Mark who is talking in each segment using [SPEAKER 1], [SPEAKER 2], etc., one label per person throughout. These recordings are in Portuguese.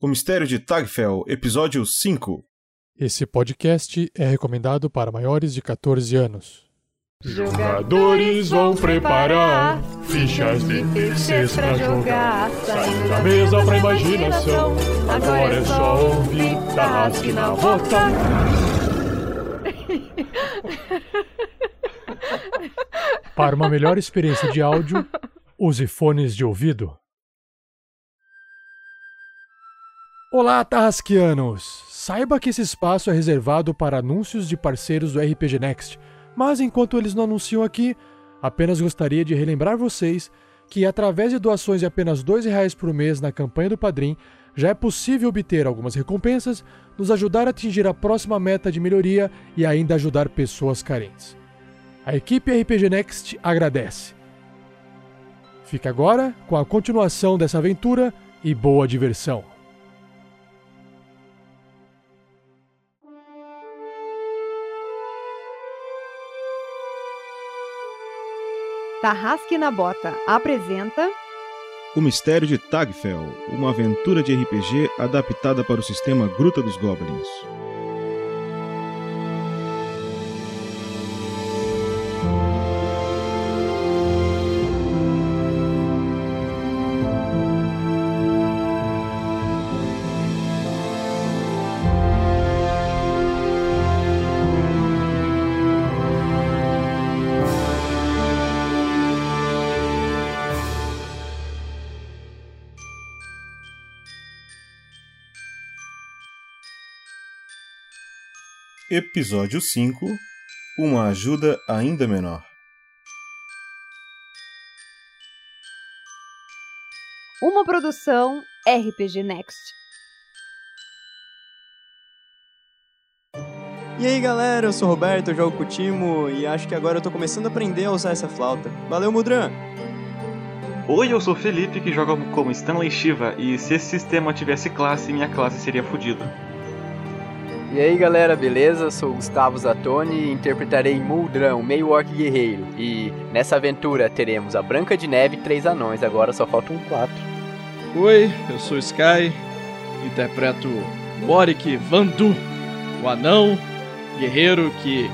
[SPEAKER 1] O Mistério de Tagfel, episódio 5.
[SPEAKER 2] Esse podcast é recomendado para maiores de 14 anos.
[SPEAKER 3] Jogadores vão preparar fichas de terceiros pra jogar. Saindo da mesa pra imaginação. Agora é só ouvir Tarrasque na volta.
[SPEAKER 2] Para uma melhor experiência de áudio, use fones de ouvido. Olá, Tarrasqueanos! Saiba que esse espaço é reservado para anúncios de parceiros do RPG Next, mas enquanto eles não anunciam aqui, apenas gostaria de relembrar vocês que, através de doações de apenas R$ 2,00 por mês na campanha do Padrim, já é possível obter algumas recompensas, nos ajudar a atingir a próxima meta de melhoria e ainda ajudar pessoas carentes. A equipe RPG Next agradece. Fica agora com a continuação dessa aventura e boa diversão.
[SPEAKER 4] Tarrasque na Bota apresenta
[SPEAKER 1] O Mistério de Tagfel, uma aventura de RPG adaptada para o sistema Gruta dos Goblins. Episódio 5 Uma ajuda ainda menor.
[SPEAKER 4] uma produção RPG Next.
[SPEAKER 5] E aí galera, eu sou o Roberto, eu jogo com o Timo e acho que agora eu tô começando a aprender a usar essa flauta. Valeu, Mudran!
[SPEAKER 6] Oi, eu sou o Felipe que joga como Stanley Shiva e se esse sistema tivesse classe, minha classe seria fodida.
[SPEAKER 7] E aí galera, beleza? Sou o Gustavo Zatoni e interpretarei Muldrão, meio orc guerreiro. E nessa aventura teremos a Branca de Neve e três anões, agora só falta um quatro.
[SPEAKER 8] Oi, eu sou o Sky, interpreto Warwick Vandu, o anão guerreiro que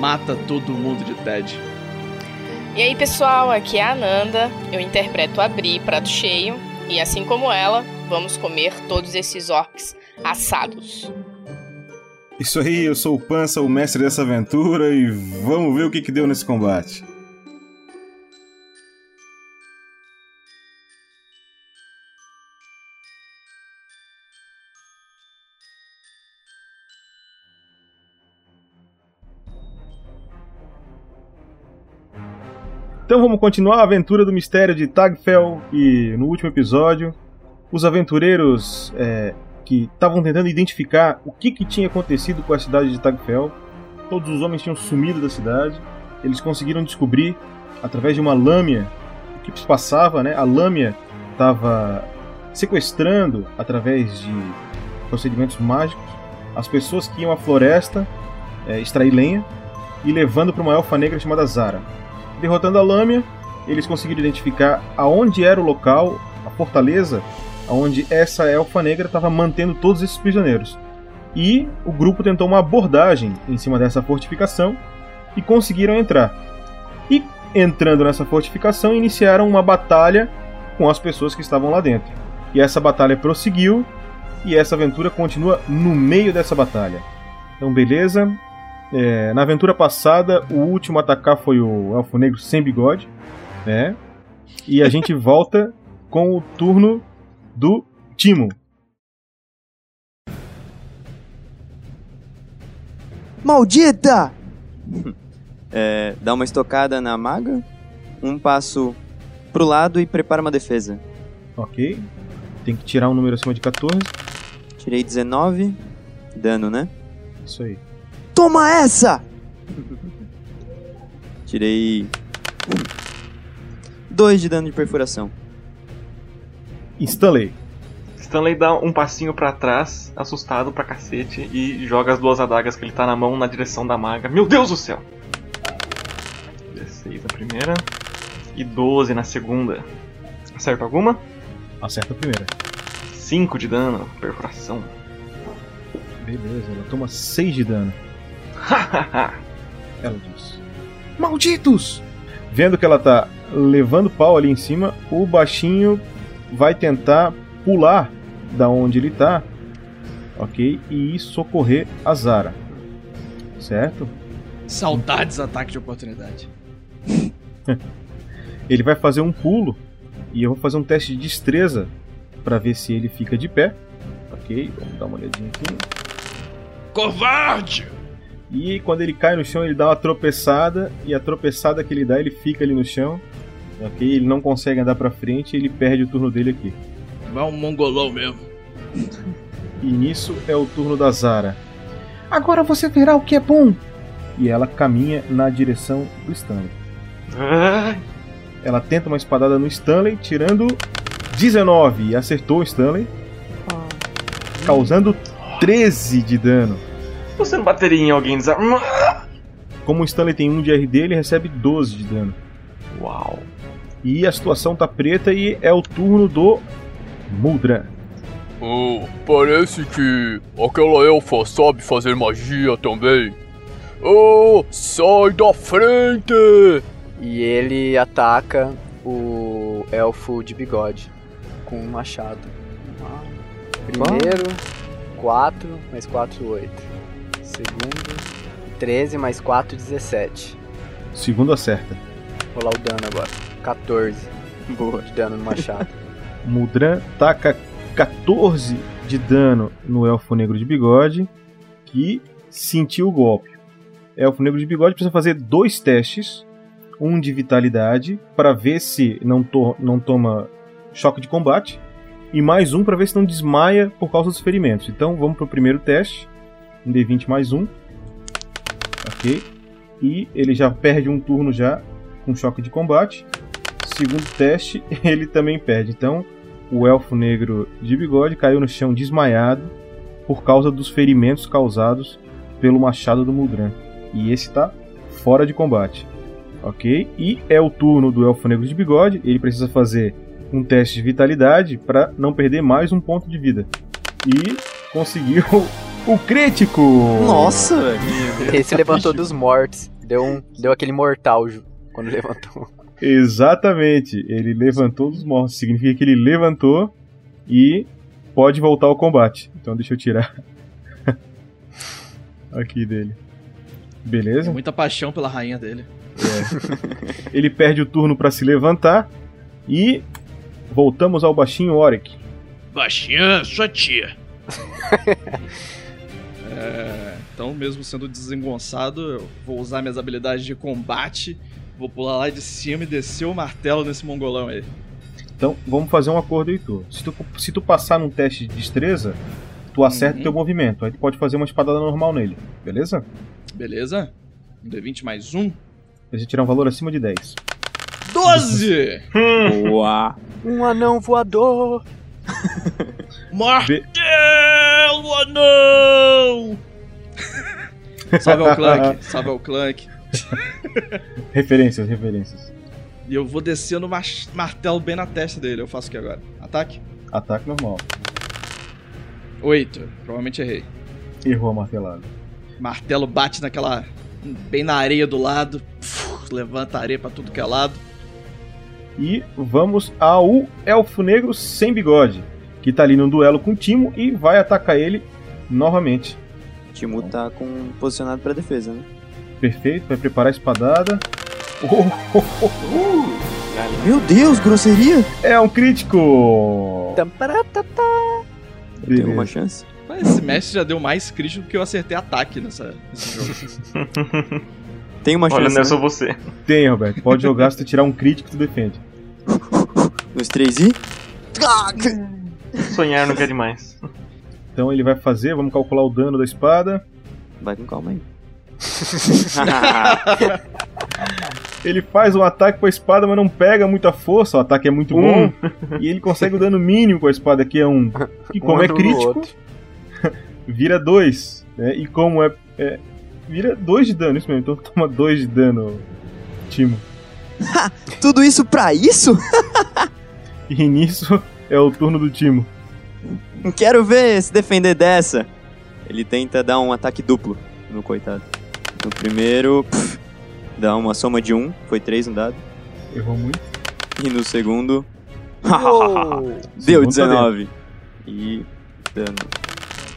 [SPEAKER 8] mata todo mundo de Ted.
[SPEAKER 9] E aí pessoal, aqui é a Ananda, eu interpreto a Bri, prato cheio, e assim como ela, vamos comer todos esses orcs assados.
[SPEAKER 1] Isso aí, eu sou o Pança, o mestre dessa aventura, e vamos ver o que, que deu nesse combate. Então vamos continuar a aventura do mistério de Tagfel e no último episódio os aventureiros é, que estavam tentando identificar o que, que tinha acontecido com a cidade de Tagfel. Todos os homens tinham sumido da cidade. Eles conseguiram descobrir através de uma lâmina o que se passava, né? A lâmina estava sequestrando através de procedimentos mágicos as pessoas que iam à floresta é, extrair lenha e levando para uma elfa negra chamada Zara. Derrotando a lâmina, eles conseguiram identificar aonde era o local, a fortaleza, onde essa elfa negra estava mantendo todos esses prisioneiros. E o grupo tentou uma abordagem em cima dessa fortificação e conseguiram entrar. E entrando nessa fortificação, iniciaram uma batalha com as pessoas que estavam lá dentro. E essa batalha prosseguiu e essa aventura continua no meio dessa batalha. Então, beleza. É, na aventura passada, o último a atacar foi o Elfo Negro sem bigode, né? E a gente volta com o turno do Timo.
[SPEAKER 5] Maldita! É, dá uma estocada na maga, um passo pro lado e prepara uma defesa.
[SPEAKER 1] Ok. Tem que tirar um número acima de 14.
[SPEAKER 5] Tirei 19, dano, né?
[SPEAKER 1] Isso aí.
[SPEAKER 5] Toma essa! Tirei 2 de dano de perfuração.
[SPEAKER 1] Instalei.
[SPEAKER 6] Stanley dá um passinho pra trás, assustado pra cacete, e joga as duas adagas que ele tá na mão na direção da maga. Meu Deus do céu! 16 na primeira e 12 na segunda. Acerta alguma?
[SPEAKER 1] Acerta a primeira.
[SPEAKER 6] 5 de dano, perfuração.
[SPEAKER 1] Beleza, ela toma 6 de dano. Ela diz: Malditos! Vendo que ela tá levando pau ali em cima, o baixinho vai tentar pular da onde ele tá, ok? E socorrer a Zara, certo?
[SPEAKER 8] Saudades ataque de oportunidade.
[SPEAKER 1] Ele vai fazer um pulo e eu vou fazer um teste de destreza pra ver se ele fica de pé, ok? Vamos dar uma olhadinha aqui.
[SPEAKER 8] Covarde!
[SPEAKER 1] E quando ele cai no chão, ele dá uma tropeçada e a tropeçada que ele dá, ele fica ali no chão, ok? Ele não consegue andar pra frente, ele perde o turno dele aqui.
[SPEAKER 8] É um mongolão mesmo.
[SPEAKER 1] E nisso é o turno da Zara. Agora você verá o que é bom! E ela caminha na direção do Stanley.
[SPEAKER 6] Ah,
[SPEAKER 1] Ela tenta uma espadada no Stanley, tirando 19 e acertou o Stanley,
[SPEAKER 4] Ó,
[SPEAKER 1] causando 13 de dano.
[SPEAKER 6] Você não bateria em alguém e dizer. "Hum,
[SPEAKER 1] Como o Stanley tem 1 de RD, ele recebe 12 de dano.
[SPEAKER 6] Uau.
[SPEAKER 1] E a situação tá preta e é o turno do Muldra.
[SPEAKER 10] Oh, parece que aquela elfa sabe fazer magia também. Oh, sai da frente!
[SPEAKER 7] E ele ataca o elfo de bigode com um machado. Primeiro, 4 mais 4, 8. Segundo, 13 mais 4, 17.
[SPEAKER 1] Segundo acerta.
[SPEAKER 7] Rolar o dano agora. 14
[SPEAKER 5] Boa.
[SPEAKER 7] de dano no machado.
[SPEAKER 1] Muldran taca 14 de dano no Elfo Negro de Bigode, que sentiu o golpe. Elfo Negro de Bigode precisa fazer dois testes, um de vitalidade, para ver se não, to- não toma choque de combate, e mais um para ver se não desmaia por causa dos ferimentos. Então vamos pro primeiro teste, um D20 mais um. Ok. E ele já perde um turno já com choque de combate. Segundo teste, ele também perde. Então o elfo negro de bigode caiu no chão desmaiado por causa dos ferimentos causados pelo machado do Muldran. E esse tá fora de combate. Ok? E é o turno do elfo negro de bigode. Ele precisa fazer um teste de vitalidade para não perder mais um ponto de vida. E conseguiu o crítico!
[SPEAKER 5] Nossa, velho.
[SPEAKER 7] Esse levantou dos mortos. Deu, um, deu aquele mortal Ju, quando levantou.
[SPEAKER 1] Exatamente. Ele levantou dos mortos. Significa que ele levantou e pode voltar ao combate. Então deixa eu tirar aqui dele.
[SPEAKER 8] Tem
[SPEAKER 1] Beleza?
[SPEAKER 8] muita paixão pela rainha dele.
[SPEAKER 1] Ele perde o turno pra se levantar e voltamos ao baixinho Orek.
[SPEAKER 8] Baixinha, sua tia. É, então, mesmo sendo desengonçado, eu vou usar minhas habilidades de combate. Vou pular lá de cima e descer o martelo nesse mongolão aí.
[SPEAKER 1] Então vamos fazer um acordo, Heitor. Se tu, se tu passar num teste de destreza, tu acerta o
[SPEAKER 8] Uhum.
[SPEAKER 1] teu movimento. Aí tu pode fazer uma espadada normal nele, beleza?
[SPEAKER 8] Beleza? Um D20 mais um.
[SPEAKER 1] Precisa tirar um valor acima de 10.
[SPEAKER 8] 12!
[SPEAKER 6] Hum,
[SPEAKER 5] Boa.
[SPEAKER 7] Um anão voador!
[SPEAKER 8] Martelo, anão! Salve ao Clank, salve ao Clank.
[SPEAKER 1] Referências, referências.
[SPEAKER 8] E eu vou descendo o mach- martelo bem na testa dele. Eu faço o que agora? Ataque?
[SPEAKER 1] Ataque normal.
[SPEAKER 8] Oito. Provavelmente errei.
[SPEAKER 1] Errou a martelada.
[SPEAKER 8] Martelo bate naquela. bem na areia do lado. Puf, levanta a areia pra tudo que é lado.
[SPEAKER 1] E vamos ao Elfo Negro sem bigode, que tá ali num duelo com o Timo e vai atacar ele novamente.
[SPEAKER 5] O Timu tá com posicionado pra defesa, né?
[SPEAKER 1] Perfeito, vai preparar a espadada. Oh,
[SPEAKER 5] Meu Deus, grosseria!
[SPEAKER 1] é um crítico!
[SPEAKER 7] Tam, pará, tá, tá.
[SPEAKER 5] Tem
[SPEAKER 1] Beleza.
[SPEAKER 5] uma chance?
[SPEAKER 8] Mas esse mestre já deu mais crítico do que eu acertei ataque nessa, nesse jogo.
[SPEAKER 5] Tem uma
[SPEAKER 6] olha,
[SPEAKER 5] chance.
[SPEAKER 6] não é só
[SPEAKER 5] né?
[SPEAKER 6] você.
[SPEAKER 1] Tem, Roberto. Pode jogar se tu tirar um crítico, tu defende.
[SPEAKER 5] Nos três e.
[SPEAKER 6] Sonhar não quer demais.
[SPEAKER 1] Então ele vai fazer, vamos calcular o dano da espada.
[SPEAKER 5] Vai com calma aí.
[SPEAKER 1] Ele faz um ataque com a espada, mas não pega muita força. O ataque é muito
[SPEAKER 6] Um.
[SPEAKER 1] bom. E ele consegue o dano mínimo com a espada, que é um. E como
[SPEAKER 7] Um
[SPEAKER 1] é
[SPEAKER 7] anão no
[SPEAKER 1] crítico,
[SPEAKER 7] outro.
[SPEAKER 1] vira 2. Né? E como é, é- Vira 2 de dano, isso mesmo. Então toma 2 de dano, Timo.
[SPEAKER 5] Tudo isso pra isso?
[SPEAKER 1] E nisso é o turno do Timo.
[SPEAKER 5] Quero ver se defender dessa. Ele tenta dar um ataque duplo no coitado. No primeiro, pff, dá uma soma de um, foi três no dado.
[SPEAKER 1] Errou muito.
[SPEAKER 5] E no segundo,
[SPEAKER 7] Uou!
[SPEAKER 5] deu
[SPEAKER 1] Segundo tá
[SPEAKER 5] 19. E dano.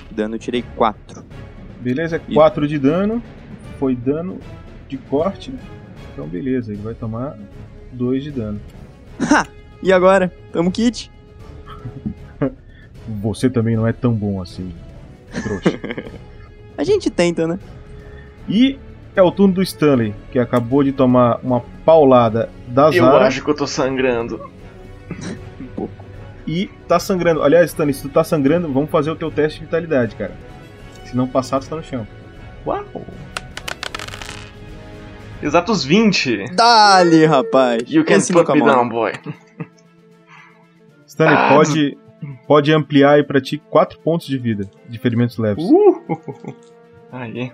[SPEAKER 5] Dano eu tirei 4.
[SPEAKER 1] Beleza, 4 de dano. Foi dano de corte. Então beleza, ele vai tomar 2 de dano.
[SPEAKER 5] E agora? Tamo kit?
[SPEAKER 1] Você também não é tão bom assim, trouxa.
[SPEAKER 5] A gente tenta, né?
[SPEAKER 1] e é o turno do Stanley, que acabou de tomar uma paulada da
[SPEAKER 6] Eu
[SPEAKER 1] Zara
[SPEAKER 6] acho que eu tô sangrando.
[SPEAKER 1] e tá sangrando. Aliás, Stanley, se tu tá sangrando, vamos fazer o teu teste de vitalidade, cara. Se não passar, tu tá no chão.
[SPEAKER 6] Uau! Exatos 20.
[SPEAKER 5] Dá-lhe, rapaz.
[SPEAKER 6] You can
[SPEAKER 5] Esse nunca
[SPEAKER 6] put me
[SPEAKER 5] morre.
[SPEAKER 6] down, boy.
[SPEAKER 1] Stanley,
[SPEAKER 6] Ah,
[SPEAKER 1] pode, pode ampliar aí pra ti 4 pontos de vida, de ferimentos leves.
[SPEAKER 6] Uh! Aí.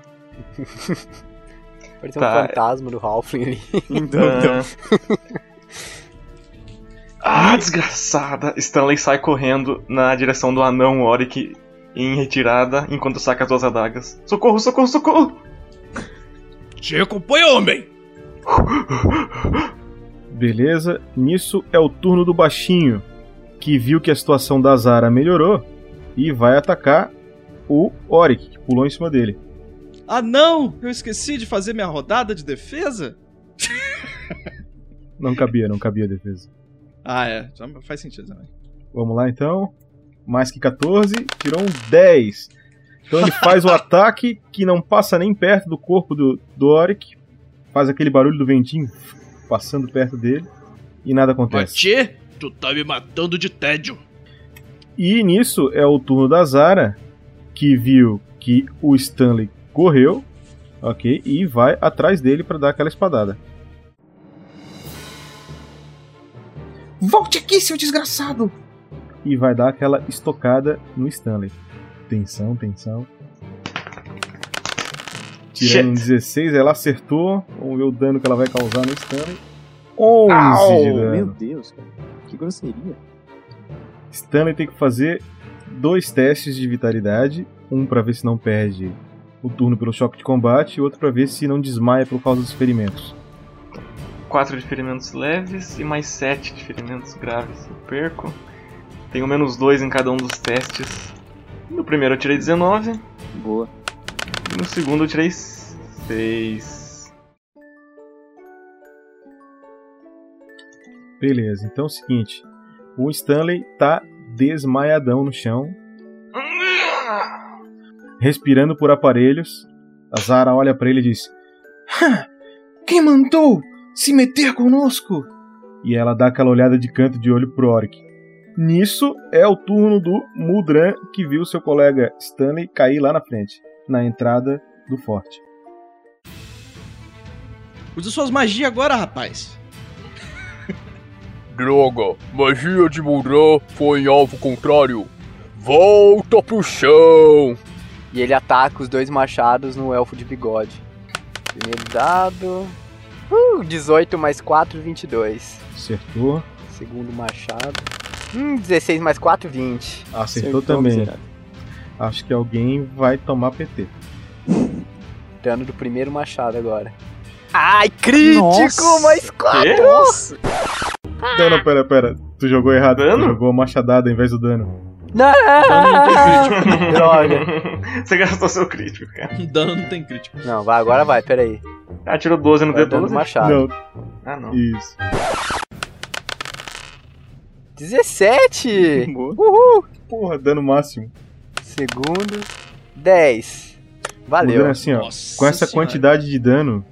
[SPEAKER 7] Parece
[SPEAKER 6] Tá.
[SPEAKER 7] um fantasma do Halfling ali.
[SPEAKER 5] Então, então.
[SPEAKER 6] Ah, desgraçada! Stanley sai correndo na direção do anão Oric em retirada enquanto saca as duas adagas. Socorro, socorro, socorro!
[SPEAKER 11] Te acompanha, homem!
[SPEAKER 1] Beleza, nisso é o turno do baixinho, que viu que a situação da Zara melhorou e vai atacar o Oric, que pulou em cima dele.
[SPEAKER 8] Ah não! Eu esqueci de fazer minha rodada de defesa?
[SPEAKER 1] Não cabia, não cabia a defesa.
[SPEAKER 8] Ah, é. Já faz sentido também.
[SPEAKER 1] Vamos lá então. Mais que 14, tirou um 10. Então ele faz o ataque que não passa nem perto do corpo do, do Oric, faz aquele barulho do ventinho passando perto dele e nada acontece.
[SPEAKER 11] Matê, tu tá me matando de tédio.
[SPEAKER 1] E nisso é o turno da Zara, que viu que o Stanley correu, ok, e vai atrás dele pra dar aquela espadada. Volte aqui, seu desgraçado! E vai dar aquela estocada no Stanley. Tensão, tensão. Tirando um 16, ela acertou. Vamos ver o dano que ela vai causar no Stanley. 11 de
[SPEAKER 5] Au,
[SPEAKER 1] dano.
[SPEAKER 5] Meu Deus, cara. Que grosseria.
[SPEAKER 1] Stanley tem que fazer dois testes de vitalidade, um pra ver se não perde o turno pelo choque de combate e outro pra ver se não desmaia por causa dos ferimentos.
[SPEAKER 6] 4 de ferimentos leves e mais 7 de ferimentos graves. Eu perco. Tenho menos 2 em cada um dos testes. No primeiro eu tirei 19,
[SPEAKER 5] Boa.
[SPEAKER 6] e no segundo eu tirei 6.
[SPEAKER 1] Beleza, então é o seguinte, o Stanley tá desmaiadão no chão, respirando por aparelhos. A Zara olha pra ele e diz: "Hã? Quem mandou se meter conosco? E ela dá aquela olhada de canto de olho pro Oric. Nisso é o turno do Mudran, que viu seu colega Stanley cair lá na frente, na entrada do forte.
[SPEAKER 8] Usa suas magias agora, rapaz.
[SPEAKER 10] Droga, magia de Mudra foi em alvo contrário. Volta pro chão!
[SPEAKER 1] então.
[SPEAKER 7] E ele ataca os dois machados no elfo de bigode. Primeiro dado. Uh, 18 mais 4, 22.
[SPEAKER 1] Acertou,
[SPEAKER 7] Segundo machado. Hum, 16 mais 4, 20.
[SPEAKER 1] acertou também.
[SPEAKER 7] miserável.
[SPEAKER 1] Acho que alguém vai tomar PT.
[SPEAKER 7] Dano do primeiro machado agora. Ai, crítico
[SPEAKER 5] Nossa.
[SPEAKER 7] mais 4!
[SPEAKER 6] Quê?
[SPEAKER 5] Nossa!
[SPEAKER 1] Não, não, pera, pera. Tu jogou errado.
[SPEAKER 6] Dano?
[SPEAKER 1] Tu jogou a machadada ao invés do dano.
[SPEAKER 8] Dano não tem
[SPEAKER 7] Não!
[SPEAKER 8] crítico.
[SPEAKER 7] Droga.
[SPEAKER 6] Você gastou seu crítico, cara.
[SPEAKER 8] Dano não tem crítico.
[SPEAKER 7] Não, vai, agora vai, peraí.
[SPEAKER 6] Ah, tirou 12 no
[SPEAKER 7] Vai Tá dando
[SPEAKER 6] D12?
[SPEAKER 7] machado.
[SPEAKER 1] Não,
[SPEAKER 6] Ah, não.
[SPEAKER 1] isso.
[SPEAKER 7] 17!
[SPEAKER 5] Boa.
[SPEAKER 7] Uhul!
[SPEAKER 1] Porra, dano máximo.
[SPEAKER 7] Segundo, 10.
[SPEAKER 1] Mudando
[SPEAKER 7] Valeu.
[SPEAKER 1] assim, ó.
[SPEAKER 8] Nossa
[SPEAKER 1] Com essa
[SPEAKER 8] senhora.
[SPEAKER 1] quantidade de dano,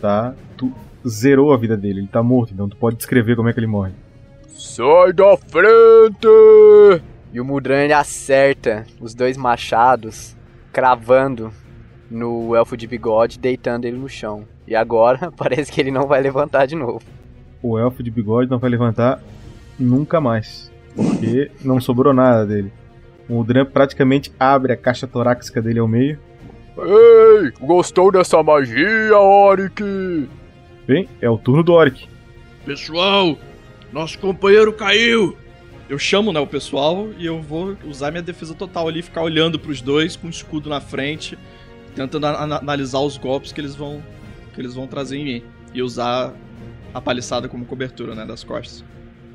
[SPEAKER 1] tá? Tu zerou a vida dele. Ele tá morto, então tu pode descrever como é que ele morre.
[SPEAKER 10] Sai da frente!
[SPEAKER 7] E o Mudran ele acerta os dois machados, cravando no elfo de bigode, deitando ele no chão. E agora parece que ele não vai levantar de novo.
[SPEAKER 1] O elfo de bigode não vai levantar nunca mais. Porque não sobrou nada dele. O Dran praticamente abre a caixa torácica dele ao meio.
[SPEAKER 10] Ei, gostou dessa magia, Oric?
[SPEAKER 1] Bem, é o turno do Orc.
[SPEAKER 11] Pessoal, nosso companheiro caiu.
[SPEAKER 8] Eu chamo, né, o pessoal e eu vou usar minha defesa total ali, ficar olhando pros dois com o escudo na frente, tentando ana- analisar os golpes que eles vão que eles vão trazer em mim e usar a paliçada como cobertura, né, das costas.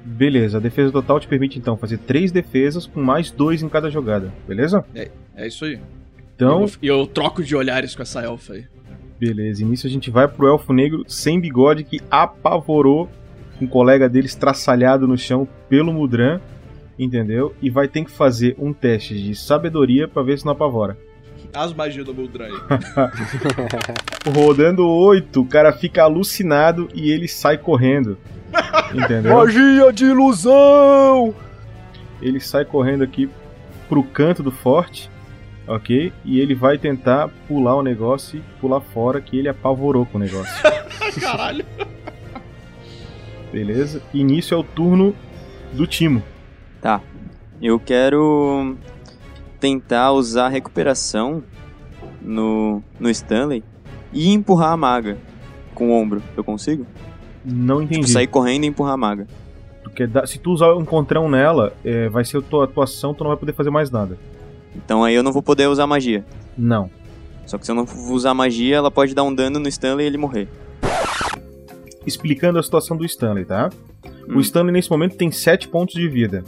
[SPEAKER 1] Beleza, a defesa total te permite então fazer três defesas com mais dois em cada jogada, beleza?
[SPEAKER 8] É, é isso aí.
[SPEAKER 1] Então,
[SPEAKER 8] Eu vou- E eu, troco de olhares com essa elfa aí.
[SPEAKER 1] beleza. E nisso a gente vai pro elfo negro sem bigode que apavorou um colega dele estraçalhado no chão pelo Mudran, entendeu? E vai ter que fazer um teste de sabedoria pra ver se não apavora.
[SPEAKER 8] As magias do Buldran aí.
[SPEAKER 1] Rodando 8, o cara fica alucinado e ele sai correndo. Entendeu?
[SPEAKER 10] Magia de ilusão!
[SPEAKER 1] Ele sai correndo aqui pro canto do forte, ok? E ele vai tentar pular o negócio e pular fora, que ele apavorou com o negócio.
[SPEAKER 8] Caralho.
[SPEAKER 1] Beleza? E nisso é o turno do Timo.
[SPEAKER 5] Tá. Eu quero tentar usar a recuperação no, no Stanley e empurrar a maga com o ombro. Eu consigo?
[SPEAKER 1] Não entendi.
[SPEAKER 5] Tipo, sair correndo e empurrar a maga.
[SPEAKER 1] Tu quer dar- Se tu usar um contrão nela, é, vai ser a tua atuação, tu não vai poder fazer mais nada.
[SPEAKER 5] Então aí eu não vou poder usar magia.
[SPEAKER 1] Não.
[SPEAKER 5] Só que se eu não usar magia, ela pode dar um dano no Stanley e ele morrer.
[SPEAKER 1] explicando a situação do Stanley, tá?
[SPEAKER 8] Hum.
[SPEAKER 1] O Stanley nesse momento tem 7 pontos de vida.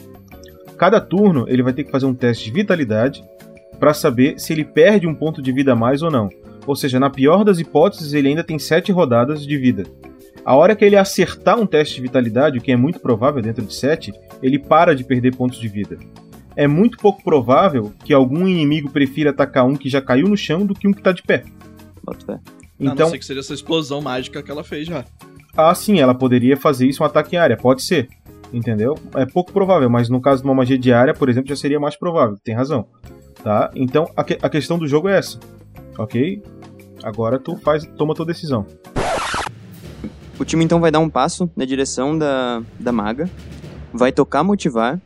[SPEAKER 1] Cada turno ele vai ter que fazer um teste de vitalidade para saber se ele perde um ponto de vida a mais ou não. Ou seja, na pior das hipóteses, ele ainda tem 7 rodadas de vida. A hora que ele acertar um teste de vitalidade, o que é muito provável dentro de 7, ele para de perder pontos de vida. É muito pouco provável que algum inimigo prefira atacar um que já caiu no chão do que um que está de pé.
[SPEAKER 8] a não
[SPEAKER 1] Então,
[SPEAKER 8] ser que seja essa explosão mágica que ela fez né? já.
[SPEAKER 1] ah, sim, ela poderia fazer isso um ataque em área, pode ser. Entendeu? É pouco provável, mas no caso de uma magia de área, por exemplo, já seria mais provável, tem razão. Tá? Então a, que- a questão do jogo é essa. Ok? Agora tu faz, toma tua decisão.
[SPEAKER 5] O time então vai dar um passo na direção da, da maga, vai tocar motivar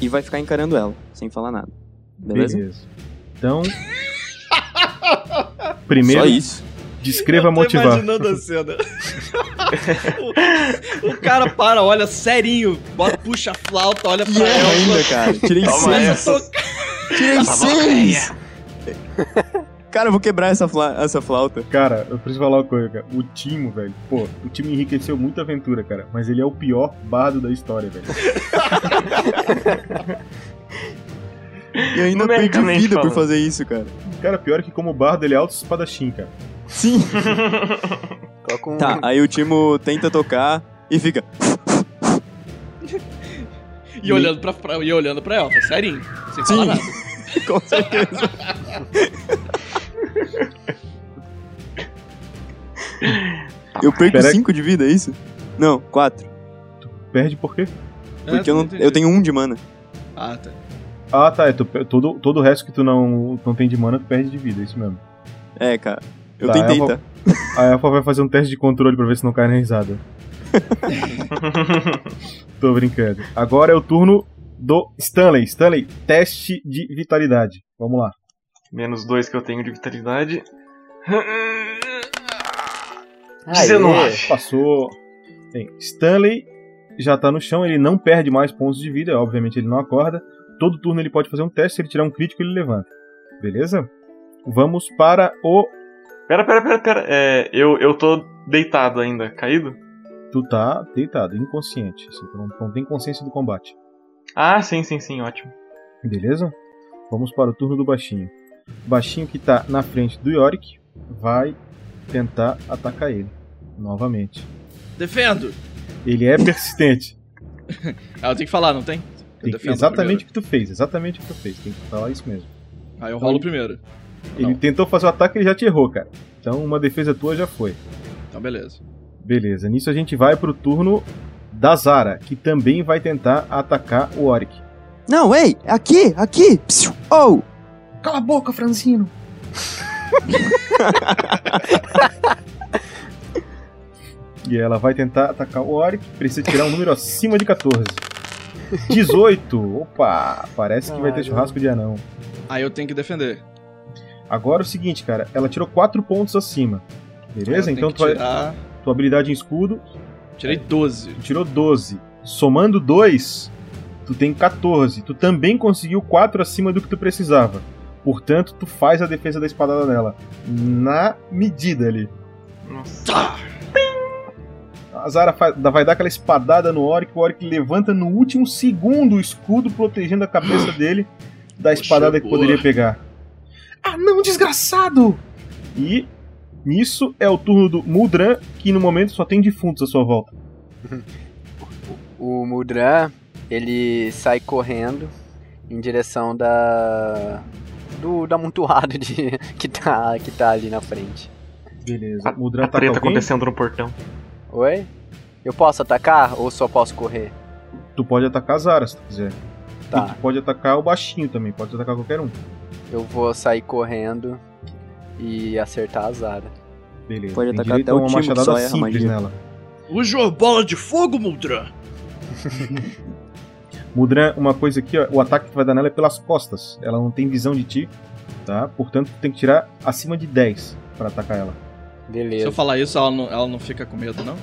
[SPEAKER 5] e vai ficar encarando ela, sem falar nada. Beleza?
[SPEAKER 1] Então. Primeiro.
[SPEAKER 5] Só isso.
[SPEAKER 1] Descreva
[SPEAKER 8] Eu tô
[SPEAKER 1] motivar.
[SPEAKER 8] imaginando a cena. o, o cara para, olha serinho, bota, puxa a flauta, olha pra
[SPEAKER 1] é
[SPEAKER 5] erra
[SPEAKER 8] ela.
[SPEAKER 5] ainda, cara. Tirei
[SPEAKER 8] Toma
[SPEAKER 5] seis.
[SPEAKER 8] essa.
[SPEAKER 5] Tirei
[SPEAKER 8] Essa
[SPEAKER 5] seis! Cara, eu vou quebrar essa, fla- essa flauta.
[SPEAKER 1] Cara, eu preciso falar uma coisa, cara. O Timo, velho. Pô, o time enriqueceu muita aventura, cara. Mas ele é o pior bardo da história, velho.
[SPEAKER 5] E ainda perdi
[SPEAKER 1] Numericamente
[SPEAKER 5] vida por
[SPEAKER 1] falando.
[SPEAKER 5] fazer isso, cara.
[SPEAKER 1] Cara, pior é que como bardo ele é alto espadachim, cara.
[SPEAKER 5] Sim. Tá, aí o Timo tenta tocar e fica.
[SPEAKER 8] E olhando pra, pra- e olhando pra ela, serinho, sem falar nada.
[SPEAKER 5] Com certeza. Eu perco
[SPEAKER 1] Pera-
[SPEAKER 5] 5 de vida, é isso? Não, 4.
[SPEAKER 1] Perde por quê?
[SPEAKER 5] Porque eu, não, eu tenho 1 um de mana.
[SPEAKER 8] É, Ah, tá.
[SPEAKER 1] Ah, tá. É, tu pe- todo, todo o resto que tu não, não tem de mana, tu perde de vida, é isso mesmo.
[SPEAKER 5] É, cara. Eu
[SPEAKER 1] Tá,
[SPEAKER 5] tentei,
[SPEAKER 1] a Elfa-
[SPEAKER 5] tá?
[SPEAKER 1] A Elfa vai fazer um teste de controle pra ver se não cai na risada. Tô brincando. Agora é o turno do Stanley. Stanley, teste de vitalidade. Vamos lá.
[SPEAKER 6] Menos dois que eu tenho de vitalidade.
[SPEAKER 1] 19.
[SPEAKER 6] 19.
[SPEAKER 1] Passou. Bem, Stanley já tá no chão, ele não perde mais pontos de vida, obviamente ele não acorda. Todo turno ele pode fazer um teste, se ele tirar um crítico, ele levanta. Beleza? Vamos para o.
[SPEAKER 6] Pera, pera, pera, pera. É, eu, eu tô deitado ainda, caído?
[SPEAKER 1] Tu tá deitado, inconsciente. Assim, tu não, não tem consciência do combate.
[SPEAKER 6] Ah, sim, sim, sim, ótimo.
[SPEAKER 1] Beleza? Vamos para o turno do baixinho. O baixinho que tá na frente do Yorick vai tentar atacar ele. Novamente.
[SPEAKER 8] Defendo!
[SPEAKER 1] Ele é persistente.
[SPEAKER 8] Ah, eu tenho que falar, não tem? Eu
[SPEAKER 1] Tem que-
[SPEAKER 8] defendo
[SPEAKER 1] exatamente o que tu fez, exatamente o que tu fez. Tem que falar isso mesmo.
[SPEAKER 8] primeiro. Aí eu rolo primeiro.
[SPEAKER 1] Ele tentou fazer o ataque e ele já te errou, cara. Então uma defesa tua já foi.
[SPEAKER 8] Então, beleza.
[SPEAKER 1] Beleza, nisso a gente vai pro turno da Zara, que também vai tentar atacar o Oric.
[SPEAKER 5] Não, ei! Aqui! Aqui! Psiu! Oh!
[SPEAKER 12] Cala a boca, Franzino.
[SPEAKER 1] E ela vai tentar atacar o Oric. Precisa tirar um número acima de 14. 18! Opa! Parece que vai ter
[SPEAKER 8] Caramba.
[SPEAKER 1] churrasco de anão.
[SPEAKER 8] Aí eu tenho que defender.
[SPEAKER 1] Agora é o seguinte, cara. Ela tirou 4 pontos acima. Beleza?
[SPEAKER 8] Eu tenho
[SPEAKER 1] Então
[SPEAKER 8] que
[SPEAKER 1] tua,
[SPEAKER 8] tirar-
[SPEAKER 1] tua habilidade em escudo
[SPEAKER 8] Tirei 12.
[SPEAKER 1] tirou 12. Somando 2, Tu tem 14. Tu também conseguiu 4 acima do que tu precisava. Portanto, tu faz a defesa da espadada nela. Na medida ali.
[SPEAKER 6] Nossa.
[SPEAKER 1] A Zara fa- dá- vai dar aquela espadada no Orc, o Orc levanta no último segundo o escudo protegendo a cabeça dele da espadada que
[SPEAKER 11] boa.
[SPEAKER 1] poderia pegar. Ah não, desgraçado! E nisso é o turno do Muldran, que no momento só tem defuntos à sua volta.
[SPEAKER 7] O Mudran, ele sai correndo em direção da do da amontoada de que tá que tá ali na frente.
[SPEAKER 1] Beleza.
[SPEAKER 6] A
[SPEAKER 1] Muldran tá
[SPEAKER 6] treta acontecendo no portão.
[SPEAKER 7] Oi? Eu posso atacar ou só posso correr?
[SPEAKER 1] Tu pode atacar a Zara se tu quiser.
[SPEAKER 7] Tá.
[SPEAKER 1] E tu pode atacar o baixinho também, pode atacar qualquer um.
[SPEAKER 7] Eu vou sair correndo e acertar a Zara.
[SPEAKER 1] Beleza.
[SPEAKER 5] Pode
[SPEAKER 1] tem
[SPEAKER 5] atacar até
[SPEAKER 1] direito a
[SPEAKER 5] o
[SPEAKER 1] uma
[SPEAKER 5] time que
[SPEAKER 1] machadada
[SPEAKER 5] só erra a
[SPEAKER 1] simples
[SPEAKER 5] magia.
[SPEAKER 1] nela.
[SPEAKER 11] Usa a bola de fogo, Muldran.
[SPEAKER 1] Mudran, uma coisa aqui, ó, o ataque que tu vai dar nela é pelas costas. Ela não tem visão de ti, tá? Portanto, tu tem que tirar acima de 10 pra atacar ela.
[SPEAKER 7] Beleza.
[SPEAKER 8] Se eu falar isso, ela não, ela não fica com medo, não?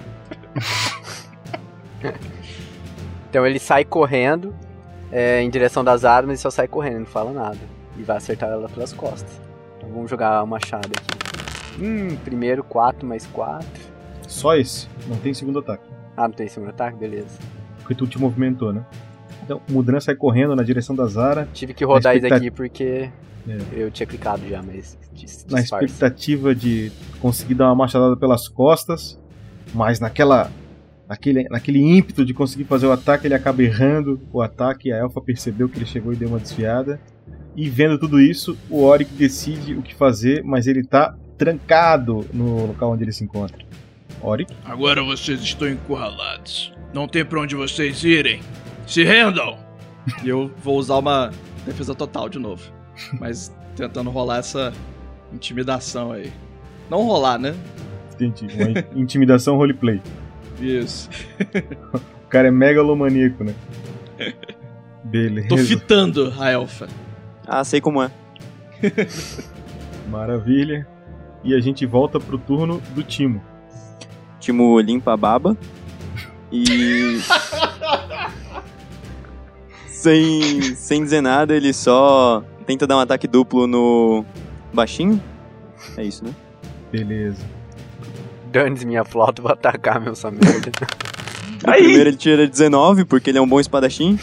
[SPEAKER 7] Então ele sai correndo é, em direção das armas e só sai correndo, não fala nada. E vai acertar ela pelas costas. Então vamos jogar o machado aqui. Hum, primeiro 4 mais 4.
[SPEAKER 1] Só esse, não tem segundo ataque.
[SPEAKER 7] Ah, não tem segundo ataque? Beleza.
[SPEAKER 1] Porque tu te movimentou, né? Então, Mudran sai correndo na direção da Zara.
[SPEAKER 7] Tive que rodar
[SPEAKER 1] Na
[SPEAKER 7] isso
[SPEAKER 1] expecta- É.
[SPEAKER 7] aqui porque eu tinha clicado já, mas dis-
[SPEAKER 1] Na
[SPEAKER 7] disfarce.
[SPEAKER 1] expectativa de conseguir dar uma machadada pelas costas, mas naquela. Naquele, naquele ímpeto de conseguir fazer o ataque, ele acaba errando o ataque. A elfa percebeu que ele chegou e deu uma desviada. E vendo tudo isso, o Oric decide o que fazer, mas ele tá trancado no local onde ele se encontra. Oric,
[SPEAKER 11] Agora vocês estão encurralados. Não tem pra onde vocês irem. Se rendam!
[SPEAKER 8] E eu vou usar uma defesa total de novo. Mas tentando rolar essa intimidação aí. Não rolar, né?
[SPEAKER 1] entendi. Uma in- intimidação roleplay.
[SPEAKER 8] Isso.
[SPEAKER 1] O cara é megalomaníaco, né? Beleza.
[SPEAKER 8] Tô fitando a elfa.
[SPEAKER 5] Ah, sei como é.
[SPEAKER 1] Maravilha. E a gente volta pro turno do Timo.
[SPEAKER 5] Timo limpa a baba. E. sem, sem dizer nada, ele só tenta dar um ataque duplo no baixinho. É isso, né?
[SPEAKER 1] Beleza.
[SPEAKER 7] Dane-se minha flauta, vou atacar meu Tá. merda.
[SPEAKER 5] No primeiro ele tira 19, porque ele é um bom espadachim.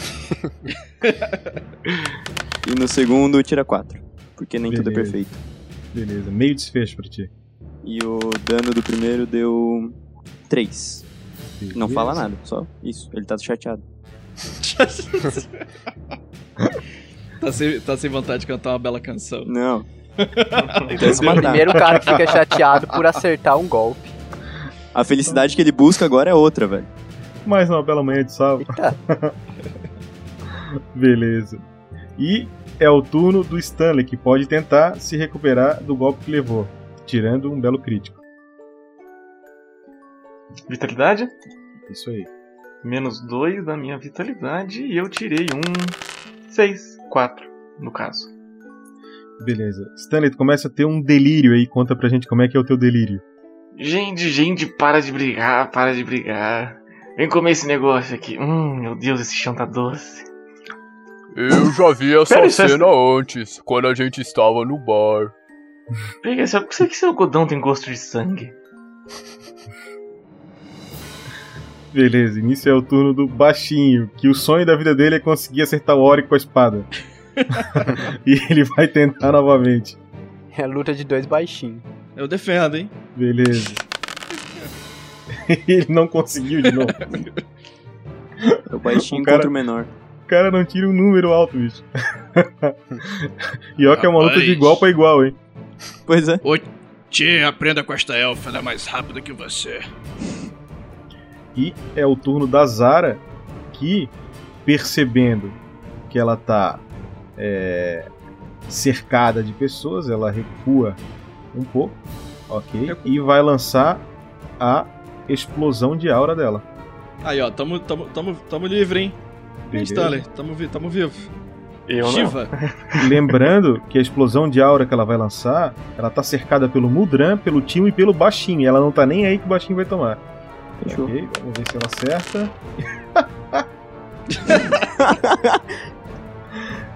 [SPEAKER 5] e no segundo tira 4, porque nem tudo é
[SPEAKER 1] Beleza.
[SPEAKER 5] perfeito.
[SPEAKER 1] Beleza, meio desfecho pra ti.
[SPEAKER 5] E o dano do primeiro deu 3. Não fala nada, só isso. Ele tá chateado.
[SPEAKER 8] Tá sem, tá sem vontade de cantar uma bela canção.
[SPEAKER 5] Não. Então
[SPEAKER 7] Eu sou o primeiro cara que fica chateado por acertar um golpe.
[SPEAKER 5] A felicidade que ele busca agora é outra, velho.
[SPEAKER 1] Mais uma bela manhã de sábado. Beleza. E é o turno do Stanley, que pode tentar se recuperar do golpe que levou, tirando um belo crítico.
[SPEAKER 6] Vitalidade?
[SPEAKER 1] Isso aí.
[SPEAKER 6] Menos 2 da minha vitalidade e eu tirei um 6, 4 no caso.
[SPEAKER 1] Beleza. Stanley, tu começa a ter um delírio aí. Conta pra gente como é que é o teu delírio.
[SPEAKER 6] Gente, gente, para de brigar, para de brigar. Vem comer esse negócio aqui. Hum, meu Deus, esse chão tá doce.
[SPEAKER 10] Eu já vi essa
[SPEAKER 6] Pera, isso é-
[SPEAKER 10] cena antes, quando a gente estava no bar.
[SPEAKER 6] Pega esse, por que esse algodão tem gosto de sangue?
[SPEAKER 1] Beleza, início é o turno do baixinho, que o sonho da vida dele é conseguir acertar o Ori com a espada. e ele vai tentar novamente.
[SPEAKER 7] É a luta de dois baixinhos.
[SPEAKER 8] Eu defendo, hein?
[SPEAKER 1] Beleza. ele não conseguiu de novo.
[SPEAKER 5] É o baixinho
[SPEAKER 1] O cara-
[SPEAKER 5] contra o menor.
[SPEAKER 1] O cara não tira um número alto, bicho. e ó que é uma luta de
[SPEAKER 11] Rapaz.
[SPEAKER 1] igual pra igual, hein?
[SPEAKER 5] Pois é.
[SPEAKER 11] Ô, Tchê, aprenda com esta elfa, ela é mais rápida que você.
[SPEAKER 1] E é o turno da Zara, que, percebendo que ela tá é, cercada de pessoas, ela recua um pouco, ok? E vai lançar a explosão de aura dela.
[SPEAKER 8] Aí, ó, tamo, tamo, tamo, tamo livre, hein? Hein,
[SPEAKER 1] Beleza.
[SPEAKER 8] Stanley, tamo, vi- tamo vivo.
[SPEAKER 6] Eu
[SPEAKER 8] Shiva.
[SPEAKER 1] Lembrando que a explosão de aura que ela vai lançar, ela tá cercada pelo Mudran, pelo Timo e pelo Baixinho. E ela não tá nem aí que o Baixinho vai tomar.
[SPEAKER 5] Fechou.
[SPEAKER 1] Ok, vamos ver se ela acerta.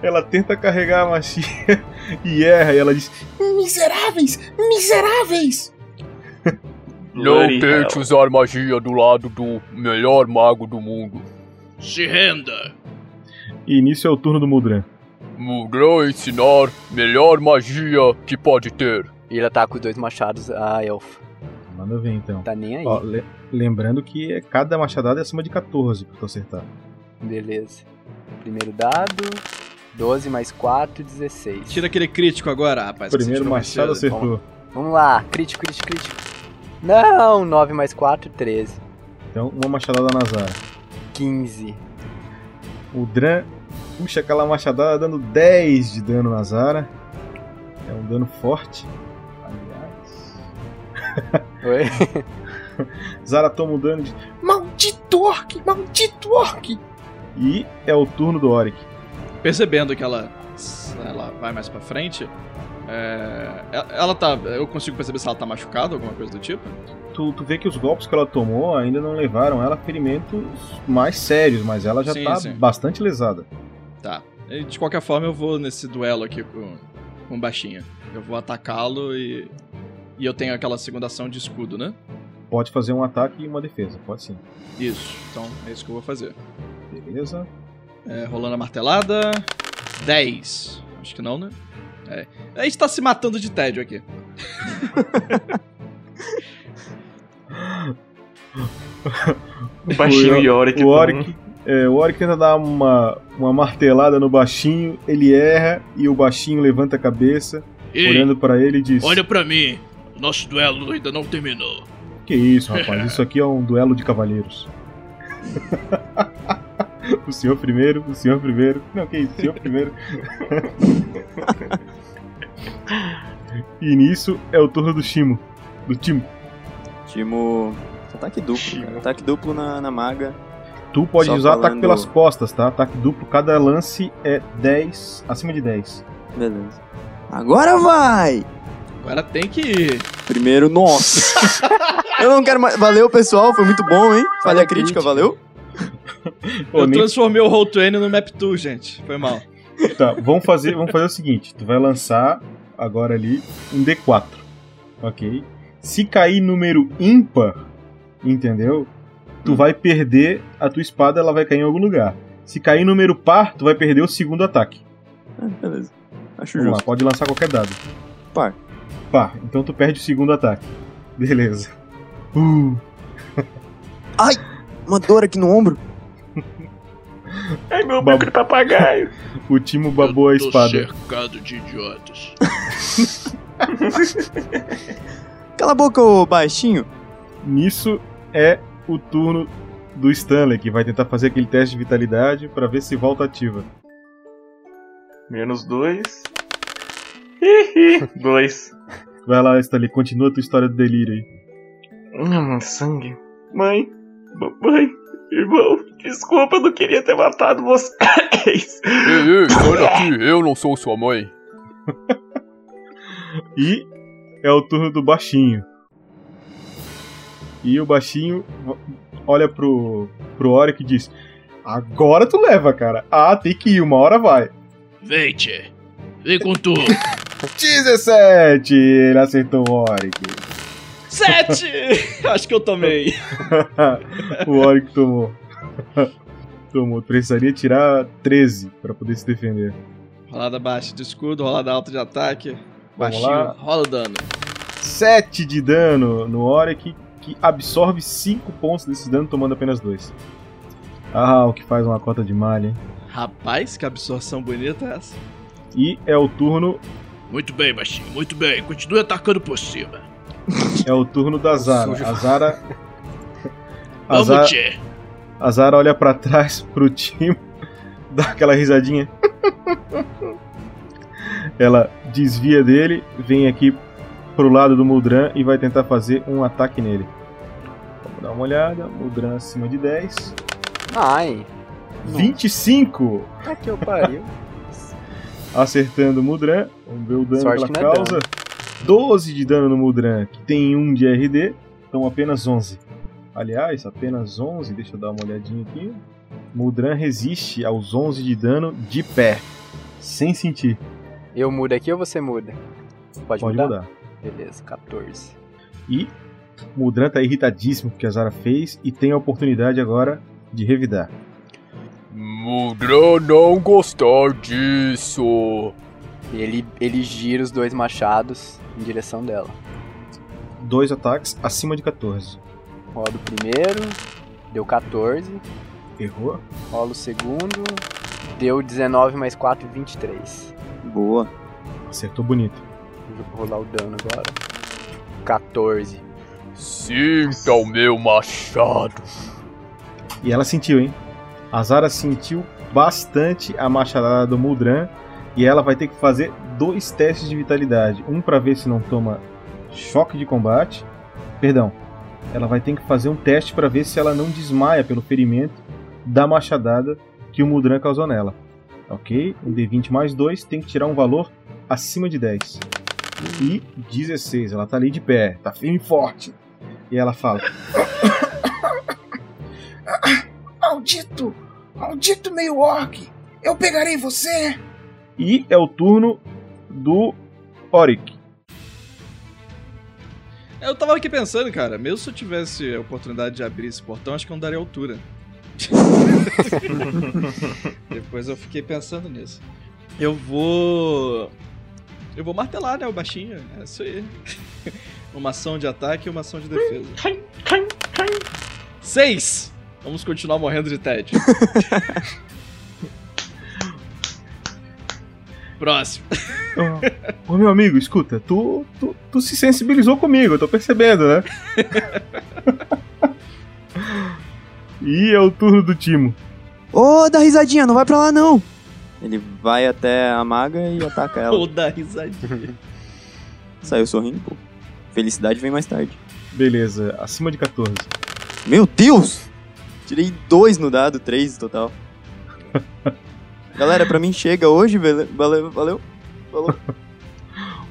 [SPEAKER 1] Ela tenta carregar a macia e erra, e ela diz:
[SPEAKER 12] Miseráveis! Miseráveis!
[SPEAKER 10] Não tente usar magia do lado do melhor mago do mundo.
[SPEAKER 11] Se renda!
[SPEAKER 1] E início é o turno do Mudran.
[SPEAKER 10] Mudrão ensinar melhor magia que pode ter.
[SPEAKER 7] E ele ataca os dois machados a elfo.
[SPEAKER 1] Manda ver então.
[SPEAKER 7] Tá nem aí.
[SPEAKER 1] Ó, le- lembrando que é- cada machadada é acima de 14 pra tu acertar.
[SPEAKER 7] Beleza. Primeiro dado. 12 mais 4, 16.
[SPEAKER 8] Tira aquele crítico agora, rapaz. que você
[SPEAKER 1] Primeiro
[SPEAKER 8] tirou mais
[SPEAKER 1] machado
[SPEAKER 8] cedo.
[SPEAKER 1] acertou.
[SPEAKER 7] Vamos lá. Crítico, crítico, crítico. Não! 9 mais 4, 13.
[SPEAKER 1] Então, uma machadada na Zara.
[SPEAKER 7] 15.
[SPEAKER 1] O Dran puxa aquela machadada dando 10 de dano na Zara. É um dano forte.
[SPEAKER 7] Oi?
[SPEAKER 1] Zara toma o dano de...
[SPEAKER 12] Maldito orc! Maldito orc!
[SPEAKER 1] E é o turno do Oric.
[SPEAKER 8] Percebendo que ela, ela vai mais pra frente. é, ela- ela tá. Eu consigo perceber se ela tá machucada, alguma coisa do tipo.
[SPEAKER 1] Tu, tu vê que os golpes que ela tomou ainda não levaram ela a ferimentos mais sérios, mas ela já
[SPEAKER 8] Sim,
[SPEAKER 1] tá
[SPEAKER 8] sim.
[SPEAKER 1] bastante lesada.
[SPEAKER 8] Tá. E, de qualquer forma, eu vou nesse duelo aqui com, com o baixinho. Eu vou atacá-lo e. E eu tenho aquela segunda ação de escudo, né?
[SPEAKER 1] Pode fazer um ataque e uma defesa, pode sim.
[SPEAKER 8] Isso. Então é isso que eu vou fazer.
[SPEAKER 1] Beleza.
[SPEAKER 8] É, rolando a martelada. 10. Acho que não, né? É. A gente tá se matando de tédio aqui.
[SPEAKER 6] O baixinho
[SPEAKER 1] O-
[SPEAKER 6] e o Yorick
[SPEAKER 1] O
[SPEAKER 6] tão-
[SPEAKER 1] Oric, é, o Oric tenta dar uma, uma martelada no baixinho, ele erra e o baixinho levanta a cabeça,
[SPEAKER 11] Ei,
[SPEAKER 1] olhando pra ele e diz:
[SPEAKER 11] Olha pra mim. Nosso duelo ainda não terminou.
[SPEAKER 1] Que isso, rapaz, isso aqui é um duelo de cavalheiros. o senhor primeiro, o senhor primeiro. Não, que isso, o senhor primeiro. e nisso é o turno do Shimo. Do Timo.
[SPEAKER 5] Timo. Ataque duplo, cara. Ataque duplo na, na maga.
[SPEAKER 1] Tu pode
[SPEAKER 5] Só
[SPEAKER 1] usar ataque
[SPEAKER 5] falando-
[SPEAKER 1] pelas costas, tá? Ataque duplo, cada lance é 10, acima de 10.
[SPEAKER 5] Beleza. Agora vai!
[SPEAKER 8] Agora tem que ir.
[SPEAKER 5] Primeiro, nossa! Eu não quero mais. Valeu, pessoal, foi muito bom, hein? Falha a crítica, valeu?
[SPEAKER 1] Ô,
[SPEAKER 8] eu
[SPEAKER 1] nem-
[SPEAKER 8] transformei o Roll 20 no Map Tool, gente. Foi mal.
[SPEAKER 1] Tá, vamos fazer, vamos fazer o seguinte: tu vai lançar agora ali um D4. Ok? Se cair número ímpar, entendeu?
[SPEAKER 5] Hum.
[SPEAKER 1] Tu vai perder a tua espada, ela vai cair em algum lugar. Se cair número par, tu vai perder o segundo ataque.
[SPEAKER 5] É, Beleza. Acho
[SPEAKER 1] Vamos lá,
[SPEAKER 5] justo.
[SPEAKER 1] pode lançar qualquer dado.
[SPEAKER 5] Par.
[SPEAKER 1] Par, então tu perde o segundo ataque. Beleza. Uh,
[SPEAKER 5] Ai! Uma dor aqui no ombro.
[SPEAKER 6] Ai, meu
[SPEAKER 1] Bab-
[SPEAKER 6] bico de papagaio.
[SPEAKER 1] o Timo babou a
[SPEAKER 11] Tô
[SPEAKER 1] espada.
[SPEAKER 11] cercado de idiotas.
[SPEAKER 5] Cala a boca, ô baixinho.
[SPEAKER 1] Nisso é o turno do Stanley, que vai tentar fazer aquele teste de vitalidade pra ver se volta ativa.
[SPEAKER 6] Menos dois. Ih, ih, dois.
[SPEAKER 1] Vai lá, Stanley, continua a tua história do delírio aí.
[SPEAKER 6] Hum, sangue. Mãe, mamãe, irmão, desculpa, eu não queria ter matado vocês.
[SPEAKER 10] Ei, ei, olha aqui, eu não sou sua mãe.
[SPEAKER 1] E é o turno do baixinho. E o baixinho olha pro, pro Oric e diz: Agora tu leva, cara. Ah, tem que ir, uma hora vai.
[SPEAKER 11] Vem, tchê. Vem com tu.
[SPEAKER 1] 17! Ele acertou o Oric.
[SPEAKER 8] Sete! Acho que eu tomei.
[SPEAKER 1] o Oric tomou. tomou. Precisaria tirar 13 pra poder se defender.
[SPEAKER 8] Rolada baixa de escudo, rolada alta de ataque.
[SPEAKER 1] lá.
[SPEAKER 8] Baixinho, rola o dano.
[SPEAKER 1] 7 de dano no Oric, que absorve 5 pontos desse dano, tomando apenas 2. Ah, o que faz uma cota de malha, hein?
[SPEAKER 8] Rapaz, que absorção bonita é essa.
[SPEAKER 1] E é o turno.
[SPEAKER 11] Muito bem, baixinho, muito bem. Continue atacando por cima.
[SPEAKER 1] É o turno da Zara.
[SPEAKER 11] sujo.
[SPEAKER 1] A Zara. A
[SPEAKER 11] Vamos,
[SPEAKER 1] Zara,
[SPEAKER 11] tchê.
[SPEAKER 1] a Zara olha pra trás pro time, dá aquela risadinha. Ela desvia dele, vem aqui pro lado do Muldran e vai tentar fazer um ataque nele. Vamos dar uma olhada. Muldran acima de 10.
[SPEAKER 7] Ai.
[SPEAKER 1] 25!
[SPEAKER 7] Tá que eu pariu.
[SPEAKER 1] acertando o Mudran. Vamos ver o dano
[SPEAKER 7] Sorte
[SPEAKER 1] pela
[SPEAKER 7] que não é
[SPEAKER 1] causa. 12 de dano no Mudran, que tem 1 de RD, então apenas 11. Aliás, apenas 11, deixa eu dar uma olhadinha aqui. Muldran resiste aos 11 de dano de pé, sem sentir.
[SPEAKER 7] Eu mudo aqui ou você muda? Pode,
[SPEAKER 1] Pode
[SPEAKER 7] mudar?
[SPEAKER 1] mudar.
[SPEAKER 7] Beleza, 14.
[SPEAKER 1] E Muldran tá irritadíssimo porque a Zara fez e tem a oportunidade agora de revidar.
[SPEAKER 10] Mudra não gostar disso.
[SPEAKER 7] Ele, ele gira os dois machados em direção dela.
[SPEAKER 1] Dois ataques acima de 14.
[SPEAKER 7] Rola o primeiro, deu 14.
[SPEAKER 1] Errou.
[SPEAKER 7] Rola o segundo, deu 19 mais 4, 23.
[SPEAKER 5] Boa.
[SPEAKER 1] Acertou bonito.
[SPEAKER 7] Vou rolar o dano agora. 14.
[SPEAKER 10] Sinta o meu machado.
[SPEAKER 1] E ela sentiu, hein? A Zara sentiu bastante a machadada do Muldran e ela vai ter que fazer dois testes de vitalidade. Um pra ver se não toma choque de combate. Perdão. Ela vai ter que fazer um teste pra ver se ela não desmaia pelo ferimento da machadada que o Muldran causou nela. Ok? Um D20 mais 2 tem que tirar um valor acima de 10. E 16. Ela tá ali de pé, tá firme e forte. E ela fala:
[SPEAKER 12] Maldito! Maldito meio orc! Eu pegarei você!
[SPEAKER 1] E é o turno do Oric.
[SPEAKER 8] Eu tava aqui pensando, cara, mesmo se eu tivesse a oportunidade de abrir esse portão, acho que eu não daria altura. Depois eu fiquei pensando nisso. Eu vou. Eu vou martelar, né, o baixinho. É isso aí. uma ação de ataque e uma ação de defesa. Seis! Vamos continuar morrendo de tédio. Próximo.
[SPEAKER 1] Ô meu amigo, escuta, tu, tu, tu se sensibilizou comigo, eu tô percebendo, né? e é o turno do Timo.
[SPEAKER 5] Ô, dá risadinha, não vai pra lá não! Ele vai até a maga e ataca ela.
[SPEAKER 8] Vou dar risadinha.
[SPEAKER 5] Saiu sorrindo, pô. Felicidade vem mais tarde.
[SPEAKER 1] Beleza, acima de 14.
[SPEAKER 5] Meu Deus! Tirei dois no dado, três total. Galera, pra mim chega hoje, vale- valeu, valeu. Falou.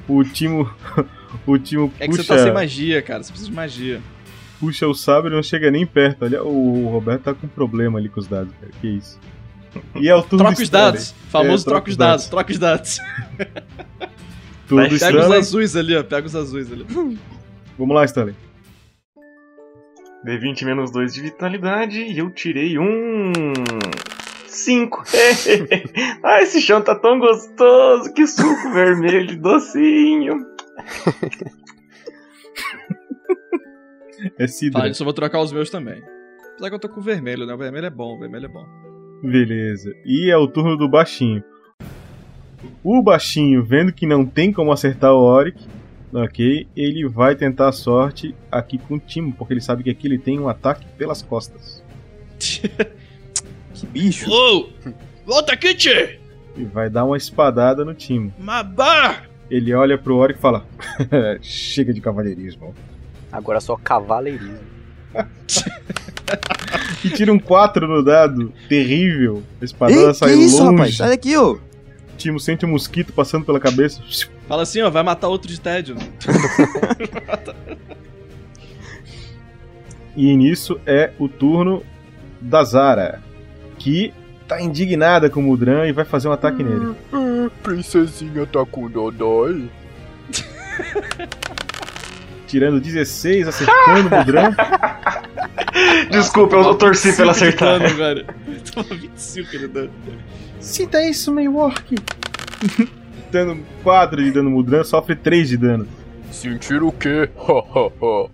[SPEAKER 1] O Timo. O Timo puxa,
[SPEAKER 8] É que você tá sem magia, cara. Você precisa de magia.
[SPEAKER 1] puxa o sabre e não chega nem perto. Olha, o Roberto tá com problema ali com os dados, cara. Que isso. E é o turno
[SPEAKER 8] Troca
[SPEAKER 1] do
[SPEAKER 8] os
[SPEAKER 1] Stanley.
[SPEAKER 8] dados. Famoso
[SPEAKER 1] É,
[SPEAKER 8] troca os dados. Troca os dados.
[SPEAKER 1] Turno do
[SPEAKER 8] Pega os
[SPEAKER 1] Stanley.
[SPEAKER 8] azuis ali, ó. Pega os azuis ali.
[SPEAKER 1] Vamos lá, Stanley.
[SPEAKER 6] D20 menos 2 de vitalidade e eu tirei um. 5. ah, esse chão tá tão gostoso. Que suco vermelho, docinho.
[SPEAKER 1] É Sidra.
[SPEAKER 8] Fala disso, eu vou trocar os meus também. Apesar que eu tô com o vermelho, né? O vermelho é bom, o vermelho é bom.
[SPEAKER 1] Beleza. E é o turno do baixinho. O baixinho, vendo que não tem como acertar o Oric, ok, ele vai tentar a sorte aqui com o Timo, porque ele sabe que aqui ele tem um ataque pelas costas.
[SPEAKER 5] que bicho!
[SPEAKER 11] Ô! Volta aqui, tchê!
[SPEAKER 1] E vai dar uma espadada no Timo.
[SPEAKER 11] Mabá!
[SPEAKER 1] Ele olha pro Oric e fala: Chega de cavalheirismo.
[SPEAKER 7] Agora só cavaleirismo.
[SPEAKER 1] E tira um 4 no dado. Terrível. A
[SPEAKER 5] Ei,
[SPEAKER 1] espadada
[SPEAKER 5] que
[SPEAKER 1] sai
[SPEAKER 5] isso,
[SPEAKER 1] longe.
[SPEAKER 5] rapaz? Sai daqui, ô!
[SPEAKER 1] Timo sente um mosquito passando pela cabeça.
[SPEAKER 8] Fala assim, ó, vai matar outro de tédio. né?
[SPEAKER 1] E nisso é o turno da Zara, que tá indignada com o Mudran e vai fazer um ataque nele.
[SPEAKER 10] Ah, Princesinha tá com dodói.
[SPEAKER 1] Tirando 16, acertando o Mudran.
[SPEAKER 6] Desculpa, eu torci pra ela acertar.
[SPEAKER 8] Dano, velho. Toma 25 de dano.
[SPEAKER 1] Sinta isso, meio orc. Dando 4 de dano no Mudran, sofre 3 de dano.
[SPEAKER 10] Sentir o quê? Ha, ha, ha.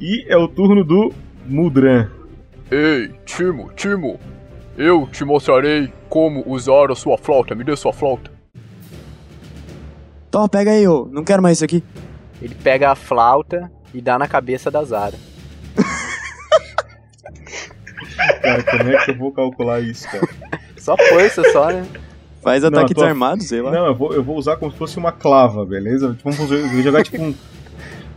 [SPEAKER 1] E é o turno do Mudran.
[SPEAKER 10] Ei, Timo, Timo. Eu te mostrarei como usar a sua flauta. Me dê sua flauta.
[SPEAKER 5] Toma, pega aí, ô. Não quero mais isso aqui.
[SPEAKER 7] Ele pega a flauta e dá na cabeça da Zara.
[SPEAKER 1] Cara, como é que eu vou calcular isso, cara?
[SPEAKER 7] Só força, só, né?
[SPEAKER 5] Faz
[SPEAKER 1] Não,
[SPEAKER 5] ataque
[SPEAKER 1] tô-
[SPEAKER 5] desarmado, sei lá.
[SPEAKER 1] Não, eu vou, eu vou usar como se fosse uma clava, beleza? Tipo, Vamos fazer- vou jogar tipo um.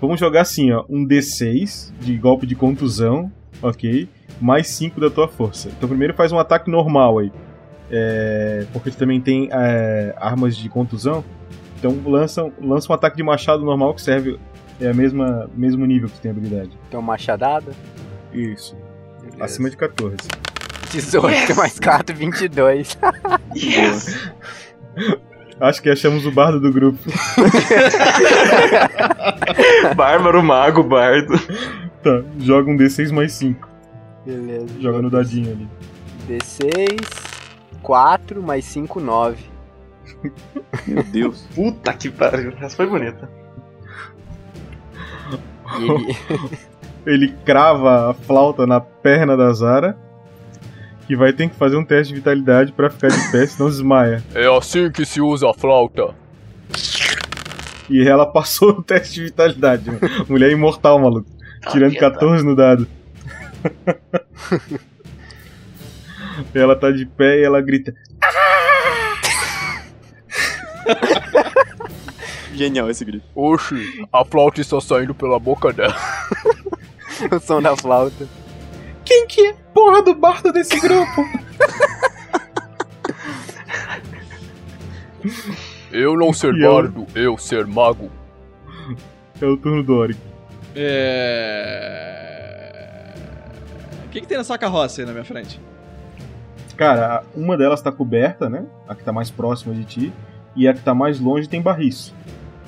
[SPEAKER 1] Vamos jogar assim, ó. Um D6 de golpe de contusão, ok? Mais 5 da tua força. Então primeiro faz um ataque normal aí. É, porque tu também tem é, armas de contusão. Então lança, lança um ataque de machado normal que serve. É a mesma mesmo nível que tu tem habilidade.
[SPEAKER 7] Tem uma machadada.
[SPEAKER 1] Isso. Acima de 14.
[SPEAKER 7] 18 mais 4, 22.
[SPEAKER 1] Yes! Acho que achamos o bardo do grupo.
[SPEAKER 6] Bárbaro, mago, bardo.
[SPEAKER 1] Tá, joga um D6 mais 5.
[SPEAKER 7] Beleza.
[SPEAKER 1] Joga no dadinho ali.
[SPEAKER 7] D6, 4 mais 5, 9.
[SPEAKER 5] Meu Deus.
[SPEAKER 6] Puta que pariu. Essa foi bonita.
[SPEAKER 1] Ele crava a flauta na perna da Zara. Que vai ter que fazer um teste de vitalidade pra ficar de pé, senão desmaia.
[SPEAKER 10] É assim que se usa a flauta.
[SPEAKER 1] E ela passou o teste de vitalidade. mano. Mulher imortal, maluco. Tirando
[SPEAKER 6] Tá
[SPEAKER 1] 14 no dado. ela tá de pé e ela grita.
[SPEAKER 5] Genial esse grito.
[SPEAKER 10] Oxi, a flauta está saindo pela boca dela.
[SPEAKER 7] o som da flauta.
[SPEAKER 12] Quem que é porra do bardo desse grupo?
[SPEAKER 10] Eu não ser
[SPEAKER 1] E eu?
[SPEAKER 10] bardo, eu ser mago.
[SPEAKER 1] É o turno do Oric.
[SPEAKER 8] É... O que, que tem nessa carroça aí na minha frente?
[SPEAKER 1] Cara, a- uma delas tá coberta, né? A que tá mais próxima de ti. E a que tá mais longe tem barris.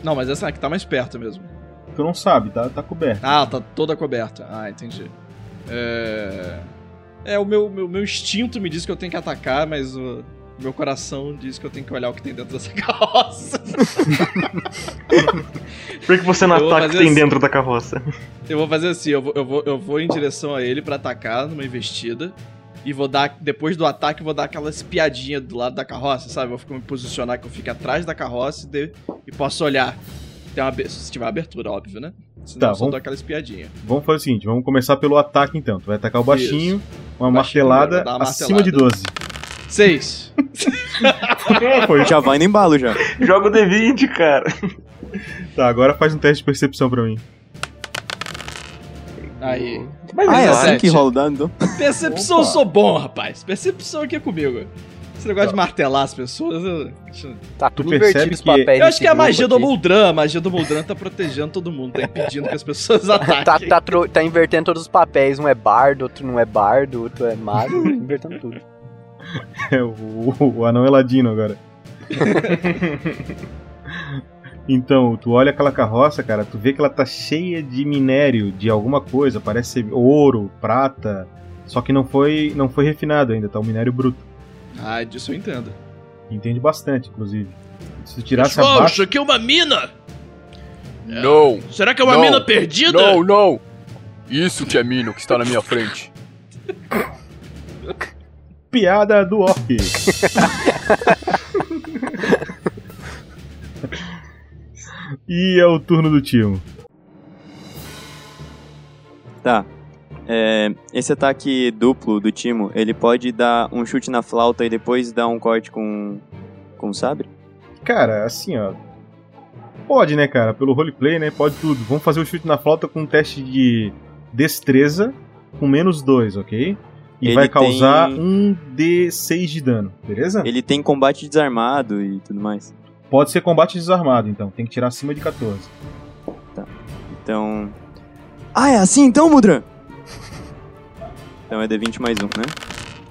[SPEAKER 8] Não, mas essa aqui tá mais perto mesmo.
[SPEAKER 1] Tu não sabe, tá, tá coberta.
[SPEAKER 8] Ah, tá toda coberta. Ah, entendi. É. É, o meu, meu, meu instinto me diz que eu tenho que atacar, mas o meu coração diz que eu tenho que olhar o que tem dentro dessa carroça.
[SPEAKER 6] Por que você não
[SPEAKER 8] Eu vou
[SPEAKER 6] ataca o que
[SPEAKER 8] fazer
[SPEAKER 6] tem
[SPEAKER 8] assim.
[SPEAKER 6] dentro da carroça?
[SPEAKER 8] Eu vou fazer assim, eu vou, eu vou, eu vou em direção a ele pra atacar numa investida. E vou dar, depois do ataque, eu vou dar aquela espiadinha do lado da carroça, sabe? Eu Vou me posicionar que eu fique atrás da carroça e, dê- e posso olhar. Tem uma, abe- se tiver abertura, óbvio, né? Senão
[SPEAKER 1] Tá,
[SPEAKER 8] eu só
[SPEAKER 1] vamos-
[SPEAKER 8] dou aquela espiadinha.
[SPEAKER 1] Vamos fazer o seguinte, vamos começar pelo ataque então. Tu vai atacar o baixinho, uma
[SPEAKER 8] Baixinho
[SPEAKER 1] martelada
[SPEAKER 8] primeiro, vou dar uma
[SPEAKER 1] acima de 12.
[SPEAKER 8] Seis.
[SPEAKER 1] Foi.
[SPEAKER 5] Já vai no embalo já.
[SPEAKER 6] Joga o D20, cara.
[SPEAKER 1] Tá, agora faz um teste de percepção pra mim.
[SPEAKER 8] Aí.
[SPEAKER 5] Ah, é assim
[SPEAKER 8] Dezessete.
[SPEAKER 5] que rola o dado, então?
[SPEAKER 8] Percepção eu
[SPEAKER 5] Opa.
[SPEAKER 8] sou bom, rapaz. Percepção aqui é comigo. Esse negócio de martelar as pessoas. eu-
[SPEAKER 7] Tá
[SPEAKER 1] tudo percebe invertido os que- papéis
[SPEAKER 8] Eu acho
[SPEAKER 1] nesse
[SPEAKER 8] que é a
[SPEAKER 7] um
[SPEAKER 1] grupo
[SPEAKER 8] magia do
[SPEAKER 1] aqui.
[SPEAKER 8] Moldran. A magia do Moldran tá protegendo todo mundo, tá impedindo que as pessoas ataquem.
[SPEAKER 7] tá, tá, tro- tá invertendo todos os papéis. Um é bardo, outro não é bardo, outro é mago. invertendo tudo.
[SPEAKER 1] É, o, o anão é ladino agora. então, tu olha aquela carroça, cara, tu vê que ela tá cheia de minério, de alguma coisa, parece ser ouro, prata, só que não foi, não foi refinado ainda, tá um minério bruto.
[SPEAKER 8] Ah, disso eu entendo.
[SPEAKER 1] Entende bastante, inclusive. Se tu tirasse a
[SPEAKER 11] Pessoal,
[SPEAKER 1] baixa,
[SPEAKER 11] isso aqui é uma mina!
[SPEAKER 10] Não.
[SPEAKER 11] Será que é uma
[SPEAKER 10] não,
[SPEAKER 11] mina perdida?
[SPEAKER 10] Não, não. Isso que é mina que está na minha frente.
[SPEAKER 1] piada do orc. e é o turno do Timo.
[SPEAKER 5] Tá. É, esse ataque duplo do Timo, ele pode dar um chute na flauta e depois dar um corte com com o sabre?
[SPEAKER 1] Cara, assim, ó. Pode, né, cara? Pelo roleplay, né? Pode tudo. Vamos fazer o chute na flauta com um teste de destreza com menos 2, ok? E
[SPEAKER 5] Ele
[SPEAKER 1] vai causar
[SPEAKER 5] tem-
[SPEAKER 1] um D6 de dano, beleza?
[SPEAKER 5] Ele tem combate desarmado e tudo mais.
[SPEAKER 1] Pode ser combate desarmado, então. Tem que tirar acima de 14.
[SPEAKER 5] Então. Ah, é assim então, Mudran? Então é D20 mais um, né?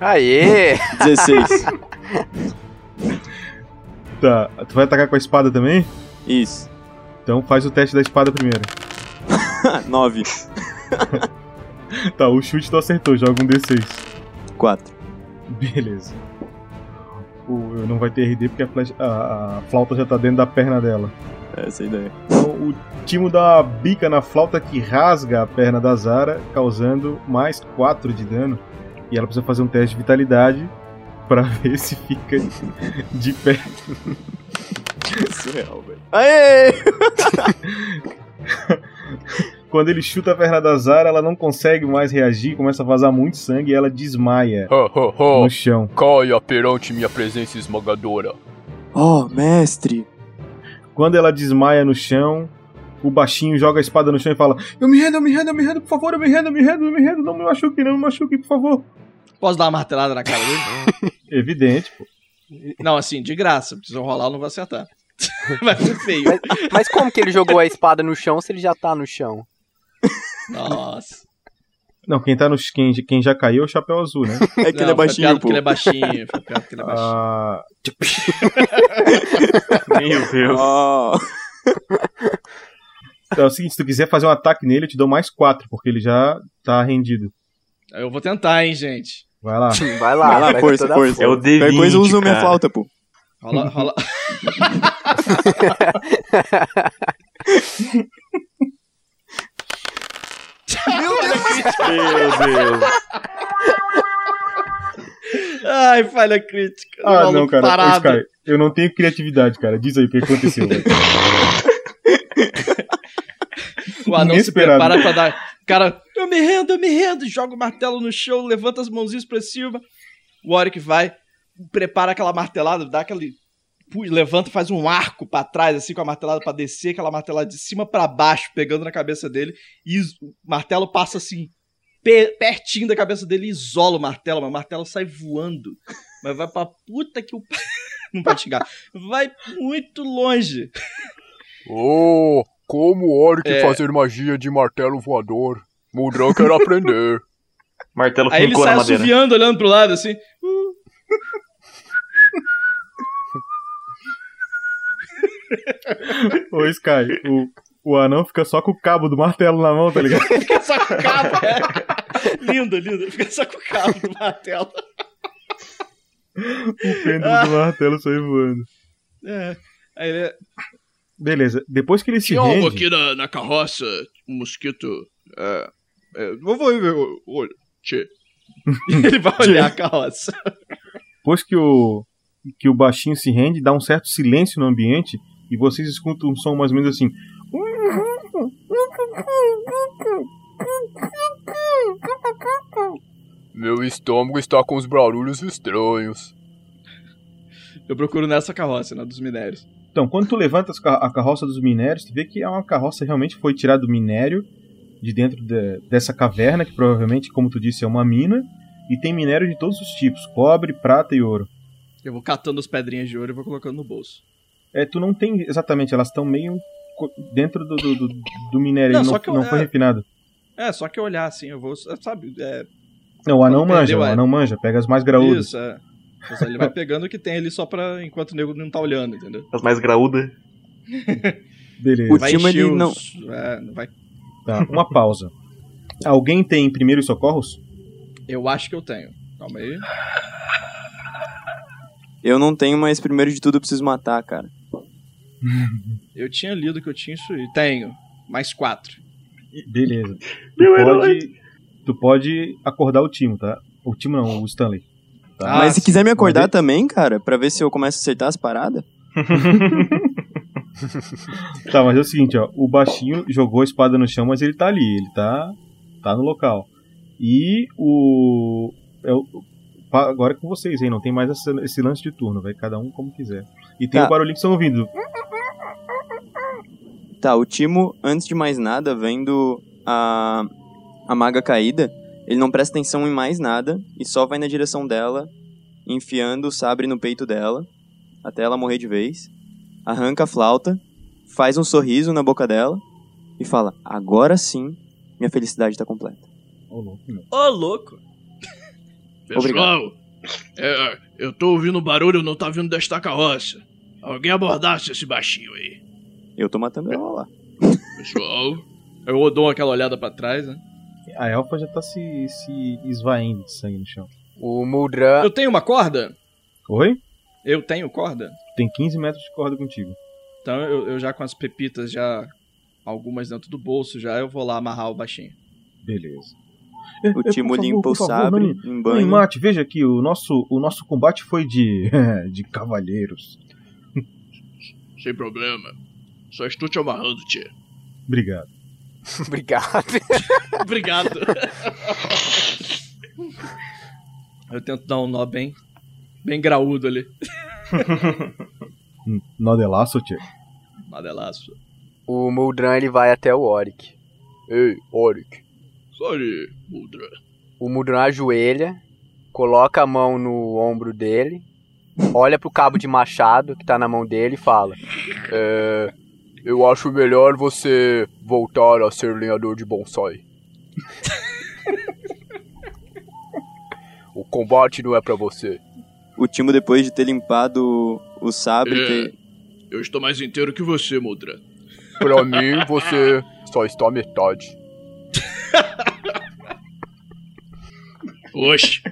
[SPEAKER 7] Aê!
[SPEAKER 5] 16.
[SPEAKER 1] Tá. Tu vai atacar com a espada também?
[SPEAKER 5] Isso.
[SPEAKER 1] Então faz o teste da espada primeiro.
[SPEAKER 5] 9.
[SPEAKER 1] Tá, o chute tu acertou. Joga um D6.
[SPEAKER 5] 4.
[SPEAKER 1] Beleza. O, não vai ter RD porque a, flecha- a- a flauta já tá dentro da perna dela.
[SPEAKER 5] Essa é a ideia.
[SPEAKER 1] Então, o Timo dá uma bica na flauta que rasga a perna da Zara, causando mais 4 de dano. E ela precisa fazer um teste de vitalidade pra ver se fica de pé.
[SPEAKER 5] Surreal, velho. Aê!
[SPEAKER 1] Quando ele chuta a perna da Zara, ela não consegue mais reagir, começa a vazar muito sangue e ela desmaia.
[SPEAKER 10] Ha, ha, ha.
[SPEAKER 1] No chão.
[SPEAKER 10] Caia é perante minha presença esmagadora.
[SPEAKER 5] Oh, mestre!
[SPEAKER 1] Quando ela desmaia no chão, o baixinho joga a espada no chão e fala: Eu me rendo, eu me rendo, eu me rendo, por favor, eu me rendo, eu me rendo, eu me rendo, não me machuque, não me machuque, por favor.
[SPEAKER 8] Posso dar uma martelada na cara dele?
[SPEAKER 1] Evidente, pô.
[SPEAKER 8] não, assim, de graça. Preciso rolar, eu não vou acertar. Vai ser feio.
[SPEAKER 7] Mas como que ele jogou a espada no chão se ele já tá no chão?
[SPEAKER 8] Nossa.
[SPEAKER 1] Não, quem tá no. Quem, quem já caiu é o chapéu azul, né?
[SPEAKER 5] É que ele é baixinho,
[SPEAKER 8] pô. que ele é baixinho, foi piada que ele é baixinho.
[SPEAKER 1] Ah,
[SPEAKER 6] Meu Deus.
[SPEAKER 5] Oh.
[SPEAKER 1] então é o seguinte, se tu quiser fazer um ataque nele, eu te dou mais 4, porque ele já tá rendido.
[SPEAKER 10] Ah.
[SPEAKER 8] Eu vou tentar, hein, gente.
[SPEAKER 1] Vai lá.
[SPEAKER 7] Vai lá,
[SPEAKER 5] Vai lá,
[SPEAKER 7] com
[SPEAKER 5] força,
[SPEAKER 7] Ah, toda a
[SPEAKER 5] força.
[SPEAKER 6] É o D20,
[SPEAKER 5] Qualquer coisa usa minha
[SPEAKER 6] cara.
[SPEAKER 5] flauta, pô.
[SPEAKER 8] Rola, rola.
[SPEAKER 6] Meu Deus.
[SPEAKER 8] Ai, falha crítica.
[SPEAKER 1] Ah,
[SPEAKER 8] Maluco
[SPEAKER 1] não, cara. Pois,
[SPEAKER 8] Parado.
[SPEAKER 1] cara. Eu não tenho criatividade, cara. Diz aí o que aconteceu. velho.
[SPEAKER 8] O anão se
[SPEAKER 1] Inesperado.
[SPEAKER 8] prepara pra dar. Cara, eu me rendo, eu me rendo. Joga o martelo no chão, levanta as mãozinhas pra cima. O Warwick vai, prepara aquela martelada, dá aquele. Pui, levanta, faz um arco pra trás, assim, com a martelada pra descer, aquela martelada de cima pra baixo, pegando na cabeça dele. E is- o martelo passa assim, pe- pertinho da cabeça dele e isola o martelo, mas o martelo sai voando. Mas vai pra puta que o. pa- Não pode xingar. Vai muito longe.
[SPEAKER 10] Oh, como o Orc
[SPEAKER 8] É.
[SPEAKER 10] fazer magia de martelo voador. Mudrão quer aprender.
[SPEAKER 6] Martelo
[SPEAKER 8] Aí ele
[SPEAKER 6] fincou
[SPEAKER 8] sai
[SPEAKER 6] na madeira.
[SPEAKER 8] assoviando, olhando pro lado, assim.
[SPEAKER 1] Ô, Sky, o, o anão fica só com o cabo do martelo na mão, tá ligado?
[SPEAKER 8] Fica só com o cabo. lindo, lindo. Fica só com o cabo do martelo.
[SPEAKER 1] O pêndulo do martelo sai voando.
[SPEAKER 8] É. Aí ele...
[SPEAKER 1] Beleza, depois que ele se
[SPEAKER 11] Tinha algo
[SPEAKER 1] rende...
[SPEAKER 11] aqui na, na carroça,
[SPEAKER 8] Tipo,
[SPEAKER 11] um mosquito. É, é, vovô, eu- olha, tchê.
[SPEAKER 8] ele vai olhar a carroça.
[SPEAKER 1] Depois que o, que o baixinho se rende, dá um certo silêncio no ambiente e vocês escutam um som mais ou menos assim.
[SPEAKER 10] Meu estômago está com os barulhos estranhos.
[SPEAKER 8] Eu procuro nessa carroça, na dos minérios.
[SPEAKER 1] Então, quando tu levanta as ca- a carroça dos minérios, tu vê que é uma carroça que realmente foi tirada do minério de dentro de- dessa caverna, que provavelmente, como tu disse, é uma mina, e tem minério de todos os tipos, cobre, prata e ouro.
[SPEAKER 8] Eu vou catando as pedrinhas de ouro e vou colocando no bolso.
[SPEAKER 1] É, tu não tem exatamente, elas estão meio co- dentro do, do, do- do minério,
[SPEAKER 8] Não,
[SPEAKER 1] ele não,
[SPEAKER 8] só que eu-
[SPEAKER 1] não foi
[SPEAKER 8] é.
[SPEAKER 1] refinado.
[SPEAKER 8] É, só que eu olhar assim, eu vou. Sabe? É,
[SPEAKER 1] Não, o anão
[SPEAKER 8] Perdeu,
[SPEAKER 1] manja, o
[SPEAKER 8] é.
[SPEAKER 1] anão manja, pega as mais graúdas.
[SPEAKER 8] isso, é. Mas Ele vai pegando o que tem ali só pra. enquanto o nego não tá olhando, entendeu?
[SPEAKER 6] As mais graúdas.
[SPEAKER 1] Beleza.
[SPEAKER 5] O
[SPEAKER 8] Vai
[SPEAKER 5] Tillman,
[SPEAKER 8] encher
[SPEAKER 5] ele não...
[SPEAKER 8] os- é, não vai...
[SPEAKER 1] Tá, uma pausa. Alguém tem primeiros socorros?
[SPEAKER 8] Eu acho que eu tenho. Calma aí.
[SPEAKER 5] Eu não tenho, mas primeiro de tudo eu preciso matar, cara.
[SPEAKER 8] Eu tinha lido que eu tinha isso aí. Tenho. Mais quatro.
[SPEAKER 1] Beleza.
[SPEAKER 6] Meu
[SPEAKER 1] tu,
[SPEAKER 6] herói.
[SPEAKER 1] pode, tu pode acordar o Timo, tá? O Timo não, o Stanley.
[SPEAKER 11] Tá.
[SPEAKER 8] Ah,
[SPEAKER 5] mas se
[SPEAKER 8] sim.
[SPEAKER 5] quiser me acordar
[SPEAKER 1] Mas
[SPEAKER 5] também, cara, pra ver se eu começo a acertar as paradas.
[SPEAKER 1] Tá, mas é o seguinte, ó. O baixinho jogou a espada no chão, mas ele tá ali, ele tá, tá no local. E o. é o- pa- agora é com vocês, hein? Não tem mais essa- esse lance de turno, vai cada um como quiser. E tem
[SPEAKER 5] Tá.
[SPEAKER 1] o barulhinho que estão ouvindo.
[SPEAKER 5] Tá, o Timo, antes de mais nada, vendo a, a maga caída, ele não presta atenção em mais nada e só vai na direção dela, enfiando o sabre no peito dela, até ela morrer de vez. Arranca a flauta, faz um sorriso na boca dela e fala: Agora sim, minha felicidade tá completa.
[SPEAKER 1] Ô, louco, meu.
[SPEAKER 8] Ô, louco!
[SPEAKER 11] Pessoal, é, eu tô ouvindo barulho, não tá vindo desta carroça. Alguém abordasse esse baixinho aí.
[SPEAKER 5] Eu tô matando ela lá.
[SPEAKER 11] Pessoal,
[SPEAKER 8] Eu dou aquela olhada pra trás, né?
[SPEAKER 1] A elfa já tá se, se esvaindo de sangue no chão.
[SPEAKER 7] O Muldran.
[SPEAKER 8] Eu tenho uma corda?
[SPEAKER 1] Oi?
[SPEAKER 8] Eu tenho corda?
[SPEAKER 1] Tem 15 metros de corda contigo.
[SPEAKER 8] Então eu, eu já com as pepitas, já. Algumas dentro do bolso, já eu vou lá amarrar o baixinho.
[SPEAKER 1] Beleza. É,
[SPEAKER 5] O Timo limpa o sabre em
[SPEAKER 1] Não me
[SPEAKER 5] banho.
[SPEAKER 1] mate, veja aqui, o nosso, o nosso combate foi de, de cavalheiros.
[SPEAKER 11] sem problema. Só estou te amarrando, tchê.
[SPEAKER 1] Obrigado.
[SPEAKER 7] Obrigado.
[SPEAKER 8] Obrigado! eu tento dar um nó bem. Bem graúdo ali.
[SPEAKER 1] Hum, Nodelaço, tio.
[SPEAKER 8] Madelaço.
[SPEAKER 7] O Muldran ele vai até o Oric.
[SPEAKER 10] Ei, Orc.
[SPEAKER 11] Sorry, Mudra.
[SPEAKER 7] O Muldran ajoelha, coloca a mão no ombro dele, olha pro cabo de machado que tá na mão dele e fala:
[SPEAKER 10] É, eu acho melhor você voltar a ser lenhador de bonsai. combate não é pra você.
[SPEAKER 5] O Timo, depois de ter limpado o- o sabre,
[SPEAKER 11] É.
[SPEAKER 5] ter-
[SPEAKER 11] Eu estou mais inteiro que você, Mudra.
[SPEAKER 10] Pra mim, você só está à metade.
[SPEAKER 11] Oxe.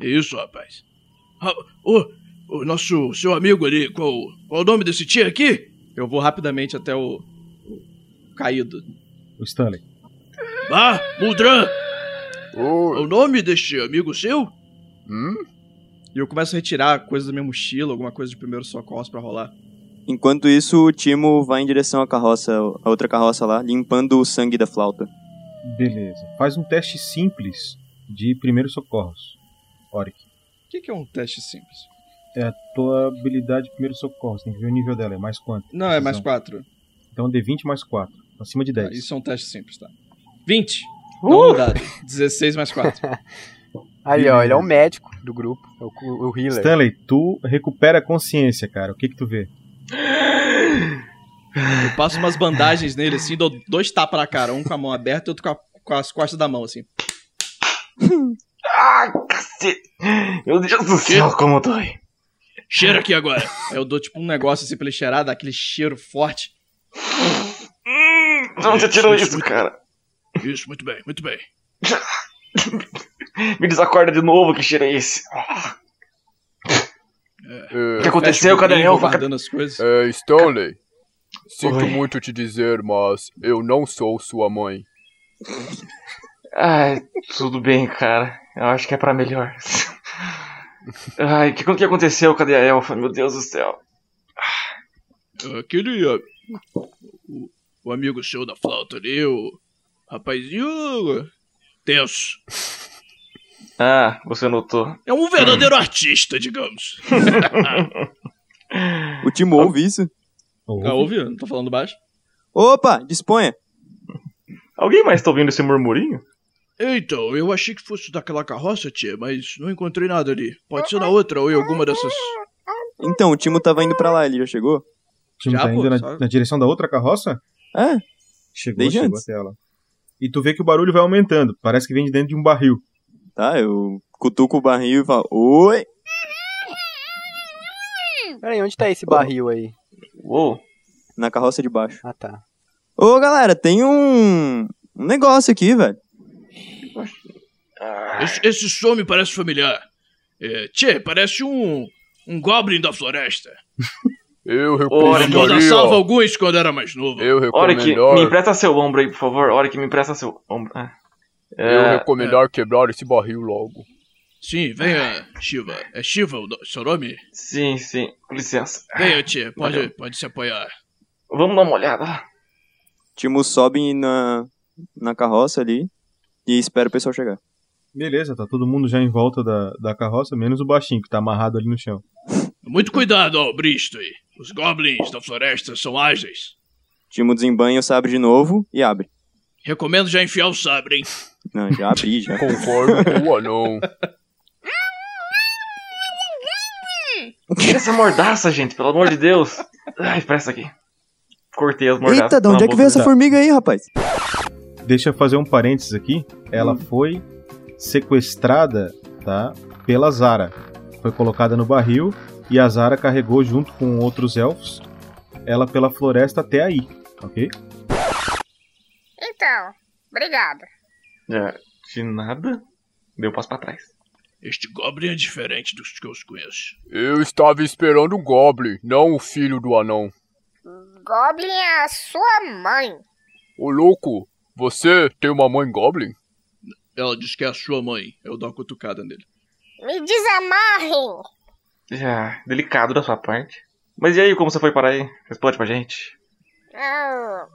[SPEAKER 11] É isso, rapaz. Ah, Ô, o nosso seu amigo ali, qual, qual o nome desse tia aqui?
[SPEAKER 8] Eu vou rapidamente até o, o caído.
[SPEAKER 1] O Stanley.
[SPEAKER 11] Ah, Mudran!
[SPEAKER 7] Oh,
[SPEAKER 11] O nome deste amigo seu?
[SPEAKER 7] hum?
[SPEAKER 8] E eu começo a retirar coisas da minha mochila, alguma coisa de primeiro socorro pra rolar.
[SPEAKER 5] enquanto isso, o Timo vai em direção à carroça, a outra carroça lá, limpando o sangue da flauta.
[SPEAKER 1] Beleza. Faz um teste simples de primeiros socorros. Oric.
[SPEAKER 8] O que, que é um teste simples?
[SPEAKER 1] É a tua habilidade de primeiros socorros. Tem que ver o nível dela. É mais quanto?
[SPEAKER 8] Não, é mais
[SPEAKER 1] Precisão.
[SPEAKER 8] 4.
[SPEAKER 1] Então D20 mais 4. Acima de 10.
[SPEAKER 8] Isso é um teste simples, tá? 20. Então,
[SPEAKER 6] Uh,
[SPEAKER 8] um dado. 16 mais 4.
[SPEAKER 7] Aí, ó, ele é um
[SPEAKER 1] Beleza.
[SPEAKER 7] médico do grupo, é o, cu- o healer.
[SPEAKER 1] Stanley, tu recupera a consciência, cara. O que que tu vê?
[SPEAKER 8] Eu passo umas bandagens nele, assim, dou dois tapas na cara. Um com a mão aberta e outro com, a- com as costas da mão, assim.
[SPEAKER 6] Meu Deus do céu, como eu tô aí.
[SPEAKER 11] Cheira aqui agora.
[SPEAKER 8] Aí eu dou, tipo, um negócio assim pra ele cheirar, dá aquele cheiro forte.
[SPEAKER 6] De onde você tirou isso, cara?
[SPEAKER 11] Isso, muito bem, muito bem.
[SPEAKER 6] Me desacorda de novo, que cheiro é esse?
[SPEAKER 10] É,
[SPEAKER 6] O que aconteceu? Cadê eu?
[SPEAKER 10] É, Stanley, sinto
[SPEAKER 6] Oi.
[SPEAKER 10] muito te dizer, mas eu não sou sua mãe.
[SPEAKER 6] Ai, tudo bem, cara. Eu acho que é pra melhor. Ai, o que, o que aconteceu? Cadê a elfa? Meu Deus do céu.
[SPEAKER 11] Aquele. ah, O, o amigo seu da flauta ali, o rapazinho. tenso.
[SPEAKER 6] Ah, você notou.
[SPEAKER 11] É um verdadeiro artista, digamos.
[SPEAKER 5] O Timo ouve isso?
[SPEAKER 8] Ah, ouve? Não tô falando baixo.
[SPEAKER 5] Opa, disponha.
[SPEAKER 6] Alguém mais tá ouvindo esse murmurinho?
[SPEAKER 11] então, eu achei que fosse daquela carroça, tia, mas não encontrei nada ali. Pode ser na outra ou em alguma dessas.
[SPEAKER 5] Então, o Timo tava indo pra lá, ele já chegou?
[SPEAKER 1] O time tá indo na, na direção da outra carroça?
[SPEAKER 5] É.
[SPEAKER 1] Chegou,
[SPEAKER 5] Desde
[SPEAKER 1] chegou
[SPEAKER 5] antes.
[SPEAKER 1] até ela. E tu vê que o barulho vai aumentando. Parece que vem de dentro de um barril.
[SPEAKER 5] Tá, eu cutuco o barril e falo, oi.
[SPEAKER 7] Peraí, onde tá esse barril aí?
[SPEAKER 6] Uou.
[SPEAKER 5] Na carroça de baixo.
[SPEAKER 7] Ah, tá.
[SPEAKER 5] Ô, galera, tem um, um negócio aqui, velho.
[SPEAKER 8] Ah,
[SPEAKER 11] Esse, esse som me parece familiar. É, tia, parece um. um goblin da floresta.
[SPEAKER 10] Eu
[SPEAKER 11] Eu
[SPEAKER 10] recomendaria...
[SPEAKER 11] salva alguns quando era mais novo.
[SPEAKER 10] Eu
[SPEAKER 6] Olha que
[SPEAKER 10] recomendaria...
[SPEAKER 6] me empresta seu ombro aí, por favor. Olha que me empresta seu ombro. Ah.
[SPEAKER 10] Eu
[SPEAKER 6] É,
[SPEAKER 10] recomendar quebrar esse barril logo.
[SPEAKER 11] Sim, venha, Shiva. É Shiva o no- seu nome?
[SPEAKER 6] Sim, sim. Com licença.
[SPEAKER 11] Venha, tia, pode,
[SPEAKER 6] Valeu.
[SPEAKER 11] pode se apoiar.
[SPEAKER 6] Vamos dar uma olhada.
[SPEAKER 5] Timo sobe na, na carroça ali e espera o pessoal chegar.
[SPEAKER 1] Beleza, tá todo mundo já em volta da, da carroça, menos o baixinho que tá amarrado ali no chão.
[SPEAKER 11] Muito cuidado, ó, Bristol. Os goblins da floresta são ágeis.
[SPEAKER 5] Timo desembanha o sabre de novo e abre.
[SPEAKER 11] Recomendo já enfiar o sabre, hein?
[SPEAKER 5] Não, já abri, já.
[SPEAKER 10] Concordo com o anão.
[SPEAKER 6] Tira essa mordaça, gente, pelo amor de Deus. Ai, presta aqui. Cortei as mordaças. Tá
[SPEAKER 5] Eita, de
[SPEAKER 6] pela
[SPEAKER 5] onde é que
[SPEAKER 6] boca.
[SPEAKER 5] veio essa formiga aí, rapaz?
[SPEAKER 1] Deixa eu fazer um parênteses aqui. Ela foi sequestrada, tá? Pela Zara. Foi colocada no barril e a Zara carregou junto com outros elfos ela pela floresta até aí, ok?
[SPEAKER 13] Então, obrigado.
[SPEAKER 6] É, de nada. Deu um passo pra trás.
[SPEAKER 11] Este goblin é diferente dos que eu os conheço.
[SPEAKER 10] Eu estava esperando um goblin, não o filho do anão.
[SPEAKER 13] Goblin é a sua mãe.
[SPEAKER 10] Ô louco, você tem uma mãe goblin?
[SPEAKER 11] Ela diz que é a sua mãe. Eu dou uma cutucada nele.
[SPEAKER 13] Me desamarrem.
[SPEAKER 6] Já, delicado da sua parte. Mas e aí, como você foi parar aí? Responde pra gente.
[SPEAKER 13] Ah,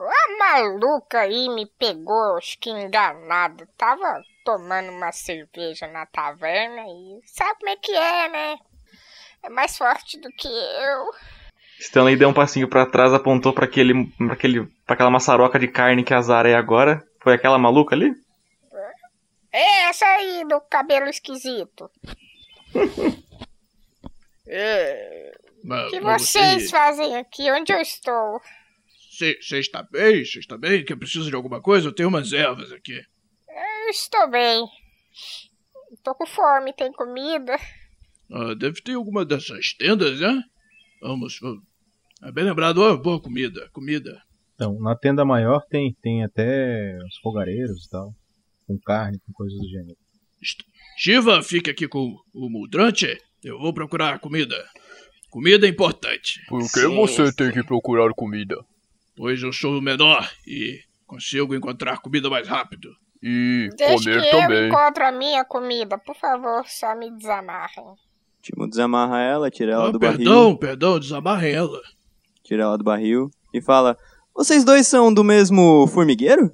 [SPEAKER 13] a maluca aí me pegou, acho que enganado. Tava tomando uma cerveja na taverna e sabe como é que é, né? É mais forte do que eu.
[SPEAKER 6] Stanley deu um passinho pra trás, apontou pra aquele, pra aquele, pra aquela maçaroca de carne que a Zara é agora. Foi aquela maluca ali?
[SPEAKER 13] É essa aí do cabelo esquisito. É,
[SPEAKER 11] Mas,
[SPEAKER 13] O que
[SPEAKER 11] mas
[SPEAKER 13] vocês
[SPEAKER 11] você-
[SPEAKER 13] fazem aqui? Onde eu estou?
[SPEAKER 11] Você você está bem? Você está bem? Quer precisa de alguma coisa? Eu tenho umas ervas aqui.
[SPEAKER 13] Eu estou bem. Tô com fome, tem comida.
[SPEAKER 11] Ah, deve ter alguma dessas tendas, né? Vamos. vamos. É bem lembrado, ó, boa comida, comida.
[SPEAKER 1] Então, na tenda maior tem, tem até os fogareiros e tal. Com carne, com coisas do gênero.
[SPEAKER 11] Shiva, fica aqui com o Mudrante. Eu vou procurar comida. Comida é importante.
[SPEAKER 10] Por que você tem que procurar comida?
[SPEAKER 11] Pois eu sou o menor e consigo encontrar comida mais rápido.
[SPEAKER 10] E
[SPEAKER 13] Desde
[SPEAKER 10] comer
[SPEAKER 13] que eu
[SPEAKER 10] também.
[SPEAKER 13] encontro a minha comida, por favor, só me desamarrem.
[SPEAKER 5] Timo desamarra ela, tira ela
[SPEAKER 11] Ah,
[SPEAKER 5] do
[SPEAKER 11] perdão,
[SPEAKER 5] barril.
[SPEAKER 11] perdão, desamarrem ela.
[SPEAKER 5] Tira ela do barril e fala: Vocês dois são do mesmo formigueiro?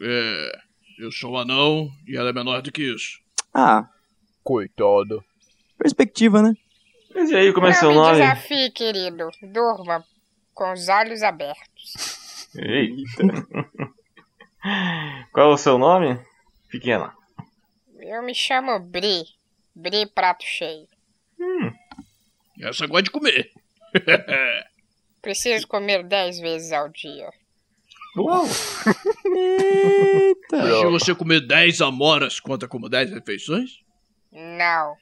[SPEAKER 11] É, eu sou um anão e ela é menor do que isso.
[SPEAKER 5] Ah.
[SPEAKER 10] Coitado.
[SPEAKER 5] Perspectiva, né?
[SPEAKER 6] Mas e aí, como é
[SPEAKER 13] Não
[SPEAKER 6] seu
[SPEAKER 13] me
[SPEAKER 6] nome?
[SPEAKER 13] desafie, querido. Durma com os olhos abertos.
[SPEAKER 6] Eita. Qual é o seu nome? Pequena.
[SPEAKER 13] Eu me chamo Bri. Bri Prato Cheio.
[SPEAKER 11] Essa gosta de comer.
[SPEAKER 13] Preciso comer 10 vezes ao dia.
[SPEAKER 6] Uau!
[SPEAKER 11] Se você comer 10 amoras, conta como 10 refeições?
[SPEAKER 13] Não.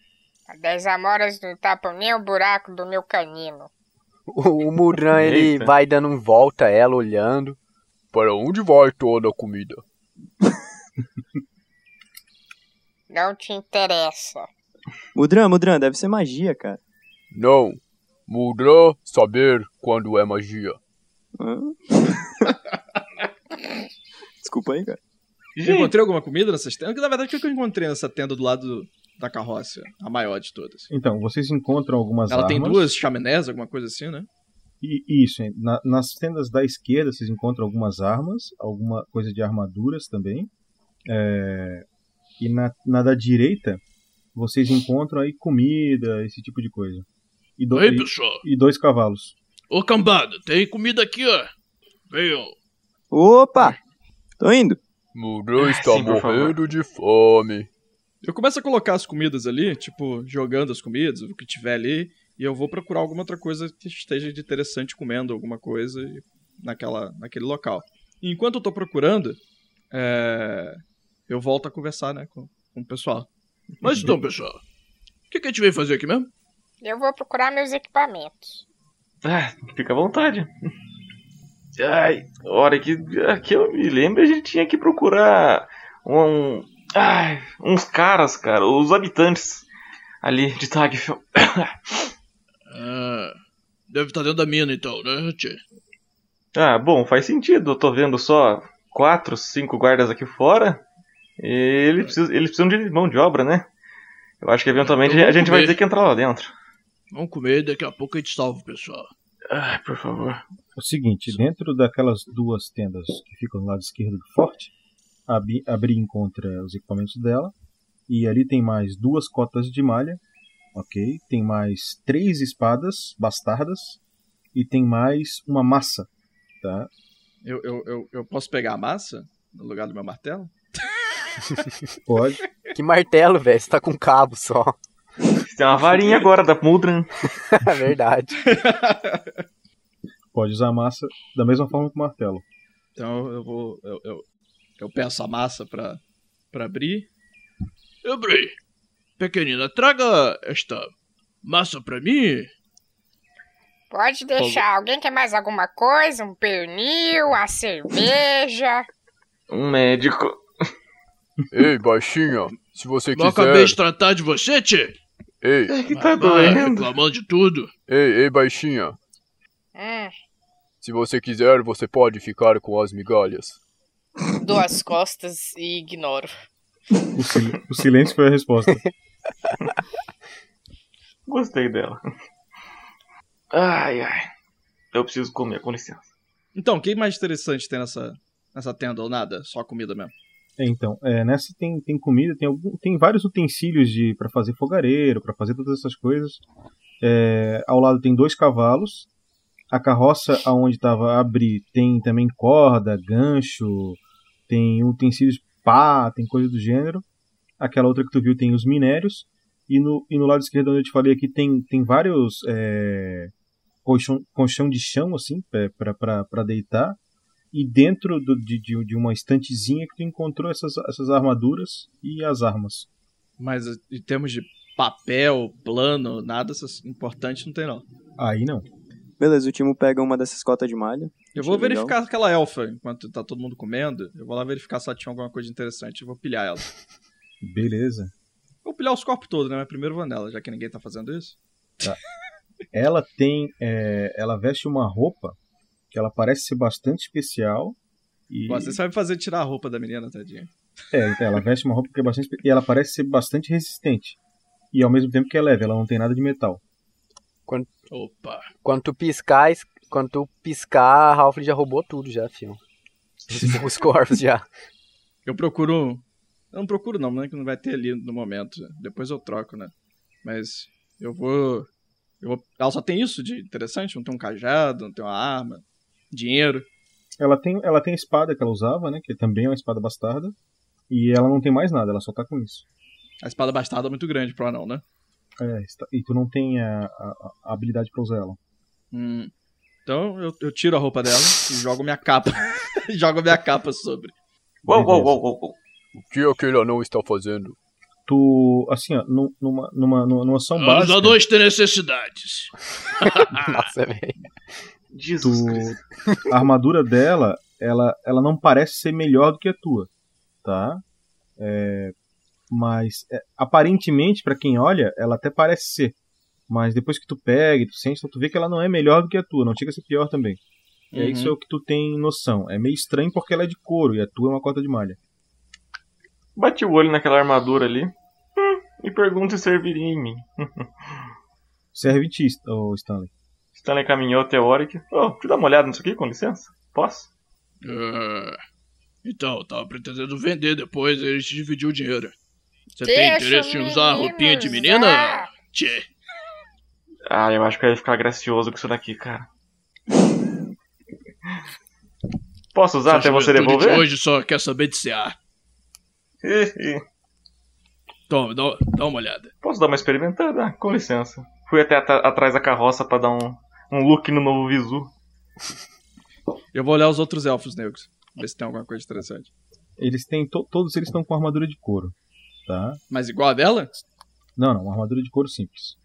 [SPEAKER 13] As 10 amoras não tapam nem o buraco do meu canino.
[SPEAKER 7] O, o Murran, ele
[SPEAKER 10] Eita.
[SPEAKER 7] vai dando um volta a ela, olhando.
[SPEAKER 10] Para onde vai toda a comida?
[SPEAKER 13] Não te interessa.
[SPEAKER 5] Mudran, Mudran, deve ser magia, cara.
[SPEAKER 10] Não. Mudra saber quando é magia.
[SPEAKER 5] Desculpa aí, cara.
[SPEAKER 8] Eu encontrei alguma comida nessas tendas? Na verdade, o que eu encontrei nessa tenda do lado da carroça? A maior de todas.
[SPEAKER 1] Então, vocês encontram algumas
[SPEAKER 8] Ela tem
[SPEAKER 1] armas.
[SPEAKER 8] duas chaminés, alguma coisa assim, né?
[SPEAKER 1] E isso, hein, na- nas tendas da esquerda vocês encontram algumas armas, alguma coisa de armaduras também. É, e na, na da direita vocês encontram aí comida, esse tipo de coisa. E, do-
[SPEAKER 11] Oi,
[SPEAKER 1] e-
[SPEAKER 11] pessoal.
[SPEAKER 1] e dois cavalos.
[SPEAKER 11] Ô cambada, tem comida aqui, ó. Venham.
[SPEAKER 5] Opa! Tô indo.
[SPEAKER 10] Mudra está
[SPEAKER 8] Ah, sim, por favor.
[SPEAKER 10] morrendo de fome.
[SPEAKER 8] Eu começo a colocar as comidas ali, tipo, jogando as comidas, o que tiver ali, e eu vou procurar alguma outra coisa que esteja de interessante comendo alguma coisa e- naquela, naquele local. E enquanto eu tô procurando, é, eu volto a conversar, né, com, com o pessoal.
[SPEAKER 11] Mas então, pessoal, o que, que a gente veio fazer aqui mesmo?
[SPEAKER 13] Eu vou procurar meus equipamentos.
[SPEAKER 6] Ah, fica à vontade. Ai, hora que, ah, que eu me lembro, a gente tinha que procurar um, ai, uns caras, cara, os habitantes ali de Tagfell.
[SPEAKER 11] Ah, deve estar dentro da mina então, né, tchê?
[SPEAKER 6] Ah, bom, faz sentido. Eu tô vendo só quatro, cinco guardas aqui fora. E eles precisam, eles precisam de mão de obra, né? Eu acho que eventualmente
[SPEAKER 11] Então
[SPEAKER 6] a
[SPEAKER 11] vamos
[SPEAKER 6] gente vai
[SPEAKER 11] comer.
[SPEAKER 6] ter que entrar lá dentro.
[SPEAKER 11] Vamos comer, daqui a pouco a gente salva o pessoal.
[SPEAKER 6] Ai, por favor.
[SPEAKER 1] O seguinte, dentro daquelas duas tendas que ficam do lado esquerdo do forte, a, Bi, a Bri encontra os equipamentos dela. E ali tem mais duas cotas de malha, ok? Tem mais três espadas bastardas. E tem mais uma massa, tá?
[SPEAKER 8] Eu, eu, eu, eu posso pegar a massa no lugar do meu martelo?
[SPEAKER 1] Pode.
[SPEAKER 7] Que martelo, velho. Você tá com cabo só.
[SPEAKER 6] Tem uma varinha agora da Mudran.
[SPEAKER 7] É Verdade.
[SPEAKER 1] Pode usar a massa da mesma forma que o martelo.
[SPEAKER 8] Então eu vou. Eu, eu, eu peço a massa pra, pra abrir.
[SPEAKER 11] Eu, Bri, pequenina, traga esta massa pra mim.
[SPEAKER 13] Pode deixar. Alguém quer mais alguma coisa? Um pernil, uma cerveja?
[SPEAKER 6] Um médico.
[SPEAKER 10] Ei, baixinha, se você
[SPEAKER 11] Não
[SPEAKER 10] quiser.
[SPEAKER 11] acabei de tratar de você, tchê.
[SPEAKER 10] Ei.
[SPEAKER 11] tá doendo. Reclamando de tudo.
[SPEAKER 10] Ei, ei, baixinha.
[SPEAKER 13] Hum,
[SPEAKER 10] Se você quiser, você pode ficar com as migalhas.
[SPEAKER 9] Dou as costas e ignoro.
[SPEAKER 1] O, sil- o silêncio foi a resposta.
[SPEAKER 6] Gostei dela. Ai, ai. Eu preciso comer, com licença.
[SPEAKER 8] Então, o que mais interessante tem nessa, nessa tenda ou nada? Só comida mesmo.
[SPEAKER 1] É, então, é, nessa tem, tem comida, tem, algum, tem vários utensílios de para fazer fogareiro, para fazer todas essas coisas. É, ao lado tem dois cavalos. A carroça aonde estava a Bri tem também corda, gancho, tem utensílios pá, tem coisa do gênero. Aquela outra que tu viu tem os minérios. E no, e no lado esquerdo, onde eu te falei aqui, tem, tem vários é, colchão, colchão de chão, assim, para deitar e dentro do- de, de- de uma estantezinha que tu encontrou essas, essas armaduras e as armas.
[SPEAKER 8] Mas em termos de papel, plano, nada essas- importante não tem não.
[SPEAKER 1] Aí não.
[SPEAKER 5] Beleza, o Timo pega uma dessas cotas de malha.
[SPEAKER 8] Eu vou
[SPEAKER 5] Achei
[SPEAKER 8] verificar
[SPEAKER 5] legal.
[SPEAKER 8] aquela elfa enquanto tá todo mundo comendo. Eu vou lá verificar se ela tinha alguma coisa interessante. Eu vou pilhar ela.
[SPEAKER 1] Beleza.
[SPEAKER 8] Vou pilhar os corpos todos, né? Mas primeiro eu vou nela, já que ninguém tá fazendo isso.
[SPEAKER 1] Tá. Ela tem. é, ela veste uma roupa que ela parece ser bastante especial. E,
[SPEAKER 8] Bom, você sabe fazer tirar a roupa da menina, tadinha.
[SPEAKER 1] É, então, ela veste uma roupa que é bastante. espe- E ela parece ser bastante resistente. E ao mesmo tempo que é leve, ela não tem nada de metal.
[SPEAKER 7] Quando,
[SPEAKER 11] Opa.
[SPEAKER 7] quando tu piscar, es- quando tu piscar, a Ralph já roubou tudo já, filho. Os, os corvos já.
[SPEAKER 8] Eu procuro. Eu não procuro, não, né? Que não vai ter ali no momento. né? Depois eu troco, né? Mas eu vou. Eu vou... Ela só tem isso de interessante? Não tem um cajado, não tem uma arma, dinheiro.
[SPEAKER 1] Ela tem, ela tem a espada que ela usava, né? Que também é uma espada bastarda. E ela não tem mais nada, ela só tá com isso.
[SPEAKER 8] A espada bastarda é muito grande pro anão, né?
[SPEAKER 1] É, esta- e tu não tem a, a- a habilidade pra usar ela.
[SPEAKER 8] Hum. Então eu, eu tiro a roupa dela e jogo minha capa. jogo minha capa sobre.
[SPEAKER 10] Uou, uou,
[SPEAKER 8] uou,
[SPEAKER 10] O que aquele anão está fazendo?
[SPEAKER 1] Tu, assim, ó, nu- numa, numa, numa, numa
[SPEAKER 8] Ah,
[SPEAKER 1] ação
[SPEAKER 11] Os
[SPEAKER 1] básica.
[SPEAKER 11] anões têm necessidades.
[SPEAKER 7] Nossa, velho.
[SPEAKER 1] Tu- a armadura dela, ela, ela não parece ser melhor do que a tua, tá? É, mas é, aparentemente, pra quem olha, ela até parece ser. Mas depois que tu pega e tu sente, tu vê que ela não é melhor do que a tua, não chega a ser pior também. E aí
[SPEAKER 8] Uhum.
[SPEAKER 1] isso é o que tu tem noção. É meio estranho porque ela é de couro e a tua é uma cota de malha.
[SPEAKER 6] Bate o olho naquela armadura ali hum, e pergunta se serviria em mim.
[SPEAKER 1] Serve em ti, ô Stanley.
[SPEAKER 6] Stanley caminhou até o Oric. Oh, deixa eu dar uma olhada nisso aqui, com licença. Posso?
[SPEAKER 11] É. Então, eu tava pretendendo vender depois, aí a gente dividiu o dinheiro. Você tem
[SPEAKER 13] Deixa
[SPEAKER 11] interesse em
[SPEAKER 13] o
[SPEAKER 11] usar a
[SPEAKER 13] menino
[SPEAKER 11] roupinha de
[SPEAKER 13] usar.
[SPEAKER 11] menina? Tchê.
[SPEAKER 6] Ah, eu acho que eu ia ficar gracioso com isso daqui, cara. Posso usar até
[SPEAKER 11] Essa
[SPEAKER 6] você
[SPEAKER 11] juventude
[SPEAKER 6] devolver?
[SPEAKER 11] de Hoje só quer saber de CA. Toma, dá, dá uma olhada.
[SPEAKER 6] Posso dar uma experimentada? Ah, Com licença. Fui até ata- atrás da carroça pra dar um, um look no novo visu.
[SPEAKER 8] Eu vou olhar os outros elfos negros. Ver se tem alguma coisa interessante.
[SPEAKER 1] Eles têm. to- todos eles estão com armadura de couro. Tá?
[SPEAKER 8] Mas igual a dela?
[SPEAKER 1] Não, não, uma armadura de couro simples.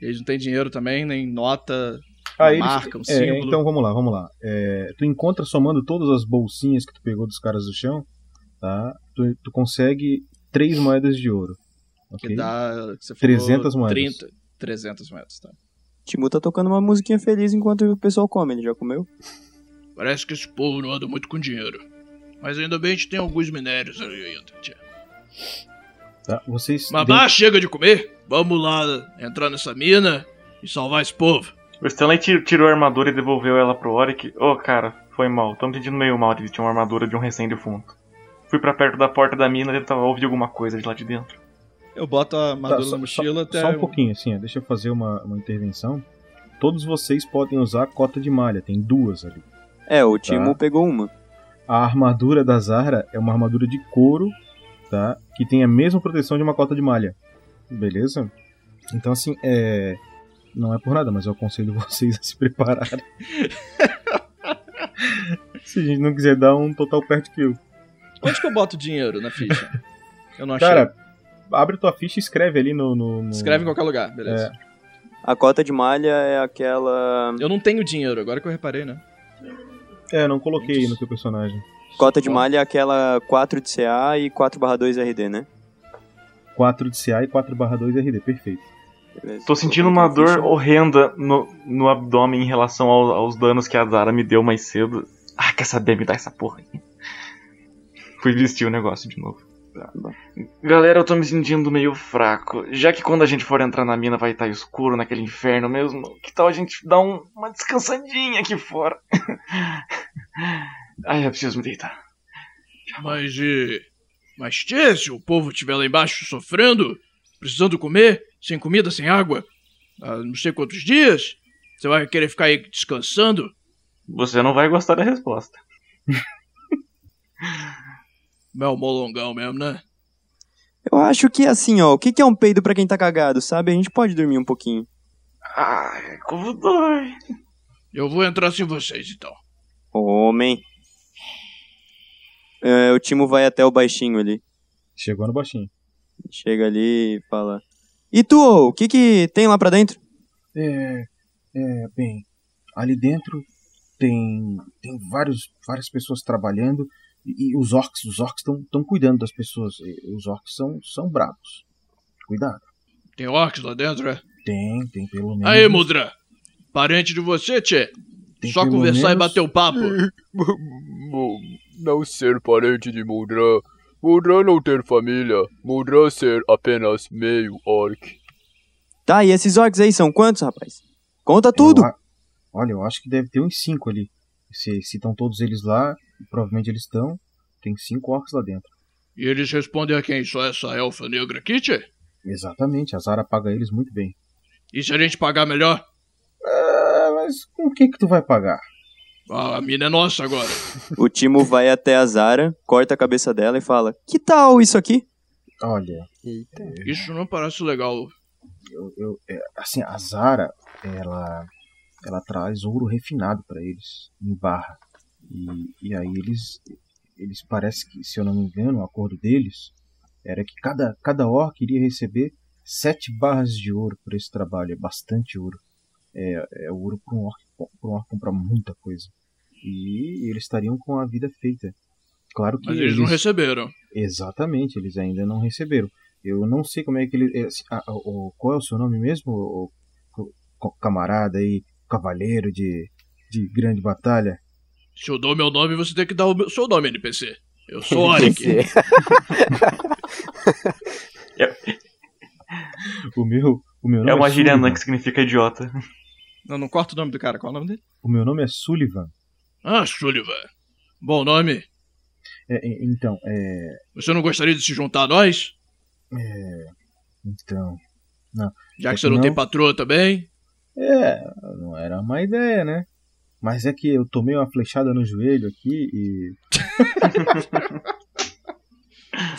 [SPEAKER 8] Eles não têm dinheiro também, nem nota,
[SPEAKER 1] Ah,
[SPEAKER 8] uma
[SPEAKER 1] eles-
[SPEAKER 8] marca, um
[SPEAKER 1] é,
[SPEAKER 8] símbolo.
[SPEAKER 1] Então vamos lá, vamos lá. É, tu encontra somando todas as bolsinhas que tu pegou dos caras do chão, tá? Tu, tu consegue três moedas de ouro.
[SPEAKER 8] que
[SPEAKER 1] ok?
[SPEAKER 8] dá. Você
[SPEAKER 1] 300
[SPEAKER 8] falou,
[SPEAKER 1] moedas.
[SPEAKER 8] 30, 300 moedas, tá?
[SPEAKER 5] Timo tá tocando uma musiquinha feliz enquanto o pessoal come, ele já comeu?
[SPEAKER 11] Parece que esse povo não anda muito com dinheiro. Mas ainda bem que a gente tem alguns minérios ali ainda, tchê.
[SPEAKER 1] Tá? Vocês
[SPEAKER 11] Mas
[SPEAKER 1] dentro-
[SPEAKER 11] bah, chega de comer. Vamos lá entrar nessa mina e salvar esse povo.
[SPEAKER 6] O Stanley ti- tirou a armadura e devolveu ela pro Oric. Ô, cara, foi mal. Tô me sentindo meio mal de ter uma armadura de um recém-defunto. Fui pra perto da porta da mina e tentava ouvir alguma coisa de lá de dentro.
[SPEAKER 8] Eu boto a
[SPEAKER 1] Tá,
[SPEAKER 8] armadura
[SPEAKER 1] só-
[SPEAKER 8] na mochila
[SPEAKER 1] só,
[SPEAKER 8] até.
[SPEAKER 1] só um pouquinho, assim, ó, deixa eu fazer uma, uma intervenção. Todos vocês podem usar a cota de malha, tem duas ali.
[SPEAKER 5] É, o Timo
[SPEAKER 6] Tá.
[SPEAKER 5] pegou uma.
[SPEAKER 1] A armadura da Zara é uma armadura de couro, tá? Que tem a mesma proteção de uma cota de malha. Beleza? Então, assim, é. Não é por nada, mas eu aconselho vocês a se prepararem. se a gente não quiser dar um total perto que eu.
[SPEAKER 8] Onde que eu boto dinheiro na ficha? Eu não achei.
[SPEAKER 1] Cara, abre tua ficha e escreve ali no. no, no-
[SPEAKER 8] Escreve em qualquer lugar, beleza.
[SPEAKER 1] é.
[SPEAKER 5] A cota de malha é aquela.
[SPEAKER 8] Eu não tenho dinheiro, agora que eu reparei, né?
[SPEAKER 1] É, não coloquei aí no teu personagem.
[SPEAKER 5] Cota de malha é aquela 4 de CA e 4/2 RD, né?
[SPEAKER 1] 4 de CA e 4 2 RD, perfeito.
[SPEAKER 6] Tô sentindo uma dor horrenda no, no abdômen em relação ao- aos danos que a Zara me deu mais cedo. Ah, quer saber? Me dá essa porra aí. Fui vestir o negócio de novo. Galera, eu tô me sentindo meio fraco. Já que quando a gente for entrar na mina vai estar escuro naquele inferno mesmo, que tal a gente dar um- uma descansadinha aqui fora? Ai, eu preciso me deitar.
[SPEAKER 11] Mas e. Mas tchê, se o povo estiver lá embaixo sofrendo, precisando comer, sem comida, sem água, há não sei quantos dias, você vai querer ficar aí descansando?
[SPEAKER 6] Você não vai gostar da resposta.
[SPEAKER 11] Mel molongão mesmo, né?
[SPEAKER 5] Eu acho que assim, ó, o que que é um peido pra quem tá cagado, sabe? A gente pode dormir um pouquinho.
[SPEAKER 6] Ai, é como dói.
[SPEAKER 11] Eu vou entrar sem vocês então.
[SPEAKER 5] Homem. É, o Timo vai até o baixinho ali.
[SPEAKER 1] Chegou no baixinho.
[SPEAKER 5] Chega ali e fala: E tu, o que que tem lá pra dentro?
[SPEAKER 14] É, é, bem, ali dentro tem tem vários, várias pessoas trabalhando e, e os orcs, os orcs estão cuidando das pessoas. E os orcs são, são bravos. Cuidado.
[SPEAKER 11] Tem orcs lá dentro, é?
[SPEAKER 14] Tem, tem pelo menos.
[SPEAKER 10] Uhum.
[SPEAKER 14] um
[SPEAKER 11] Aí, Mudra! Parente de você, Tchê.
[SPEAKER 14] Tem
[SPEAKER 11] Só
[SPEAKER 14] pelo
[SPEAKER 11] conversar e
[SPEAKER 14] menos-
[SPEAKER 11] bater o papo.
[SPEAKER 10] Bom, Não ser parente de Mudra. Mudra não ter família. Mudra ser apenas meio orc.
[SPEAKER 5] Tá, e esses orcs aí são quantos, rapaz? Conta tudo!
[SPEAKER 14] Olha, eu acho que deve ter uns cinco ali. Se se estão todos eles lá, provavelmente eles estão. Tem cinco orcs lá dentro.
[SPEAKER 11] E eles respondem a quem? Só essa elfa negra aqui, Tchê?
[SPEAKER 14] Exatamente, a Zara paga eles muito bem.
[SPEAKER 11] E se a gente pagar melhor?
[SPEAKER 14] Ah, mas com o que que tu vai pagar?
[SPEAKER 11] Ah, a mina é nossa agora.
[SPEAKER 5] O Timo vai até a Zara, corta a cabeça dela e fala: Que tal isso aqui?
[SPEAKER 14] Olha,
[SPEAKER 10] É.
[SPEAKER 11] Isso não parece legal.
[SPEAKER 14] eu, eu- é, assim, a Zara, ela, ela traz ouro refinado pra eles, em barra. E, e aí eles, eles parece que, se eu não me engano, o acordo deles era que cada, cada orc iria receber sete barras de ouro por esse trabalho. É bastante ouro. É, é ouro pra um orc, pra um orc comprar muita coisa. E eles estariam com a vida feita. Claro que
[SPEAKER 11] Mas eles não receberam.
[SPEAKER 14] Exatamente, eles ainda não receberam. Eu não sei como é que ele. é, se- ah, o- o- qual é o seu nome mesmo, o, o- o camarada aí, cavaleiro de, de grande batalha?
[SPEAKER 11] Se eu dou meu nome, você tem que dar o meu- seu nome, NPC. Eu sou Oric.
[SPEAKER 14] O meu, o meu nome
[SPEAKER 6] É uma gíria
[SPEAKER 14] Sullivan.
[SPEAKER 6] anã que significa idiota.
[SPEAKER 15] Não, não corta o nome do cara. Qual é o nome dele?
[SPEAKER 14] O meu nome é Sullivan.
[SPEAKER 11] ah, Sullivan. Bom nome.
[SPEAKER 14] É, é, então, é,
[SPEAKER 11] Você não gostaria de se juntar a nós?
[SPEAKER 14] é, Então. Não.
[SPEAKER 11] Já
[SPEAKER 14] É
[SPEAKER 11] que você não, tem patroa também?
[SPEAKER 14] É, não era uma ideia, né? Mas é que eu tomei uma flechada no joelho aqui e.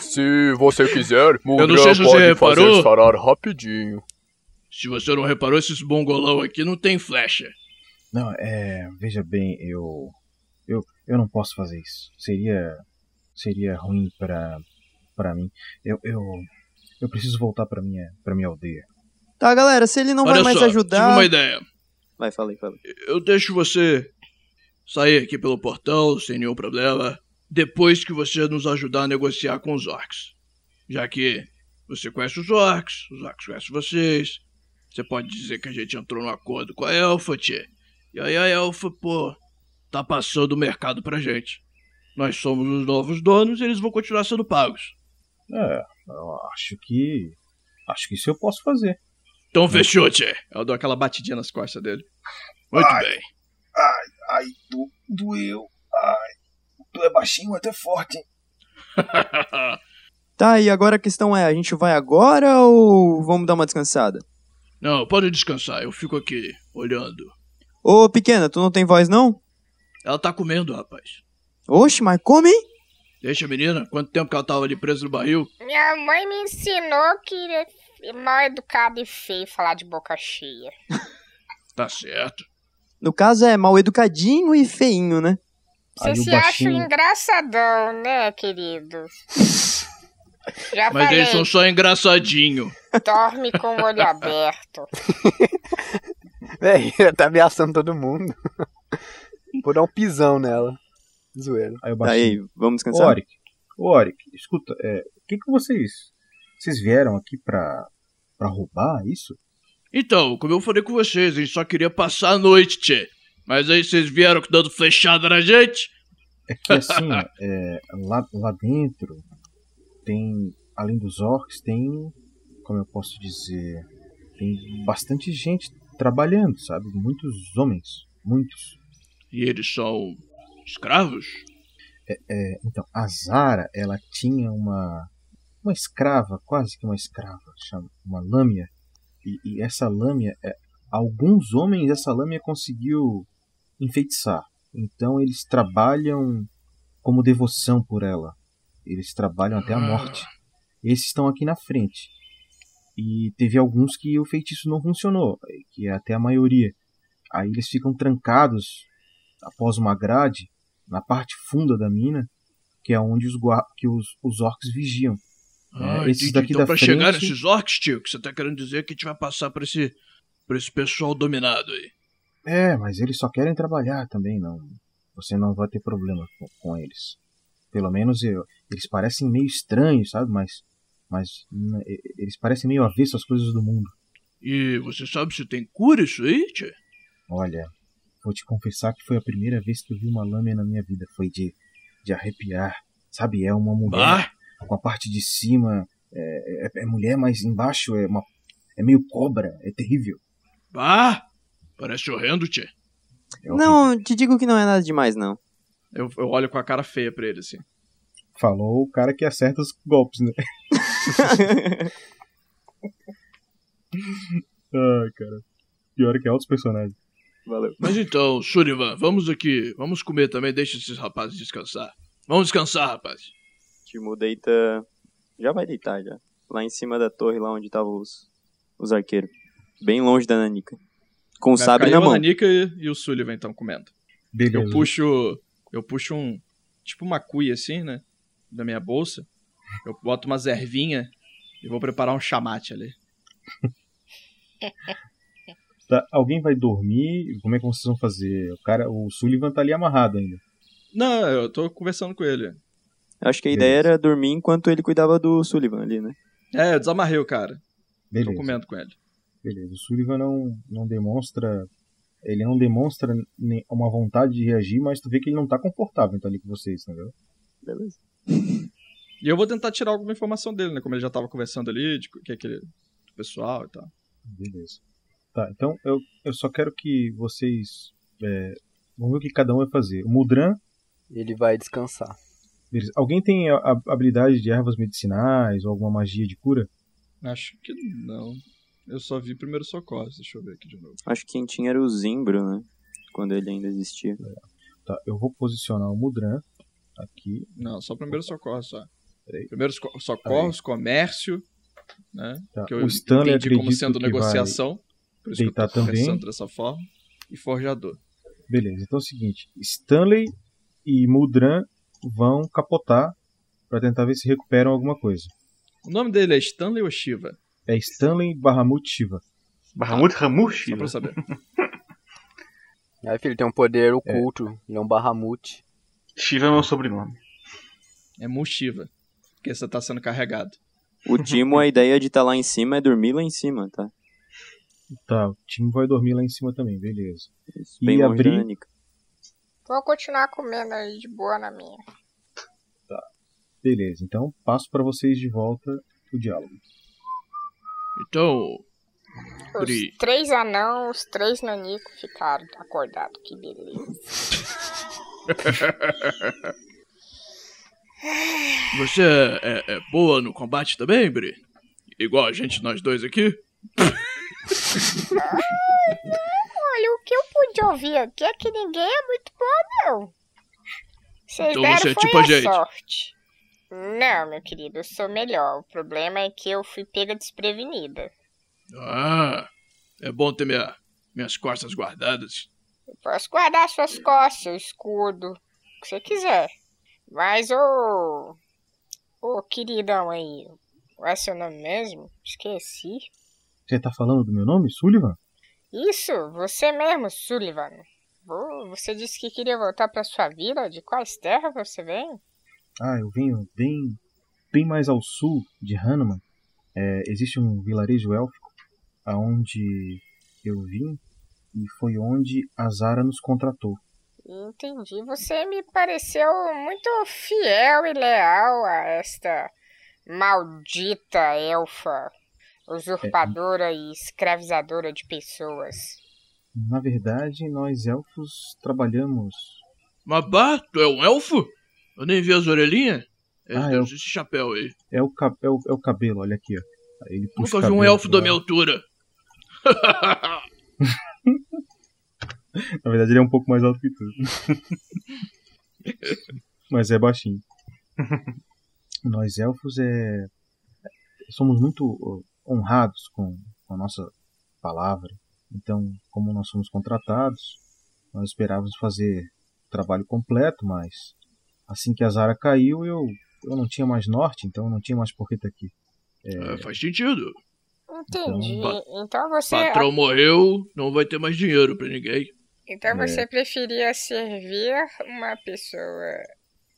[SPEAKER 10] Se você quiser, Mudra
[SPEAKER 11] sei se você
[SPEAKER 10] pode fazer
[SPEAKER 11] reparou.
[SPEAKER 10] sarar rapidinho.
[SPEAKER 11] Se você não reparou, esses bongolão aqui não tem flecha.
[SPEAKER 14] Não, é. Veja bem, eu. Eu, eu não posso fazer isso. Seria. Seria ruim pra. pra mim. Eu. Eu, eu preciso voltar pra minha, pra minha aldeia.
[SPEAKER 5] Tá, galera, se ele não vai
[SPEAKER 11] Olha
[SPEAKER 5] mais
[SPEAKER 11] só,
[SPEAKER 5] ajudar.
[SPEAKER 11] tive uma ideia.
[SPEAKER 5] Vai, fala aí, fala aí.
[SPEAKER 11] Eu deixo você sair aqui pelo portão sem nenhum problema depois que você nos ajudar a negociar com os orcs. Já que você conhece os orcs, os orcs conhecem vocês. Você pode dizer que a gente entrou num acordo com a Elfa, tchê. E aí a Elfa, pô, tá passando o mercado pra gente. Nós somos os novos donos e eles vão continuar sendo pagos.
[SPEAKER 14] É, eu acho que. Acho que isso eu posso fazer.
[SPEAKER 11] Então fechou, tchê.
[SPEAKER 15] Eu dou aquela batidinha nas costas dele.
[SPEAKER 11] Muito bem.
[SPEAKER 16] Ai, ai, do, doeu. Ai, tu é baixinho até forte, hein?
[SPEAKER 5] Tá, e agora a questão é: a gente vai agora ou vamos dar uma descansada?
[SPEAKER 11] Não, pode descansar, eu fico aqui olhando.
[SPEAKER 5] Ô, pequena, tu não tem voz não?
[SPEAKER 11] Ela tá comendo, rapaz.
[SPEAKER 5] Oxe, mas come, hein?
[SPEAKER 11] Deixa a menina, quanto tempo que ela tava ali presa no barril?
[SPEAKER 13] Minha mãe me ensinou que é mal educado e feio falar de boca cheia.
[SPEAKER 11] Tá certo.
[SPEAKER 5] No caso é mal educadinho e feinho, né?
[SPEAKER 13] Você se acha engraçadão, né, querido? Já
[SPEAKER 11] Mas
[SPEAKER 13] falei,
[SPEAKER 11] eles são só engraçadinho.
[SPEAKER 13] dorme com o olho aberto.
[SPEAKER 7] Véi, ela tá ameaçando todo mundo. Vou dar um pisão nela. Zoeira.
[SPEAKER 14] Aí eu
[SPEAKER 7] Tá aí,
[SPEAKER 5] vamos
[SPEAKER 14] Ô, Oric, ô, Oric, escuta, é, o que, que vocês. Vocês vieram aqui pra. pra roubar isso?
[SPEAKER 11] Então, como eu falei com vocês, a gente só queria passar a noite, tchê. Mas aí vocês vieram dando flechada na gente?
[SPEAKER 14] É que assim, é, lá, lá dentro tem, além dos orcs, tem, como eu posso dizer, tem bastante gente trabalhando, sabe? Muitos homens, muitos.
[SPEAKER 11] E eles são escravos?
[SPEAKER 14] É, é, então, a Zara, ela tinha uma uma escrava, quase que uma escrava, chama, uma lâmina. E, e essa lâmina, é, alguns homens essa lâmina conseguiu enfeitiçar. Então eles trabalham como devoção por ela. Eles trabalham até a morte. Esses estão aqui na frente. E teve alguns que o feitiço não funcionou, que é até a maioria. Aí eles ficam trancados após uma grade na parte funda da mina, que é onde os, gua- que os, os orcs vigiam.
[SPEAKER 11] Ah,
[SPEAKER 14] É, esses
[SPEAKER 11] entendi.
[SPEAKER 14] daqui
[SPEAKER 11] então,
[SPEAKER 14] da
[SPEAKER 11] pra
[SPEAKER 14] frente-
[SPEAKER 11] chegar nesses orcs, tio, que você tá querendo dizer que a gente vai passar por esse, por esse pessoal dominado aí.
[SPEAKER 14] É, mas eles só querem trabalhar também, não. Você não vai ter problema com, com eles. Pelo menos eu, eles parecem meio estranhos, sabe? Mas, mas hum, e- e- eles parecem meio avesso às coisas do mundo.
[SPEAKER 11] E você sabe se tem cura isso aí, tio?
[SPEAKER 14] Olha, vou te confessar que foi a primeira vez que eu vi uma lâmina na minha vida. Foi de, de arrepiar. Sabe, é uma mulher com a parte de cima é, é- é mulher, mas embaixo é uma é meio cobra. É terrível.
[SPEAKER 11] Ah, parece horrendo, tio.
[SPEAKER 5] É Não, te digo que não é nada demais, não.
[SPEAKER 8] Eu, eu olho com a cara feia pra ele, assim.
[SPEAKER 14] Falou o cara que acerta os golpes, né? Ai, cara. Pior é que é outros personagens.
[SPEAKER 5] Valeu.
[SPEAKER 11] Mas então, Sullivan, vamos aqui. Vamos comer também, deixa esses rapazes descansar. Vamos descansar, rapaz.
[SPEAKER 5] Timo deita. tá, Já vai deitar já. Lá em cima da torre, lá onde estavam os, os arqueiros. Bem longe da Nanica. Com o
[SPEAKER 8] Vai
[SPEAKER 5] sabre
[SPEAKER 8] ficar
[SPEAKER 5] na
[SPEAKER 8] eu,
[SPEAKER 5] mão.
[SPEAKER 8] a Nanica e, e o Sullivan então comendo.
[SPEAKER 14] Beleza.
[SPEAKER 8] Eu puxo. Eu puxo um. Tipo uma cuia assim, né? Da minha bolsa. Eu boto umas ervinhas e vou preparar um chamate ali.
[SPEAKER 14] Tá, alguém vai dormir? Como é que vocês vão fazer? O cara, o Sullivan tá ali amarrado ainda.
[SPEAKER 8] Não, eu tô conversando com ele.
[SPEAKER 5] Acho que a ideia era dormir enquanto ele cuidava do Sullivan ali, né?
[SPEAKER 8] É, eu desamarrei o cara.
[SPEAKER 14] Beleza.
[SPEAKER 8] Tô comendo com ele.
[SPEAKER 14] Beleza. O Sullivan não, não demonstra. Ele não demonstra nem- uma vontade de reagir, mas tu vê que ele não tá confortável em tá ali com vocês, entendeu?
[SPEAKER 5] Beleza.
[SPEAKER 8] E eu vou tentar tirar alguma informação dele, né? Como ele já tava conversando ali, de o que é que ele. do pessoal e tal.
[SPEAKER 14] Beleza. Tá, então eu, eu só quero que vocês. é, vamos ver o que cada um vai fazer. O Mudran.
[SPEAKER 7] Ele vai descansar.
[SPEAKER 14] beleza. Alguém tem a, a habilidade de ervas medicinais ou alguma magia de cura?
[SPEAKER 8] Acho que não. Eu só vi primeiro socorro, deixa eu ver aqui de novo.
[SPEAKER 5] Acho que quem tinha era o Zimbro, né? Quando ele ainda existia.
[SPEAKER 14] Tá, eu vou posicionar o Mudran aqui.
[SPEAKER 8] Não, só primeiro socorro, só. Primeiro soco- socorros,
[SPEAKER 14] Peraí.
[SPEAKER 8] comércio, né?
[SPEAKER 14] Tá,
[SPEAKER 8] Que
[SPEAKER 14] o
[SPEAKER 8] eu
[SPEAKER 14] Stanley
[SPEAKER 8] entendi como
[SPEAKER 14] acredito
[SPEAKER 8] sendo
[SPEAKER 14] que
[SPEAKER 8] negociação.
[SPEAKER 14] vai
[SPEAKER 8] Por isso que eu
[SPEAKER 14] deitar
[SPEAKER 8] tô
[SPEAKER 14] também.
[SPEAKER 8] pensando dessa forma. E forjador.
[SPEAKER 14] Beleza, então é o seguinte: Stanley e Mudran vão capotar pra tentar ver se recuperam alguma coisa.
[SPEAKER 8] O nome dele é Stanley ou Shiva?
[SPEAKER 14] É Stanley Bahamut Shiva.
[SPEAKER 1] Bahamut
[SPEAKER 8] Só
[SPEAKER 6] né?
[SPEAKER 8] pra eu saber.
[SPEAKER 7] Aí, filho, tem um poder oculto. Ele é um Bahamut.
[SPEAKER 1] Shiva é meu sobrenome.
[SPEAKER 8] É Mushiva. Porque você tá sendo carregado.
[SPEAKER 5] O Timo, a ideia de estar lá em cima é dormir lá em cima, tá?
[SPEAKER 14] Tá, o time vai dormir lá em cima também, beleza.
[SPEAKER 5] Bem
[SPEAKER 14] e
[SPEAKER 5] longe da
[SPEAKER 14] abrir.
[SPEAKER 5] Nanica.
[SPEAKER 13] Vou continuar comendo aí de boa na minha.
[SPEAKER 14] Beleza, então passo pra vocês de volta o diálogo.
[SPEAKER 11] Então.
[SPEAKER 13] Os
[SPEAKER 11] Pri,
[SPEAKER 13] três anão, os três nanicos ficaram acordados, que beleza.
[SPEAKER 11] você é, é- é boa no combate também, Bri? Igual a gente, nós dois aqui?
[SPEAKER 13] Olha, o que eu pude ouvir aqui é que ninguém é muito bom, não. Vocês
[SPEAKER 11] Então
[SPEAKER 13] deram
[SPEAKER 11] você é
[SPEAKER 13] foi
[SPEAKER 11] tipo a gente.
[SPEAKER 13] sorte. Não, meu querido, eu sou melhor. O problema é que eu fui pega desprevenida.
[SPEAKER 11] Ah, é bom ter minha- minhas costas guardadas.
[SPEAKER 13] Eu posso guardar suas costas, seu escudo, o que você quiser. Mas, ô. Ô, queridão aí. Qual é seu nome mesmo? Esqueci.
[SPEAKER 14] Você tá falando do meu nome, Sullivan?
[SPEAKER 13] Isso, você mesmo, Sullivan. Vo- Você disse que queria voltar pra sua vila? De quais terras você vem?
[SPEAKER 14] Ah, eu venho bem, bem mais ao sul de Hanuman. É, existe um vilarejo élfico aonde eu vim e foi onde a Zara nos contratou.
[SPEAKER 13] Entendi. Você me pareceu muito fiel e leal a esta maldita elfa usurpadora e escravizadora de pessoas.
[SPEAKER 14] Na verdade, nós elfos trabalhamos.
[SPEAKER 11] Mabá, tu é um elfo? Eu nem vi as orelhinhas. É,
[SPEAKER 14] Ah,
[SPEAKER 11] tem
[SPEAKER 14] eu-
[SPEAKER 11] esse chapéu aí.
[SPEAKER 14] É o, ca- é o, é o cabelo, olha aqui, ó. Aí Ele puxa
[SPEAKER 11] Nunca
[SPEAKER 14] o
[SPEAKER 11] vi um
[SPEAKER 14] cabelo pro
[SPEAKER 11] elfo
[SPEAKER 8] é.
[SPEAKER 11] da
[SPEAKER 14] lado.
[SPEAKER 11] minha altura.
[SPEAKER 14] Na verdade, ele é um pouco mais alto que tu. Mas é baixinho. Nós elfos é somos muito ó, honrados com, com a nossa palavra. Então, como nós somos contratados, nós esperávamos fazer o trabalho completo, mas assim que a Zara caiu, eu eu não tinha mais norte, então não tinha mais por que estar aqui.
[SPEAKER 11] É, faz sentido.
[SPEAKER 13] Entendi.
[SPEAKER 11] Então,
[SPEAKER 13] Então, você.
[SPEAKER 11] Patrão morreu, não vai ter mais dinheiro pra ninguém.
[SPEAKER 13] Então
[SPEAKER 11] É.
[SPEAKER 13] você preferia servir uma pessoa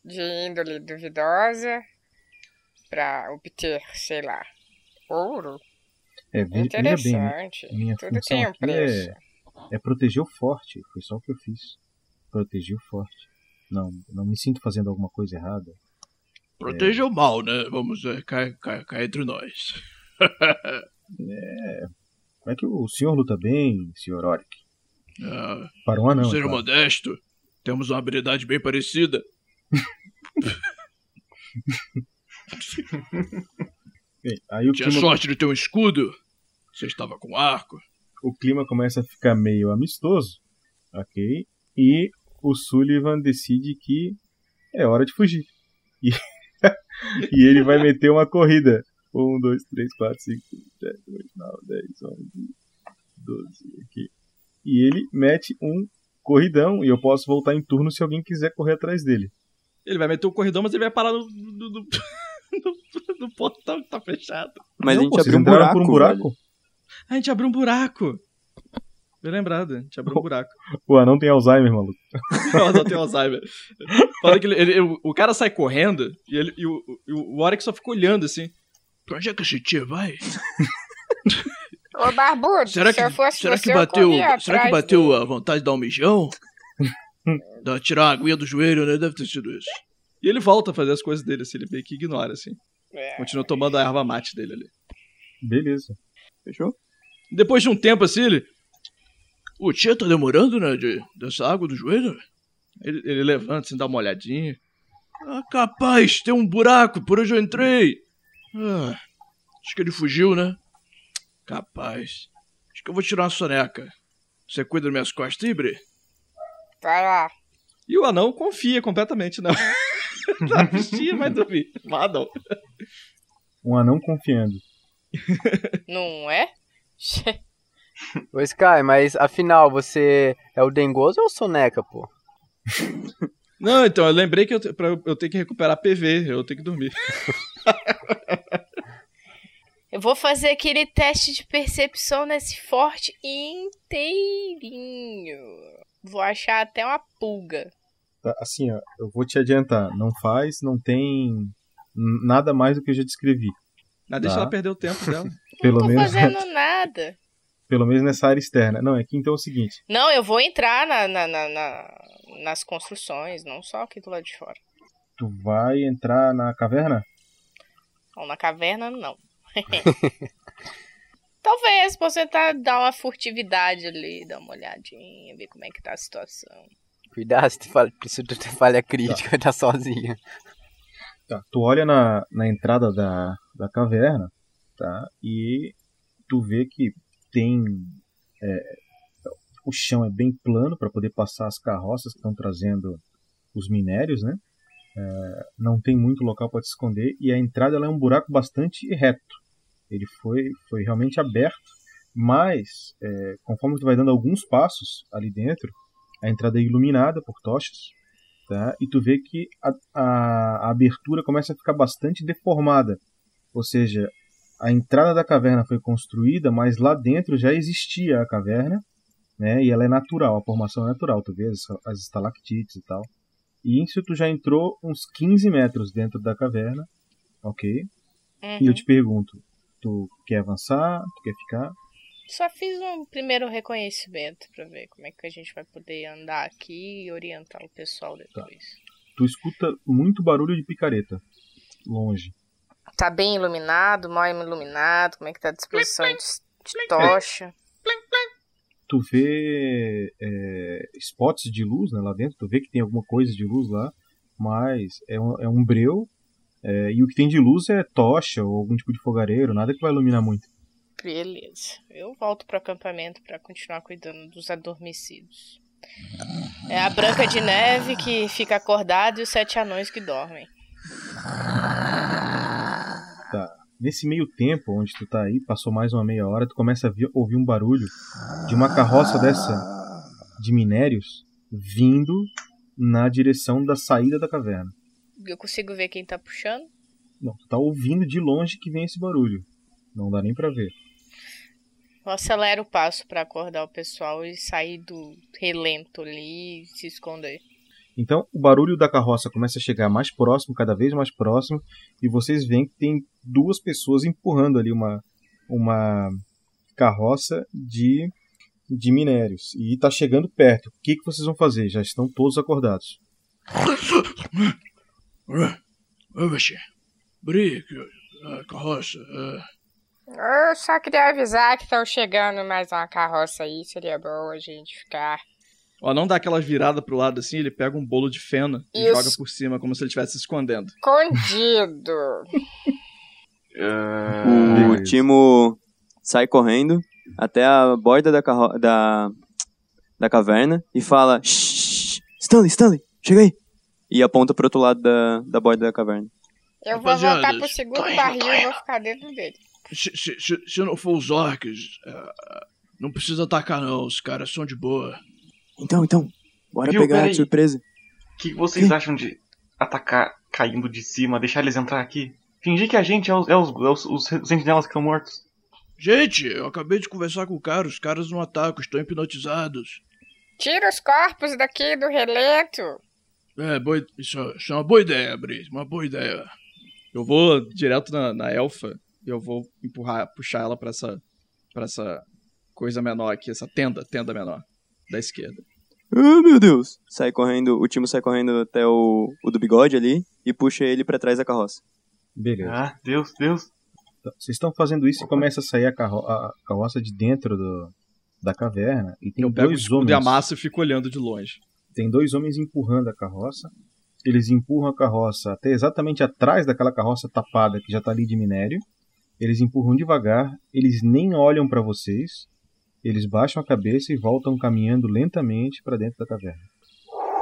[SPEAKER 13] de índole duvidosa pra obter, sei lá, ouro?
[SPEAKER 14] É, ve- veja bem, né?
[SPEAKER 13] Interessante.
[SPEAKER 14] minha
[SPEAKER 13] Tudo
[SPEAKER 14] função
[SPEAKER 13] tem um
[SPEAKER 14] aqui é, é proteger o forte. Foi só o que eu fiz. Proteger o forte. Não, não me sinto fazendo alguma coisa errada.
[SPEAKER 8] É.
[SPEAKER 11] Proteja o mal, né? Vamos é, cá, cá- cá entre nós.
[SPEAKER 14] É. Como é que o senhor luta bem, senhor Oric?
[SPEAKER 11] Ah,
[SPEAKER 14] Para um anão, é
[SPEAKER 11] Seja
[SPEAKER 14] claro.
[SPEAKER 11] modesto, temos uma habilidade bem parecida.
[SPEAKER 14] Bem, aí o
[SPEAKER 11] Tinha
[SPEAKER 14] clima,
[SPEAKER 11] sorte de ter um escudo. Você estava com arco.
[SPEAKER 14] o clima começa a ficar meio amistoso, ok? E o Sullivan decide que é hora de fugir. E, e ele vai meter uma corrida. 1, 2, 3, 4, 5, 6, 7, 8, 9, 10, 11, 12 aqui. E ele mete um corridão e eu posso voltar em turno se alguém quiser correr atrás dele.
[SPEAKER 8] Ele vai meter o corridão, mas ele vai parar no. no, no... no- no portão que tá fechado.
[SPEAKER 1] Mas
[SPEAKER 14] Não,
[SPEAKER 1] a gente
[SPEAKER 14] pô, vocês
[SPEAKER 1] abriu um
[SPEAKER 14] entraram
[SPEAKER 1] buraco.
[SPEAKER 14] por um buraco?
[SPEAKER 8] A gente abriu um buraco. Bem lembrado, a gente abriu um buraco.
[SPEAKER 14] O anão tem Alzheimer, maluco.
[SPEAKER 8] Ela só tem Alzheimer. Fala que ele, ele- o- o cara sai correndo e, ele, e o, o, o Oryx só fica olhando assim. Pra onde é que esse tio vai?
[SPEAKER 13] Ô, Barbudo,
[SPEAKER 11] Será que,
[SPEAKER 13] se eu fosse
[SPEAKER 11] será
[SPEAKER 13] você,
[SPEAKER 11] que
[SPEAKER 13] eu
[SPEAKER 11] bateu,
[SPEAKER 13] corria
[SPEAKER 11] será que
[SPEAKER 13] atrás
[SPEAKER 11] bateu a vontade de dar um mijão? Dá- tirar uma aguinha do joelho, né? Deve ter sido isso.
[SPEAKER 8] E ele volta a fazer as coisas dele, assim, ele meio que ignora, assim.
[SPEAKER 13] É.
[SPEAKER 8] Continua tomando a erva mate dele ali.
[SPEAKER 14] Beleza. Fechou?
[SPEAKER 8] Depois de um tempo assim, ele.
[SPEAKER 11] O tio tá demorando, né? De, dessa água do joelho?
[SPEAKER 8] Ele, ele levanta, assim, dá uma olhadinha.
[SPEAKER 11] Ah, capaz, tem um buraco por onde eu entrei. Ah, acho que ele fugiu, né? Capaz. Acho que eu vou tirar uma soneca. Você cuida das minhas costas, Ibre?
[SPEAKER 13] Vai lá.
[SPEAKER 8] E o anão confia completamente na, na bichinha, vai dormir. O anão.
[SPEAKER 14] Um anão confiando.
[SPEAKER 9] Não é?
[SPEAKER 7] Ô Sky, mas afinal, você é o dengoso ou o soneca, pô?
[SPEAKER 8] Não, então, eu lembrei que eu, te- pra eu, eu tenho que recuperar PV, eu tenho que dormir.
[SPEAKER 9] Eu vou fazer aquele teste de percepção nesse forte inteirinho. Vou achar até uma pulga.
[SPEAKER 14] Tá, Assim, ó, eu vou te adiantar. Não faz, não tem n- nada mais do que eu já descrevi.
[SPEAKER 8] Ah, deixa
[SPEAKER 14] tá?
[SPEAKER 8] ela perder o tempo dela.
[SPEAKER 14] Pelo
[SPEAKER 9] Não tô
[SPEAKER 14] menos,
[SPEAKER 9] fazendo nada.
[SPEAKER 14] pelo menos nessa área externa. Não, é que então é o seguinte.
[SPEAKER 9] Não, eu vou entrar na- na- na- na- nas construções, não só aqui do lado de fora.
[SPEAKER 14] Tu vai entrar na caverna?
[SPEAKER 9] Não, na caverna, não. Talvez você tá, dar uma furtividade ali, dar uma olhadinha, ver como é que tá a situação.
[SPEAKER 7] Cuidado, se tu falha, se tu te falha crítica, vai tá sozinha.
[SPEAKER 14] Tá, tu olha na, na entrada da, da caverna, tá? E tu vê que tem. é, o chão é bem plano para poder passar as carroças que estão trazendo os minérios, né? É, não tem muito local para te esconder e a entrada ela é um buraco bastante reto. Ele foi, foi realmente aberto, mas é, conforme tu vai dando alguns passos ali dentro, a entrada é iluminada por tochas, tá? E tu vê que a, a- a abertura começa a ficar bastante deformada, ou seja, a entrada da caverna foi construída, mas lá dentro já existia a caverna, né? E ela é natural, a formação é natural, tu vê as, as estalactites e tal. E isso tu já entrou uns 15 metros dentro da caverna, ok?
[SPEAKER 9] Uhum.
[SPEAKER 14] E
[SPEAKER 13] Uhum.
[SPEAKER 14] eu te pergunto, tu quer avançar? Tu quer ficar?
[SPEAKER 9] Só fiz um primeiro reconhecimento pra ver como é que a gente vai poder andar aqui e orientar o pessoal depois.
[SPEAKER 14] Tu escuta muito barulho de picareta, longe.
[SPEAKER 9] Tá, bem iluminado, mal iluminado, como é que tá a disposição de, de tocha.
[SPEAKER 14] tu vê é, spots de luz né, lá dentro, tu vê que tem alguma coisa de luz lá, mas é um, é um breu, é, e o que tem de luz é tocha ou algum tipo de fogareiro, nada que vai iluminar muito.
[SPEAKER 9] Beleza. Eu volto pro acampamento pra continuar cuidando dos adormecidos. É a Branca de Neve que fica acordada e os sete anões que dormem.
[SPEAKER 14] Tá. Nesse meio tempo, onde tu tá aí, passou mais uma meia hora, tu começa a vi- ouvir um barulho de uma carroça dessa de minérios vindo na direção da saída da caverna.
[SPEAKER 9] Eu consigo ver quem tá puxando?
[SPEAKER 1] Não, tu tá ouvindo de longe que vem esse barulho. Não dá nem pra ver.
[SPEAKER 9] Eu acelero o passo pra acordar o pessoal e sair do relento ali e se esconder.
[SPEAKER 1] Então, o barulho da carroça começa a chegar mais próximo, cada vez mais próximo, e vocês veem que tem duas pessoas empurrando ali uma, uma carroça de, de minérios. E tá chegando perto. O que, que vocês vão fazer? Já estão todos acordados.
[SPEAKER 11] Oxe, briga, ah, carroça. ah.
[SPEAKER 13] Eu só queria avisar que estão chegando mais uma carroça aí, seria bom a gente ficar.
[SPEAKER 8] Ó, não dá aquelas viradas pro lado assim, ele pega um bolo de fena e
[SPEAKER 13] Isso.
[SPEAKER 8] joga por cima, como se ele estivesse se escondendo.
[SPEAKER 13] escondido.
[SPEAKER 6] Ah,
[SPEAKER 5] O Timo sai correndo até a borda da, carro- da, da caverna e fala: "Shh, Stanley, Stanley, chega aí! E aponta pro outro lado da, da borda da caverna.
[SPEAKER 13] Eu vou
[SPEAKER 11] Rapaziada,
[SPEAKER 13] voltar pro segundo
[SPEAKER 11] tô indo,
[SPEAKER 13] barril
[SPEAKER 11] tô
[SPEAKER 13] e
[SPEAKER 11] indo.
[SPEAKER 13] vou ficar dentro dele.
[SPEAKER 11] Se, se, se, se não for os orcs, ah, não precisa atacar não, os caras são de boa.
[SPEAKER 5] Então, então, bora
[SPEAKER 11] Viu,
[SPEAKER 5] pegar
[SPEAKER 11] peraí.
[SPEAKER 5] de surpresa.
[SPEAKER 6] O que vocês acham de atacar caindo de cima, deixar eles entrar aqui? Fingir que a gente é os, é os, é os, os sentinelas que estão mortos.
[SPEAKER 11] Gente, eu acabei de conversar com o cara, os caras não atacam, estão hipnotizados.
[SPEAKER 13] Tira os corpos daqui do relento.
[SPEAKER 11] É, boa, isso, isso é uma boa ideia, Brice, uma boa ideia.
[SPEAKER 8] Eu vou direto na, na elfa e eu vou empurrar, puxar ela pra essa, pra essa coisa menor aqui, essa tenda, tenda menor, da esquerda.
[SPEAKER 5] Ah, meu Deus! Sai correndo, o Timo sai correndo até o, o do bigode ali e puxa ele pra trás da carroça.
[SPEAKER 1] Beleza. Então,
[SPEAKER 6] Ah, Deus, Deus.
[SPEAKER 1] Vocês estão fazendo isso e começa a sair a, carro- a carroça de dentro do- da caverna. E tem
[SPEAKER 8] Eu pego o
[SPEAKER 1] dois
[SPEAKER 8] escudo e
[SPEAKER 1] homens.
[SPEAKER 8] amasso e fico olhando de longe.
[SPEAKER 1] Tem dois homens empurrando a carroça. Eles empurram a carroça até exatamente atrás daquela carroça tapada que já tá ali de minério. Eles empurram devagar, eles nem olham para vocês. Eles baixam a cabeça e voltam caminhando lentamente para dentro da caverna.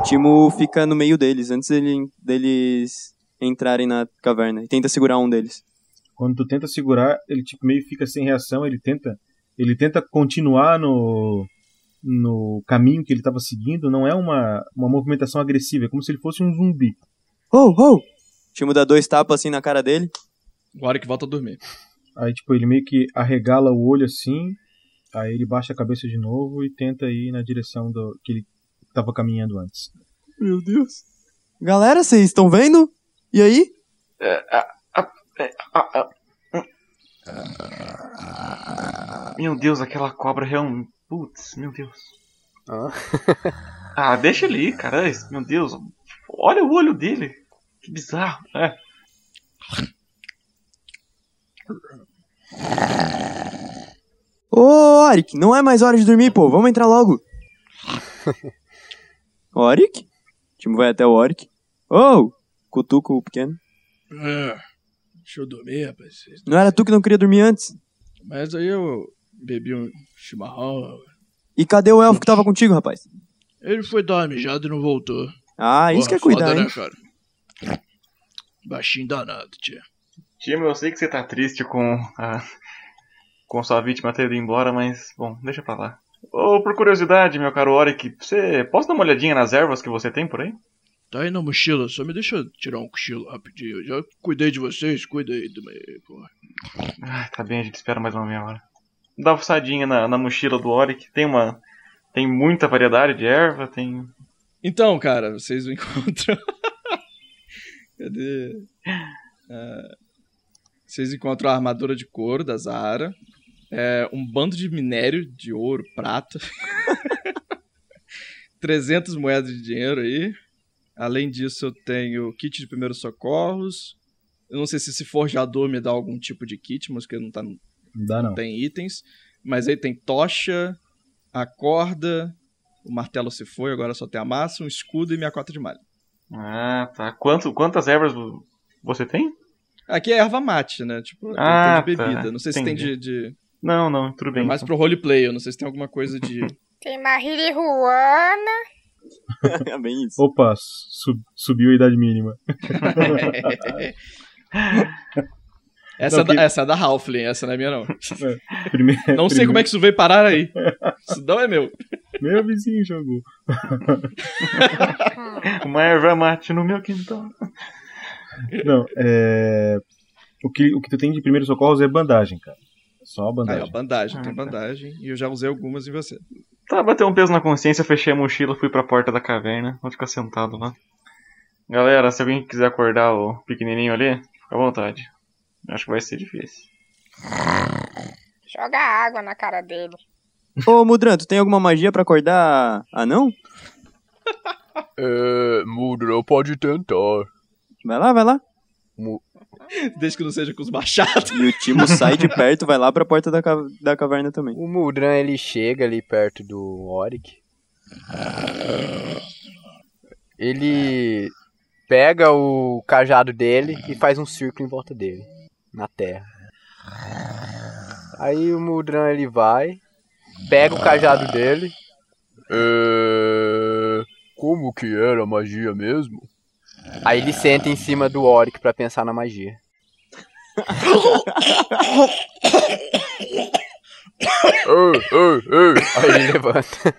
[SPEAKER 5] Timo fica no meio deles, antes dele, deles entrarem na caverna, e tenta segurar um deles.
[SPEAKER 1] Quando tu tenta segurar, ele tipo meio fica sem reação, ele tenta, ele tenta continuar no no caminho que ele estava seguindo, não é uma, uma movimentação agressiva, é como se ele fosse um zumbi.
[SPEAKER 5] Oh, oh! Timo dá dois tapas assim na cara dele.
[SPEAKER 8] Agora que volta a dormir.
[SPEAKER 1] Aí, tipo, ele meio que arregala o olho assim, aí ele baixa a cabeça de novo e tenta ir na direção do que ele tava caminhando antes.
[SPEAKER 5] Meu Deus. Galera, vocês estão vendo? E aí?
[SPEAKER 6] Meu Deus, aquela cobra realmente. Putz, meu Deus. Ah, deixa ele ir, cara. Esse- Meu Deus. Olha o olho dele. Que bizarro. É.
[SPEAKER 5] Ô, Oric, não é mais hora de dormir, pô. Vamos entrar logo. Oric? Timo vai até o Oric. Oh! Cutuca o pequeno.
[SPEAKER 11] É, deixa eu dormir, rapaz.
[SPEAKER 5] Não era tu que não queria dormir antes?
[SPEAKER 11] Mas aí eu bebi um chimarrão.
[SPEAKER 5] E cadê o elfo que tava contigo, rapaz?
[SPEAKER 11] Ele foi dar uma mijada e não voltou.
[SPEAKER 5] Ah, isso
[SPEAKER 11] Porra,
[SPEAKER 5] que é cuidar,
[SPEAKER 11] foda,
[SPEAKER 5] hein?
[SPEAKER 11] né, cara? Baixinho danado, tia.
[SPEAKER 6] Timo, eu sei que você tá triste com a. com sua vítima ter ido embora, mas. Bom, deixa pra lá. Ô, por curiosidade, meu caro Oric, você. Posso dar uma olhadinha nas ervas que você tem por aí?
[SPEAKER 11] Tá aí na mochila, só me deixa tirar um cochilo rapidinho. Eu já cuidei de vocês, cuida aí também, porra.
[SPEAKER 6] Ah, tá bem, a gente espera mais uma meia hora. Dá uma fuçadinha na, na mochila do Oric. Tem uma. Tem muita variedade de erva, tem.
[SPEAKER 8] Então, cara, vocês o encontram. Cadê? Ah, vocês encontram a armadura de couro da Zara, é, um bando de minério de ouro, prata, 300 moedas de dinheiro aí. Além disso, eu tenho kit de primeiros socorros. Eu não sei se esse forjador me dá algum tipo de kit, mas que ele não tá no-
[SPEAKER 1] Não dá não.
[SPEAKER 8] tem itens. Mas aí tem tocha, a corda, o martelo se foi, agora só tem a massa, um escudo e minha cota de malha.
[SPEAKER 6] Ah, tá. Quanto, quantas ervas vo- você tem?
[SPEAKER 8] Aqui é erva mate, né? Tipo, tem-
[SPEAKER 6] Ah,
[SPEAKER 8] tem de
[SPEAKER 6] tá.
[SPEAKER 8] bebida. Não sei se tem
[SPEAKER 6] Entendi.
[SPEAKER 8] de. de-
[SPEAKER 6] Não, não, tudo bem,
[SPEAKER 8] É mais
[SPEAKER 6] então.
[SPEAKER 8] pro roleplay, eu não sei se tem alguma coisa de.
[SPEAKER 13] Tem Marília e Ruana.
[SPEAKER 11] né?
[SPEAKER 5] É bem isso.
[SPEAKER 1] Opa, su- subiu a idade mínima.
[SPEAKER 8] essa,
[SPEAKER 1] Não,
[SPEAKER 8] é da,
[SPEAKER 1] que-
[SPEAKER 8] essa é da Halfling, essa não é minha, não.
[SPEAKER 1] Primeiro-
[SPEAKER 8] Não sei
[SPEAKER 1] primeiro-
[SPEAKER 8] como é que isso veio parar aí. Isso não é meu.
[SPEAKER 1] Meu vizinho jogou.
[SPEAKER 13] Hum,
[SPEAKER 6] Uma erva mate no meu quintal.
[SPEAKER 1] Não, é. O que, o que tu tem de primeiros socorros é bandagem, cara. Só a
[SPEAKER 8] Aí, ó,
[SPEAKER 1] bandagem.
[SPEAKER 8] bandagem,
[SPEAKER 6] Ah,
[SPEAKER 8] tem bandagem. E eu já usei algumas em você.
[SPEAKER 6] Tá, bateu um peso na consciência, fechei a mochila, fui pra porta da caverna. Vou ficar sentado lá. Galera, se alguém quiser acordar o pequenininho ali, fica à vontade. Acho que vai ser difícil.
[SPEAKER 13] Joga água na cara dele.
[SPEAKER 5] Ô, Mudran, tu tem alguma magia pra acordar Ah, não?
[SPEAKER 10] É, Mudra pode tentar.
[SPEAKER 5] Vai lá, vai lá.
[SPEAKER 8] Desde que não seja com os machados.
[SPEAKER 5] E o Timo sai de perto, vai lá pra porta da, ca- da caverna também.
[SPEAKER 7] O Mudran, ele chega ali perto do Oric. Ele pega o cajado dele e faz um círculo em volta dele, na terra. Aí o Mudran, ele vai, pega o cajado dele,
[SPEAKER 10] É, como que era a magia mesmo?
[SPEAKER 7] aí ele senta em cima do Oric pra pensar na magia.
[SPEAKER 10] Ei, ei, ei.
[SPEAKER 7] Aí ele levanta.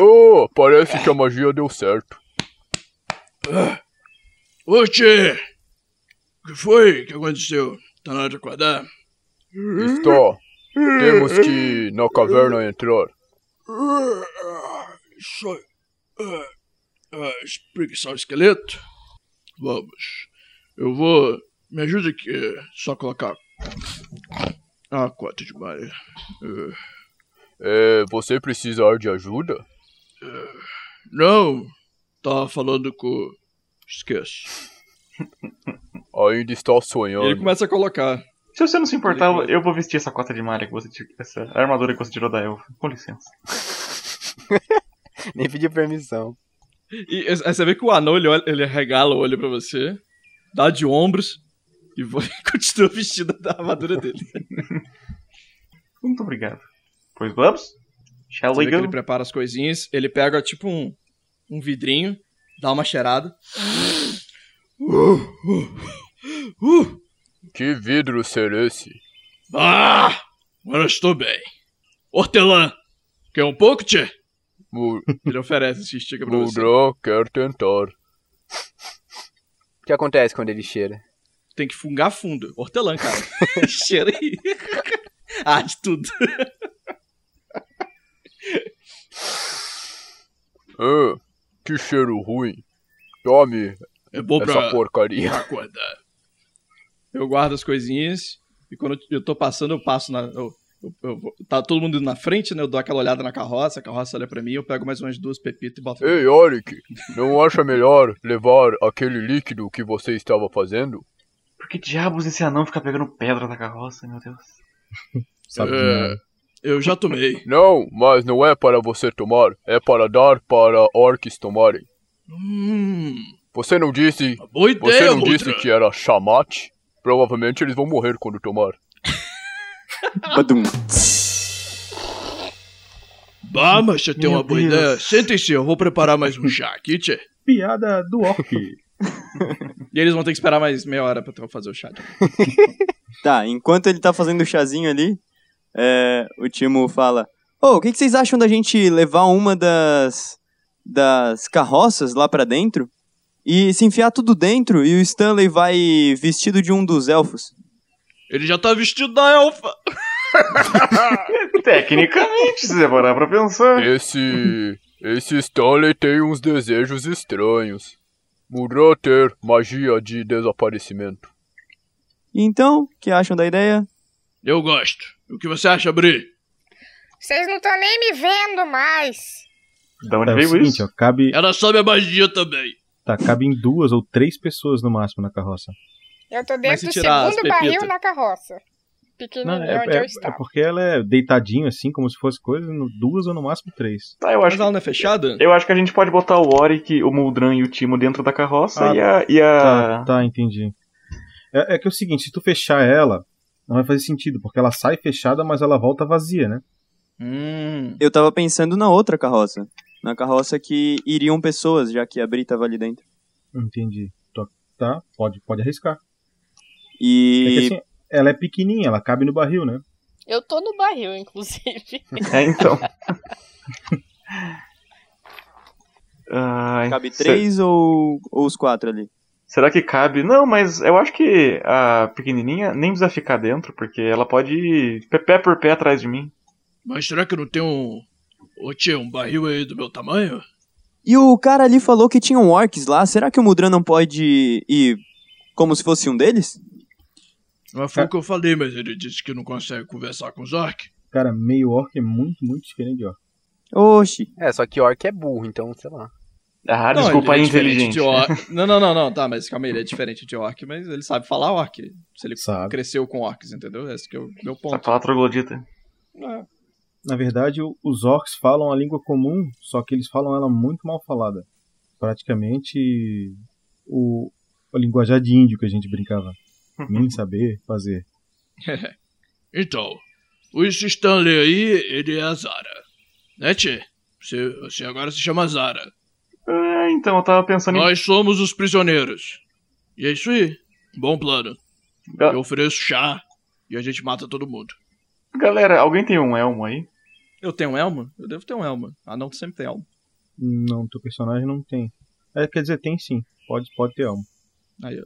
[SPEAKER 10] Oh, parece que a magia deu certo.
[SPEAKER 11] Ô, Tchê! O que foi que aconteceu? Tá na hora de acordar?
[SPEAKER 10] Está. Temos que ir na caverna entrar.
[SPEAKER 11] Só. ah, ah, espreguiçar o esqueleto? Vamos. Eu vou. Me ajuda aqui. Só colocar. Ah, quatro de malha. Ah.
[SPEAKER 10] É, você precisar de ajuda?
[SPEAKER 11] Ah, Não! Tava falando com. Esqueço.
[SPEAKER 10] Ainda está Tá sonhando.
[SPEAKER 8] Ele começa a colocar.
[SPEAKER 6] Se você não se importar, eu- eu vou vestir essa cota de malha que você tirou, essa armadura que você tirou da elfa. Com licença.
[SPEAKER 7] Nem pediu permissão.
[SPEAKER 8] E aí você vê que o anão ele, olha- ele regala o olho pra você, dá de ombros e vo- continua vestido da armadura dele.
[SPEAKER 6] Muito obrigado. Pois vamos? Shall
[SPEAKER 8] Você
[SPEAKER 6] we
[SPEAKER 8] vê que ele
[SPEAKER 6] go?
[SPEAKER 8] prepara as coisinhas, ele pega tipo um, um vidrinho, dá uma cheirada.
[SPEAKER 10] Uh, Que vidro ser esse?
[SPEAKER 11] Ah! Agora eu estou bem. Hortelã! Quer um pouco, Tchê? Ele oferece, se estica pra você.
[SPEAKER 10] Mudra quer tentar.
[SPEAKER 7] O que acontece quando ele cheira?
[SPEAKER 8] Tem que fungar fundo. Hortelã, cara. Cheira aí. Arde tudo.
[SPEAKER 10] É, que cheiro ruim. Tome
[SPEAKER 11] É bom
[SPEAKER 10] essa
[SPEAKER 11] pra-
[SPEAKER 10] porcaria.
[SPEAKER 11] pra acordar.
[SPEAKER 8] Eu guardo as coisinhas e quando eu tô passando, eu passo na. eu- eu- eu vou- tá todo mundo indo na frente, né? Eu dou aquela olhada na carroça, a carroça olha pra mim, eu pego mais umas duas pepitas e boto.
[SPEAKER 10] Ei, Oric, não acha melhor levar aquele líquido que você estava fazendo?
[SPEAKER 6] Por que diabos esse anão fica pegando pedra da carroça, meu Deus?
[SPEAKER 10] É,
[SPEAKER 11] eu já tomei.
[SPEAKER 10] Não, mas não é para você tomar, é para dar para orcs tomarem.
[SPEAKER 11] Hum.
[SPEAKER 10] Você não disse.
[SPEAKER 11] boa
[SPEAKER 10] você
[SPEAKER 11] ideia,
[SPEAKER 10] não disse
[SPEAKER 11] Mudra.
[SPEAKER 10] que era chamate? Provavelmente eles vão morrer quando tomar.
[SPEAKER 5] Badum.
[SPEAKER 11] Bah, mas você tem
[SPEAKER 1] Meu
[SPEAKER 11] uma boa
[SPEAKER 1] Deus.
[SPEAKER 11] ideia. Sentem-se, eu vou preparar mais um chá aqui, tchê.
[SPEAKER 1] Piada do orc. É
[SPEAKER 8] E eles vão ter que esperar mais meia hora pra eu fazer o chá.
[SPEAKER 5] Tá, enquanto ele tá fazendo o chazinho ali, é, o Timo fala: Ô, o que, que vocês acham da gente levar uma das, das carroças lá pra dentro e se enfiar tudo dentro e o Stanley vai vestido de um dos elfos?
[SPEAKER 11] Ele já tá vestido da elfa.
[SPEAKER 6] Tecnicamente, se você parar pra pensar.
[SPEAKER 10] Esse. Esse Stanley tem uns desejos estranhos. Mudra ter magia de desaparecimento.
[SPEAKER 5] Então, o que acham da ideia?
[SPEAKER 11] Eu gosto. O que você acha, Bri?
[SPEAKER 13] Vocês não estão nem me vendo mais.
[SPEAKER 1] Da
[SPEAKER 11] onde
[SPEAKER 1] é
[SPEAKER 11] veio
[SPEAKER 1] o seguinte, Ó, cabe,
[SPEAKER 11] Ela sabe a magia também.
[SPEAKER 1] tá, cabem duas ou três pessoas no máximo na carroça.
[SPEAKER 13] Eu tô
[SPEAKER 11] Mas
[SPEAKER 13] dentro
[SPEAKER 11] se
[SPEAKER 13] do
[SPEAKER 11] tirar as
[SPEAKER 13] segundo barril
[SPEAKER 11] pepitas?
[SPEAKER 13] na carroça.
[SPEAKER 1] Não,
[SPEAKER 13] Pequenininho
[SPEAKER 1] é,
[SPEAKER 13] onde
[SPEAKER 1] é-
[SPEAKER 13] eu
[SPEAKER 1] é
[SPEAKER 13] estava.
[SPEAKER 1] porque ela é deitadinha, assim, como se fosse coisa, no- duas ou no máximo três.
[SPEAKER 6] Tá, eu acho.
[SPEAKER 8] não é fechada?
[SPEAKER 6] Eu acho que a gente pode botar o Oric, o Muldran e o Timo dentro da carroça
[SPEAKER 8] Ah,
[SPEAKER 6] e a. E a...
[SPEAKER 1] Tá, tá, entendi. É, é que é o seguinte, se tu fechar ela, não vai fazer sentido, porque ela sai fechada, mas ela volta vazia, né?
[SPEAKER 5] Eu tava pensando na outra carroça. Na carroça que iriam pessoas, já que a Bri tava ali dentro.
[SPEAKER 1] Entendi. Tô- Tá, pode, pode arriscar.
[SPEAKER 5] E.
[SPEAKER 1] É que assim, ela é pequenininha, ela cabe no barril, né?
[SPEAKER 9] Eu tô no barril,
[SPEAKER 6] é, então.
[SPEAKER 9] inclusive.
[SPEAKER 1] É, então.
[SPEAKER 6] Ah, Ai,
[SPEAKER 5] Cabe três ou, ou os quatro ali?
[SPEAKER 6] Será que cabe? Não, mas eu acho que a pequenininha nem precisa ficar dentro, porque ela pode ir pé- pé por pé atrás de mim.
[SPEAKER 11] Mas será que não tem um. Ô tia, um barril aí do meu tamanho?
[SPEAKER 5] E o cara ali falou que tinham orcs lá. Será que o Mudran não pode ir como se fosse um deles?
[SPEAKER 11] Mas foi o que eu falei, mas ele disse que não consegue conversar com os orcs.
[SPEAKER 1] Cara, meio orc é muito, muito diferente de orc.
[SPEAKER 5] Oxi.
[SPEAKER 7] É, só que orc é burro, então, sei lá.
[SPEAKER 6] Ah,
[SPEAKER 8] Não, ele é diferente de orc.
[SPEAKER 11] inteligente.
[SPEAKER 8] Não, não, não, não, tá, mas calma aí, ele é diferente de orc, mas ele sabe falar orc. Se ele
[SPEAKER 1] Sabe.
[SPEAKER 8] cresceu com orcs, entendeu? Esse que é o meu ponto.
[SPEAKER 6] Sabe falar troglodita.
[SPEAKER 8] É.
[SPEAKER 1] Na verdade, o- os orcs falam a língua comum, só que eles falam ela muito mal falada. Praticamente o, o linguajar de índio que a gente brincava. Nem saber fazer.
[SPEAKER 11] então, o Stanley aí, ele é a Zara. Né, tia? Você, você agora se chama Zara.
[SPEAKER 6] Ah, então, eu tava pensando em.
[SPEAKER 11] Nós somos os prisioneiros. E é isso aí. Bom plano. Eu ofereço chá e a gente mata todo mundo.
[SPEAKER 6] Galera, alguém tem um elmo aí?
[SPEAKER 8] Eu tenho um elmo? Eu devo ter um elmo. Ah, não, tu sempre tem elmo.
[SPEAKER 1] Não, teu personagem não tem. É, quer dizer, tem sim. Pode, pode ter alma.
[SPEAKER 8] Aí, ó.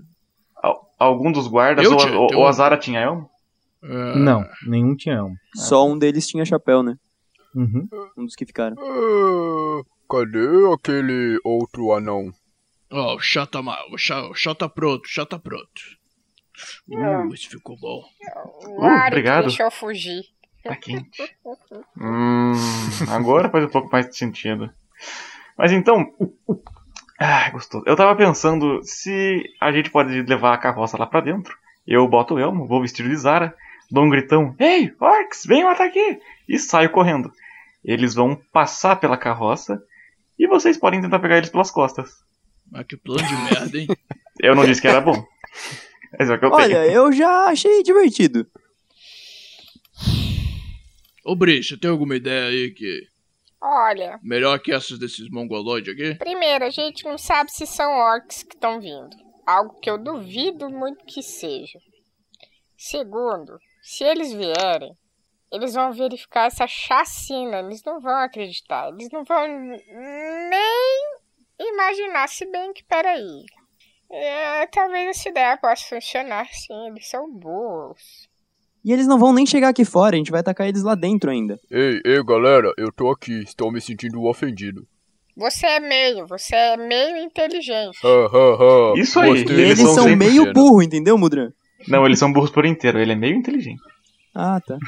[SPEAKER 6] Al- algum dos guardas
[SPEAKER 1] Eu,
[SPEAKER 6] ou,
[SPEAKER 1] tia,
[SPEAKER 6] a, ou-
[SPEAKER 1] tem
[SPEAKER 6] ou a
[SPEAKER 1] um.
[SPEAKER 6] Zara tinha elmo?
[SPEAKER 8] Ah.
[SPEAKER 11] É,
[SPEAKER 1] Não, nenhum tinha alma.
[SPEAKER 6] Ah.
[SPEAKER 5] Só um deles tinha chapéu, né?
[SPEAKER 1] Uhum.
[SPEAKER 5] Um dos que ficaram.
[SPEAKER 10] Ah, cadê aquele outro anão?
[SPEAKER 11] Ó, o chá tá mal. O chá, o chá tá pronto, o chá tá pronto. Uh, isso ficou bom.
[SPEAKER 13] O Ari
[SPEAKER 6] obrigado.
[SPEAKER 13] deixou eu fugir.
[SPEAKER 6] Tá quente. Hum, agora faz um pouco mais de sentido. Mas então. Ah, gostoso. Eu tava pensando se a gente pode levar a carroça lá pra dentro. Eu boto o elmo, vou vestido de Zara, dou um gritão: Ei, orcs, venham até aqui! E saio correndo. Eles vão passar pela carroça e vocês podem tentar pegar eles pelas costas.
[SPEAKER 11] Mas que plano de merda, hein?
[SPEAKER 6] Eu não disse que era bom. Mas é o que eu
[SPEAKER 5] Olha,
[SPEAKER 6] tenho.
[SPEAKER 5] eu já achei divertido.
[SPEAKER 11] Ô, Bri, você tem alguma ideia aí que.
[SPEAKER 13] Olha,
[SPEAKER 11] Melhor que essas desses mongoloides aqui?
[SPEAKER 13] primeiro, a gente não sabe se são orcs que estão vindo. Algo que eu duvido muito que seja. Segundo, se eles vierem, eles vão verificar essa chacina. Eles não vão acreditar. Eles não vão nem imaginar, se bem que, peraí. É, talvez essa ideia possa funcionar, sim. Eles são burros.
[SPEAKER 5] E eles não vão nem chegar aqui fora, a gente vai atacar eles lá dentro ainda.
[SPEAKER 10] Ei, ei, galera, eu tô aqui, estou me sentindo ofendido.
[SPEAKER 13] Você é meio, você é meio inteligente.
[SPEAKER 10] Ha, ha, ha.
[SPEAKER 6] Isso aí,
[SPEAKER 10] Gostei.
[SPEAKER 6] eles são sempre pequenos.
[SPEAKER 5] burro, entendeu, Mudran?
[SPEAKER 6] Não, eles são burros por inteiro, ele é meio inteligente.
[SPEAKER 5] Ah, tá.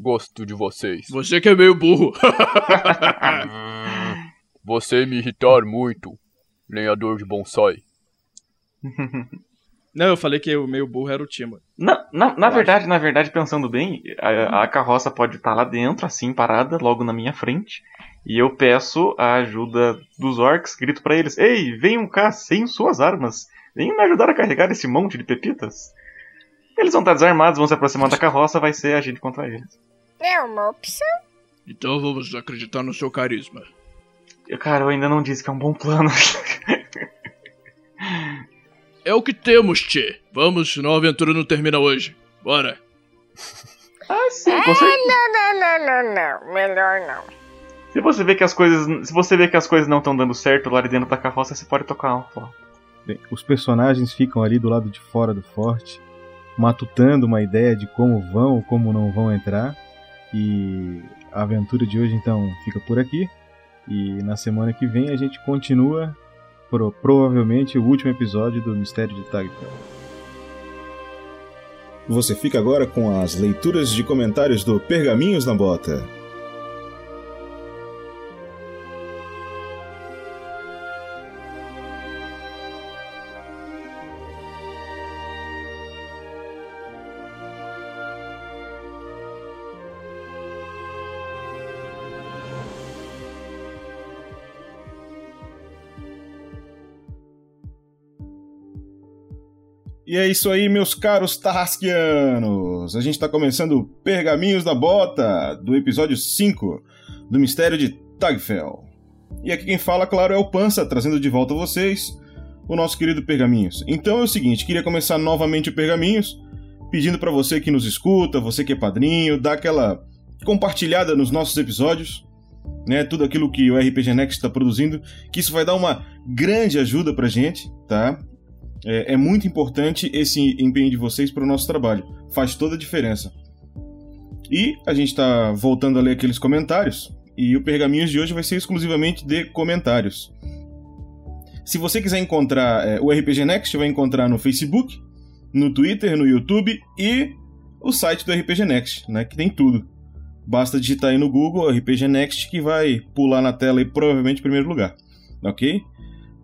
[SPEAKER 10] Gosto de vocês.
[SPEAKER 11] Você que é meio burro.
[SPEAKER 10] Você me irritar muito, lenhador de bonsai.
[SPEAKER 8] Não, eu falei que o meio burro era o Timo.
[SPEAKER 6] Na, na, na
[SPEAKER 8] Eu
[SPEAKER 6] verdade, na verdade, pensando bem, a, a carroça pode estar lá dentro, assim, parada, logo na minha frente. E eu peço a ajuda dos orcs, grito pra eles: Ei, venham cá sem suas armas. Venham me ajudar a carregar esse monte de pepitas. Eles vão estar desarmados, vão se aproximar da carroça, vai ser agido contra eles.
[SPEAKER 13] É uma opção.
[SPEAKER 11] Então vamos acreditar no seu carisma.
[SPEAKER 6] Eu, cara, eu ainda não disse que é um bom plano.
[SPEAKER 11] É o que temos, Tchê. Vamos, senão a aventura não termina hoje. Bora.
[SPEAKER 6] ah, sim, com
[SPEAKER 13] Ah,
[SPEAKER 6] certeza.
[SPEAKER 13] não, não, não, não, não. Melhor não.
[SPEAKER 6] Se você vê que as coisas, se você vê que as coisas não estão dando certo lá de dentro da carroça, você pode tocar um flauta.
[SPEAKER 1] Bem, os personagens ficam ali do lado de fora do forte, matutando uma ideia de como vão ou como não vão entrar. E a aventura de hoje então fica por aqui. E na semana que vem a gente continua pro, provavelmente o último episódio do Mistério de Tagfell.
[SPEAKER 17] Você fica agora com as leituras de comentários do Pergaminhos na Bota. E é isso aí, meus caros tarrasquianos! A gente está começando o Pergaminhos da Bota, do episódio 5 do Mistério de Tagfell. E aqui quem fala, claro, é o Pança, trazendo de volta a vocês o nosso querido Pergaminhos. Então é o seguinte, queria começar novamente o Pergaminhos, pedindo para você que nos escuta, você que é padrinho, dá aquela compartilhada nos nossos episódios, né, tudo aquilo que o RPG Next está produzindo, que isso vai dar uma grande ajuda pra gente, tá? É, é muito importante esse empenho de vocês para o nosso trabalho. Faz toda a diferença. E a gente está voltando a ler aqueles comentários. E o Pergaminhos de hoje vai ser exclusivamente de comentários. Se você quiser encontrar é, o RPG Next, vai encontrar no Facebook, no Twitter, no YouTube e o site do RPG Next, né, que tem tudo. Basta digitar aí no Google RPG Next que vai pular na tela e provavelmente em primeiro lugar, ok?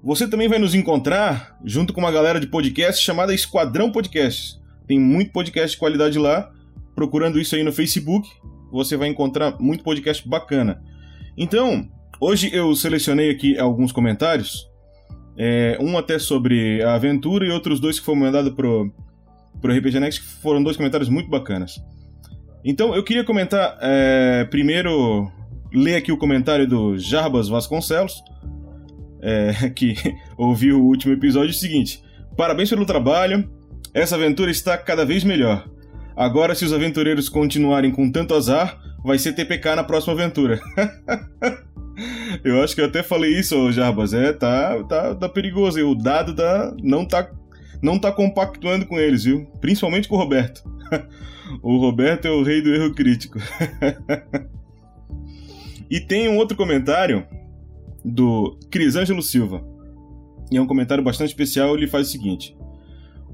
[SPEAKER 17] Você também vai nos encontrar junto com uma galera de podcast chamada Esquadrão Podcasts. Tem muito podcast de qualidade lá. Procurando isso aí no Facebook, você vai encontrar muito podcast bacana. Então, hoje eu selecionei aqui alguns comentários. É, um até sobre a aventura e outros dois que foram mandados pro, pro RPG Next, que foram dois comentários muito bacanas. Então, eu queria comentar é, primeiro, ler aqui o comentário do Jarbas Vasconcelos, é, que ouviu o último episódio, é o seguinte: Parabéns pelo trabalho, essa aventura está cada vez melhor. Agora, se os aventureiros continuarem com tanto azar, vai ser TPK na próxima aventura. eu acho que eu até falei isso, ô Jarbas. É, tá, tá, tá perigoso. E o dado tá, não, tá, não tá compactuando com eles, viu? Principalmente com o Roberto. o Roberto é o rei do erro crítico. e tem um outro comentário do Crisângelo Silva. E é um comentário bastante especial. Ele faz o seguinte: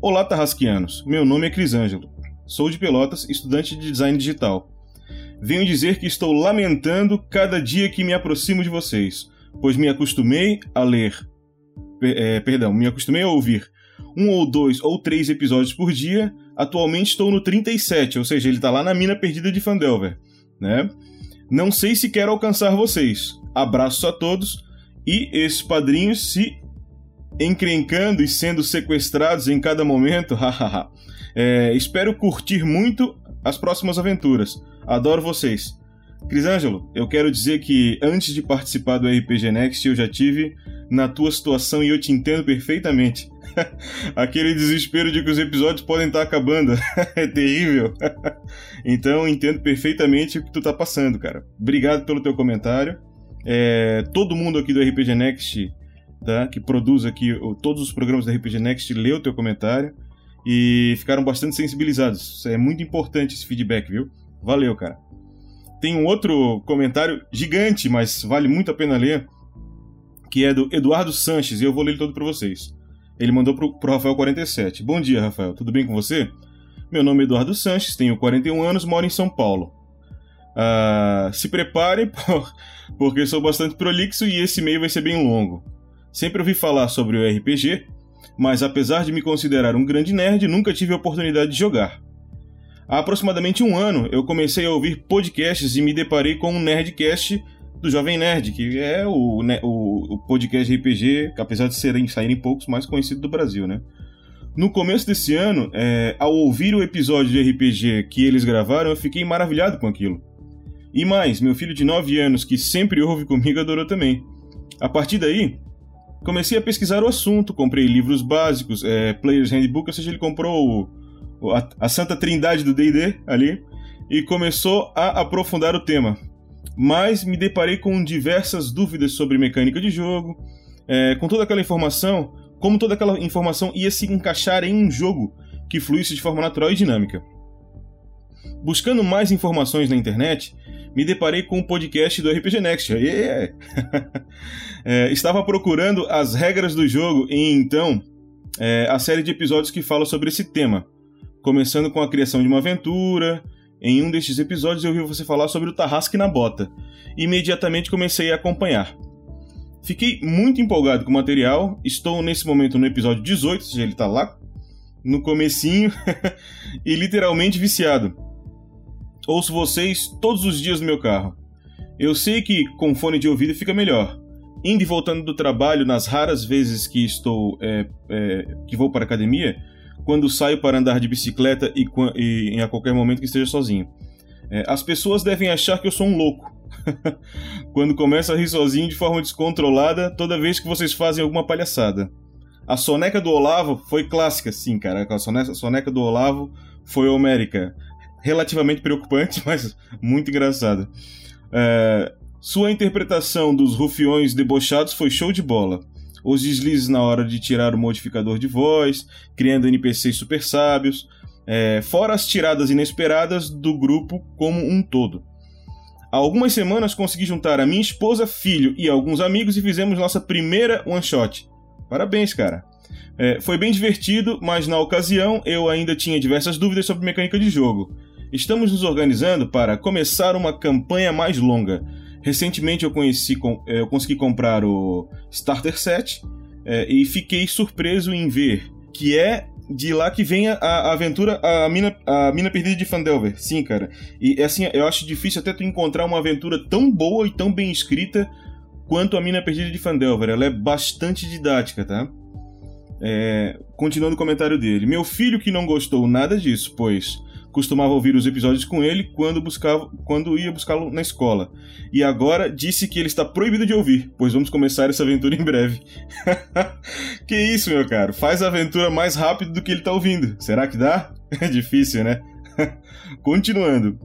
[SPEAKER 17] Olá, Tarrasquianos. Meu nome é Crisângelo. Sou de Pelotas, estudante de design digital. Venho dizer que estou lamentando cada dia que me aproximo de vocês, pois me acostumei a ler. Per- é, perdão, me acostumei a ouvir um ou dois ou três episódios por dia. Atualmente estou no 37, ou seja, ele está lá na mina perdida de Fandelver, né? Não sei se quero alcançar vocês. Abraços a todos e esses padrinhos se encrencando e sendo sequestrados em cada momento. Hahaha. É, espero curtir muito as próximas aventuras. Adoro vocês. Crisângelo, eu quero dizer que antes de participar do RPG Next, eu já tive na tua situação e eu te entendo perfeitamente. Aquele desespero de que os episódios podem estar acabando é terrível. então, eu entendo perfeitamente o que tu tá passando, cara. Obrigado pelo teu comentário. É, todo mundo aqui do RPG Next, tá, que produz aqui o- todos os programas do RPG Next, leu o teu comentário e ficaram bastante sensibilizados. Isso É muito importante esse feedback, viu? Valeu, cara. Tem um outro comentário gigante, mas vale muito a pena ler, que é do Eduardo Sanches, e eu vou ler ele todo para vocês. Ele mandou pro, pro Rafael 47. Bom dia, Rafael. Tudo bem com você? Meu nome é Eduardo Sanches, tenho 41 anos, moro em São Paulo. Ah, se prepare, por- porque sou bastante prolixo e esse e-mail vai ser bem longo. Sempre ouvi falar sobre o RPG, mas apesar de me considerar um grande nerd, nunca tive a oportunidade de jogar. Há aproximadamente um ano, eu comecei a ouvir podcasts e me deparei com um Nerdcast do Jovem Nerd, que é o, ne- o, o podcast RPG, que apesar de serem, saírem poucos, mais conhecido do Brasil, né? No começo desse ano, é, ao ouvir o episódio de RPG que eles gravaram, eu fiquei maravilhado com aquilo. E mais, meu filho de 9 anos, que sempre ouve comigo, adorou também. A partir daí, comecei a pesquisar o assunto, comprei livros básicos, é, Player's Handbook, ou seja, ele comprou o- o- a, a Santa Trindade do D&D ali e começou a aprofundar o tema. Mas me deparei com diversas dúvidas sobre mecânica de jogo, é, com toda aquela informação, como toda aquela informação ia se encaixar em um jogo que fluísse de forma natural e dinâmica. Buscando mais informações na internet, me deparei com o podcast do RPG Next. Aê! É, estava procurando as regras do jogo e então é, a série de episódios que fala sobre esse tema. Começando com a criação de uma aventura. Em um destes episódios eu ouvi você falar sobre o Tarrasque na Bota. Imediatamente comecei a acompanhar. Fiquei muito empolgado com o material. Estou nesse momento no episódio 18, ou seja, ele está lá no comecinho e literalmente viciado. Ouço vocês todos os dias no meu carro. Eu sei que com fone de ouvido fica melhor. Indo e voltando do trabalho nas raras vezes que estou é, é, que vou para a academia, quando saio para andar de bicicleta e, quan- e em a qualquer momento que esteja sozinho. É, as pessoas devem achar que eu sou um louco. quando começo a rir sozinho de forma descontrolada toda vez que vocês fazem alguma palhaçada. A soneca do Olavo foi clássica, sim, cara. A sone- a soneca do Olavo foi homérica. Relativamente preocupante, mas muito engraçada. É, Sua interpretação dos rufiões debochados foi show de bola. Os deslizes na hora de tirar o modificador de voz, criando NPCs super sábios, é, fora as tiradas inesperadas do grupo como um todo. Há algumas semanas consegui juntar a minha esposa, filho e alguns amigos e fizemos nossa primeira one shot. Parabéns, cara. É, foi bem divertido, mas na ocasião eu ainda tinha diversas dúvidas sobre mecânica de jogo. Estamos nos organizando para começar uma campanha mais longa. Recentemente eu, conheci, com, eh, eu consegui comprar o Starter Set é, e fiquei surpreso em ver que é de lá que vem a, a aventura, a mina, a mina perdida de Fandelver. Sim, cara. E assim, eu acho difícil até tu encontrar uma aventura tão boa e tão bem escrita quanto a mina perdida de Fandelver. Ela é bastante didática, tá? É, continuando o comentário dele. Meu filho que não gostou nada disso, pois costumava ouvir os episódios com ele quando, buscava, quando ia buscá-lo na escola. E agora disse que ele está proibido de ouvir, pois vamos começar essa aventura em breve. que isso, meu caro? Faz a aventura mais rápido do que ele está ouvindo. Será que dá? É difícil, né? Continuando.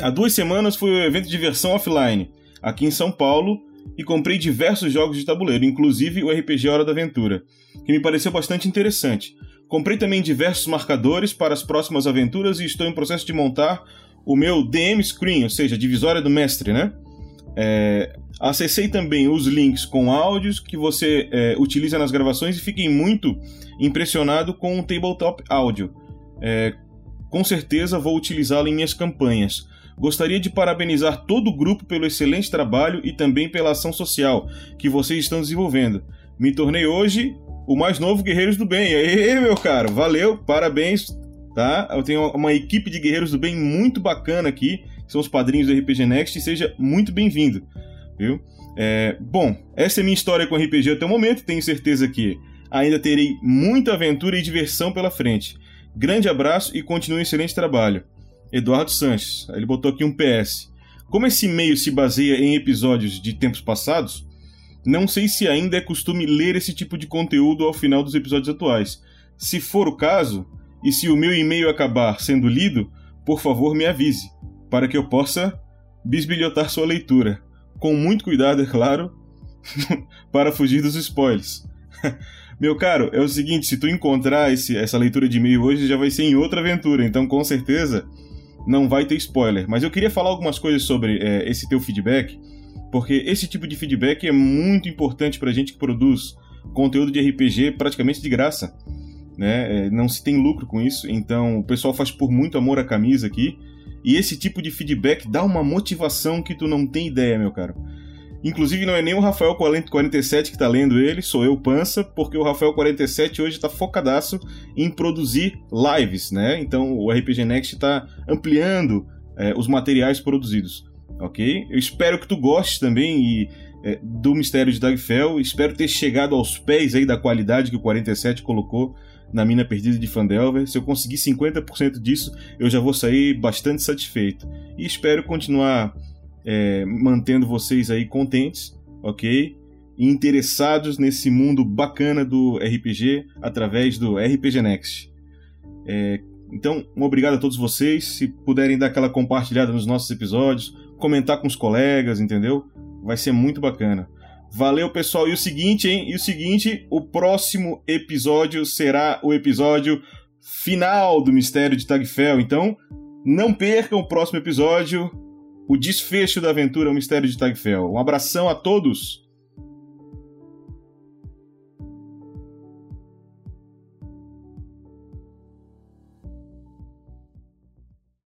[SPEAKER 17] Há duas semanas foi o um evento de versão offline, aqui em São Paulo, e comprei diversos jogos de tabuleiro, inclusive o RPG Hora da Aventura, que me pareceu bastante interessante. Comprei também diversos marcadores para as próximas aventuras e estou em processo de montar o meu DM Screen, ou seja, divisória do mestre, né? É, acessei também os links com áudios que você é, utiliza nas gravações e fiquei muito impressionado com o Tabletop Áudio. É, com certeza vou utilizá-lo em minhas campanhas. Gostaria de parabenizar todo o grupo pelo excelente trabalho e também pela ação social que vocês estão desenvolvendo. Me tornei hoje o mais novo Guerreiros do Bem. Aê, meu caro, valeu, parabéns, tá? Eu tenho uma equipe de Guerreiros do Bem muito bacana aqui, são os padrinhos do RPG Next, seja muito bem-vindo, viu? É, bom, essa é minha história com RPG até o momento, tenho certeza que ainda terei muita aventura e diversão pela frente. Grande abraço e continue um excelente trabalho. Eduardo Sanches, ele botou aqui um PS. Como esse e-mail se baseia em episódios de tempos passados, não sei se ainda é costume ler esse tipo de conteúdo ao final dos episódios atuais. Se for o caso, e se o meu e-mail acabar sendo lido, por favor me avise, para que eu possa bisbilhotar sua leitura. Com muito cuidado, é claro, para fugir dos spoilers. meu caro, é o seguinte: se tu encontrar esse, essa leitura de e-mail hoje, já vai ser em outra aventura, então com certeza não vai ter spoiler. Mas eu queria falar algumas coisas sobre é, esse teu feedback porque esse tipo de feedback é muito importante para a gente que produz conteúdo de RPG praticamente de graça. Né? Não se tem lucro com isso, então o pessoal faz por muito amor a camisa aqui. E esse tipo de feedback dá uma motivação que tu não tem ideia, meu caro. Inclusive, não é nem o Rafael47 que tá lendo ele, sou eu, Pança, porque o Rafael47 hoje tá focadaço em produzir lives, né? Então o RPG Next tá ampliando é, os materiais produzidos ok? Eu espero que tu goste também e, é, do Mistério de Dagfell. Espero ter chegado aos pés aí da qualidade que o 47 colocou na Mina Perdida de Fandelver. Se eu conseguir 50% disso, eu já vou sair bastante satisfeito. E espero continuar é, mantendo vocês aí contentes, ok? E interessados nesse mundo bacana do RPG através do RPG Next. É, então, um obrigado a todos vocês. Se puderem dar aquela compartilhada nos nossos episódios, comentar com os colegas, entendeu? Vai ser muito bacana. Valeu, pessoal. E o seguinte, hein? E o seguinte, o próximo episódio será o episódio final do Mistério de Tagfel. Então, não percam o próximo episódio, o desfecho da aventura, o Mistério de Tagfel. Um abração a todos.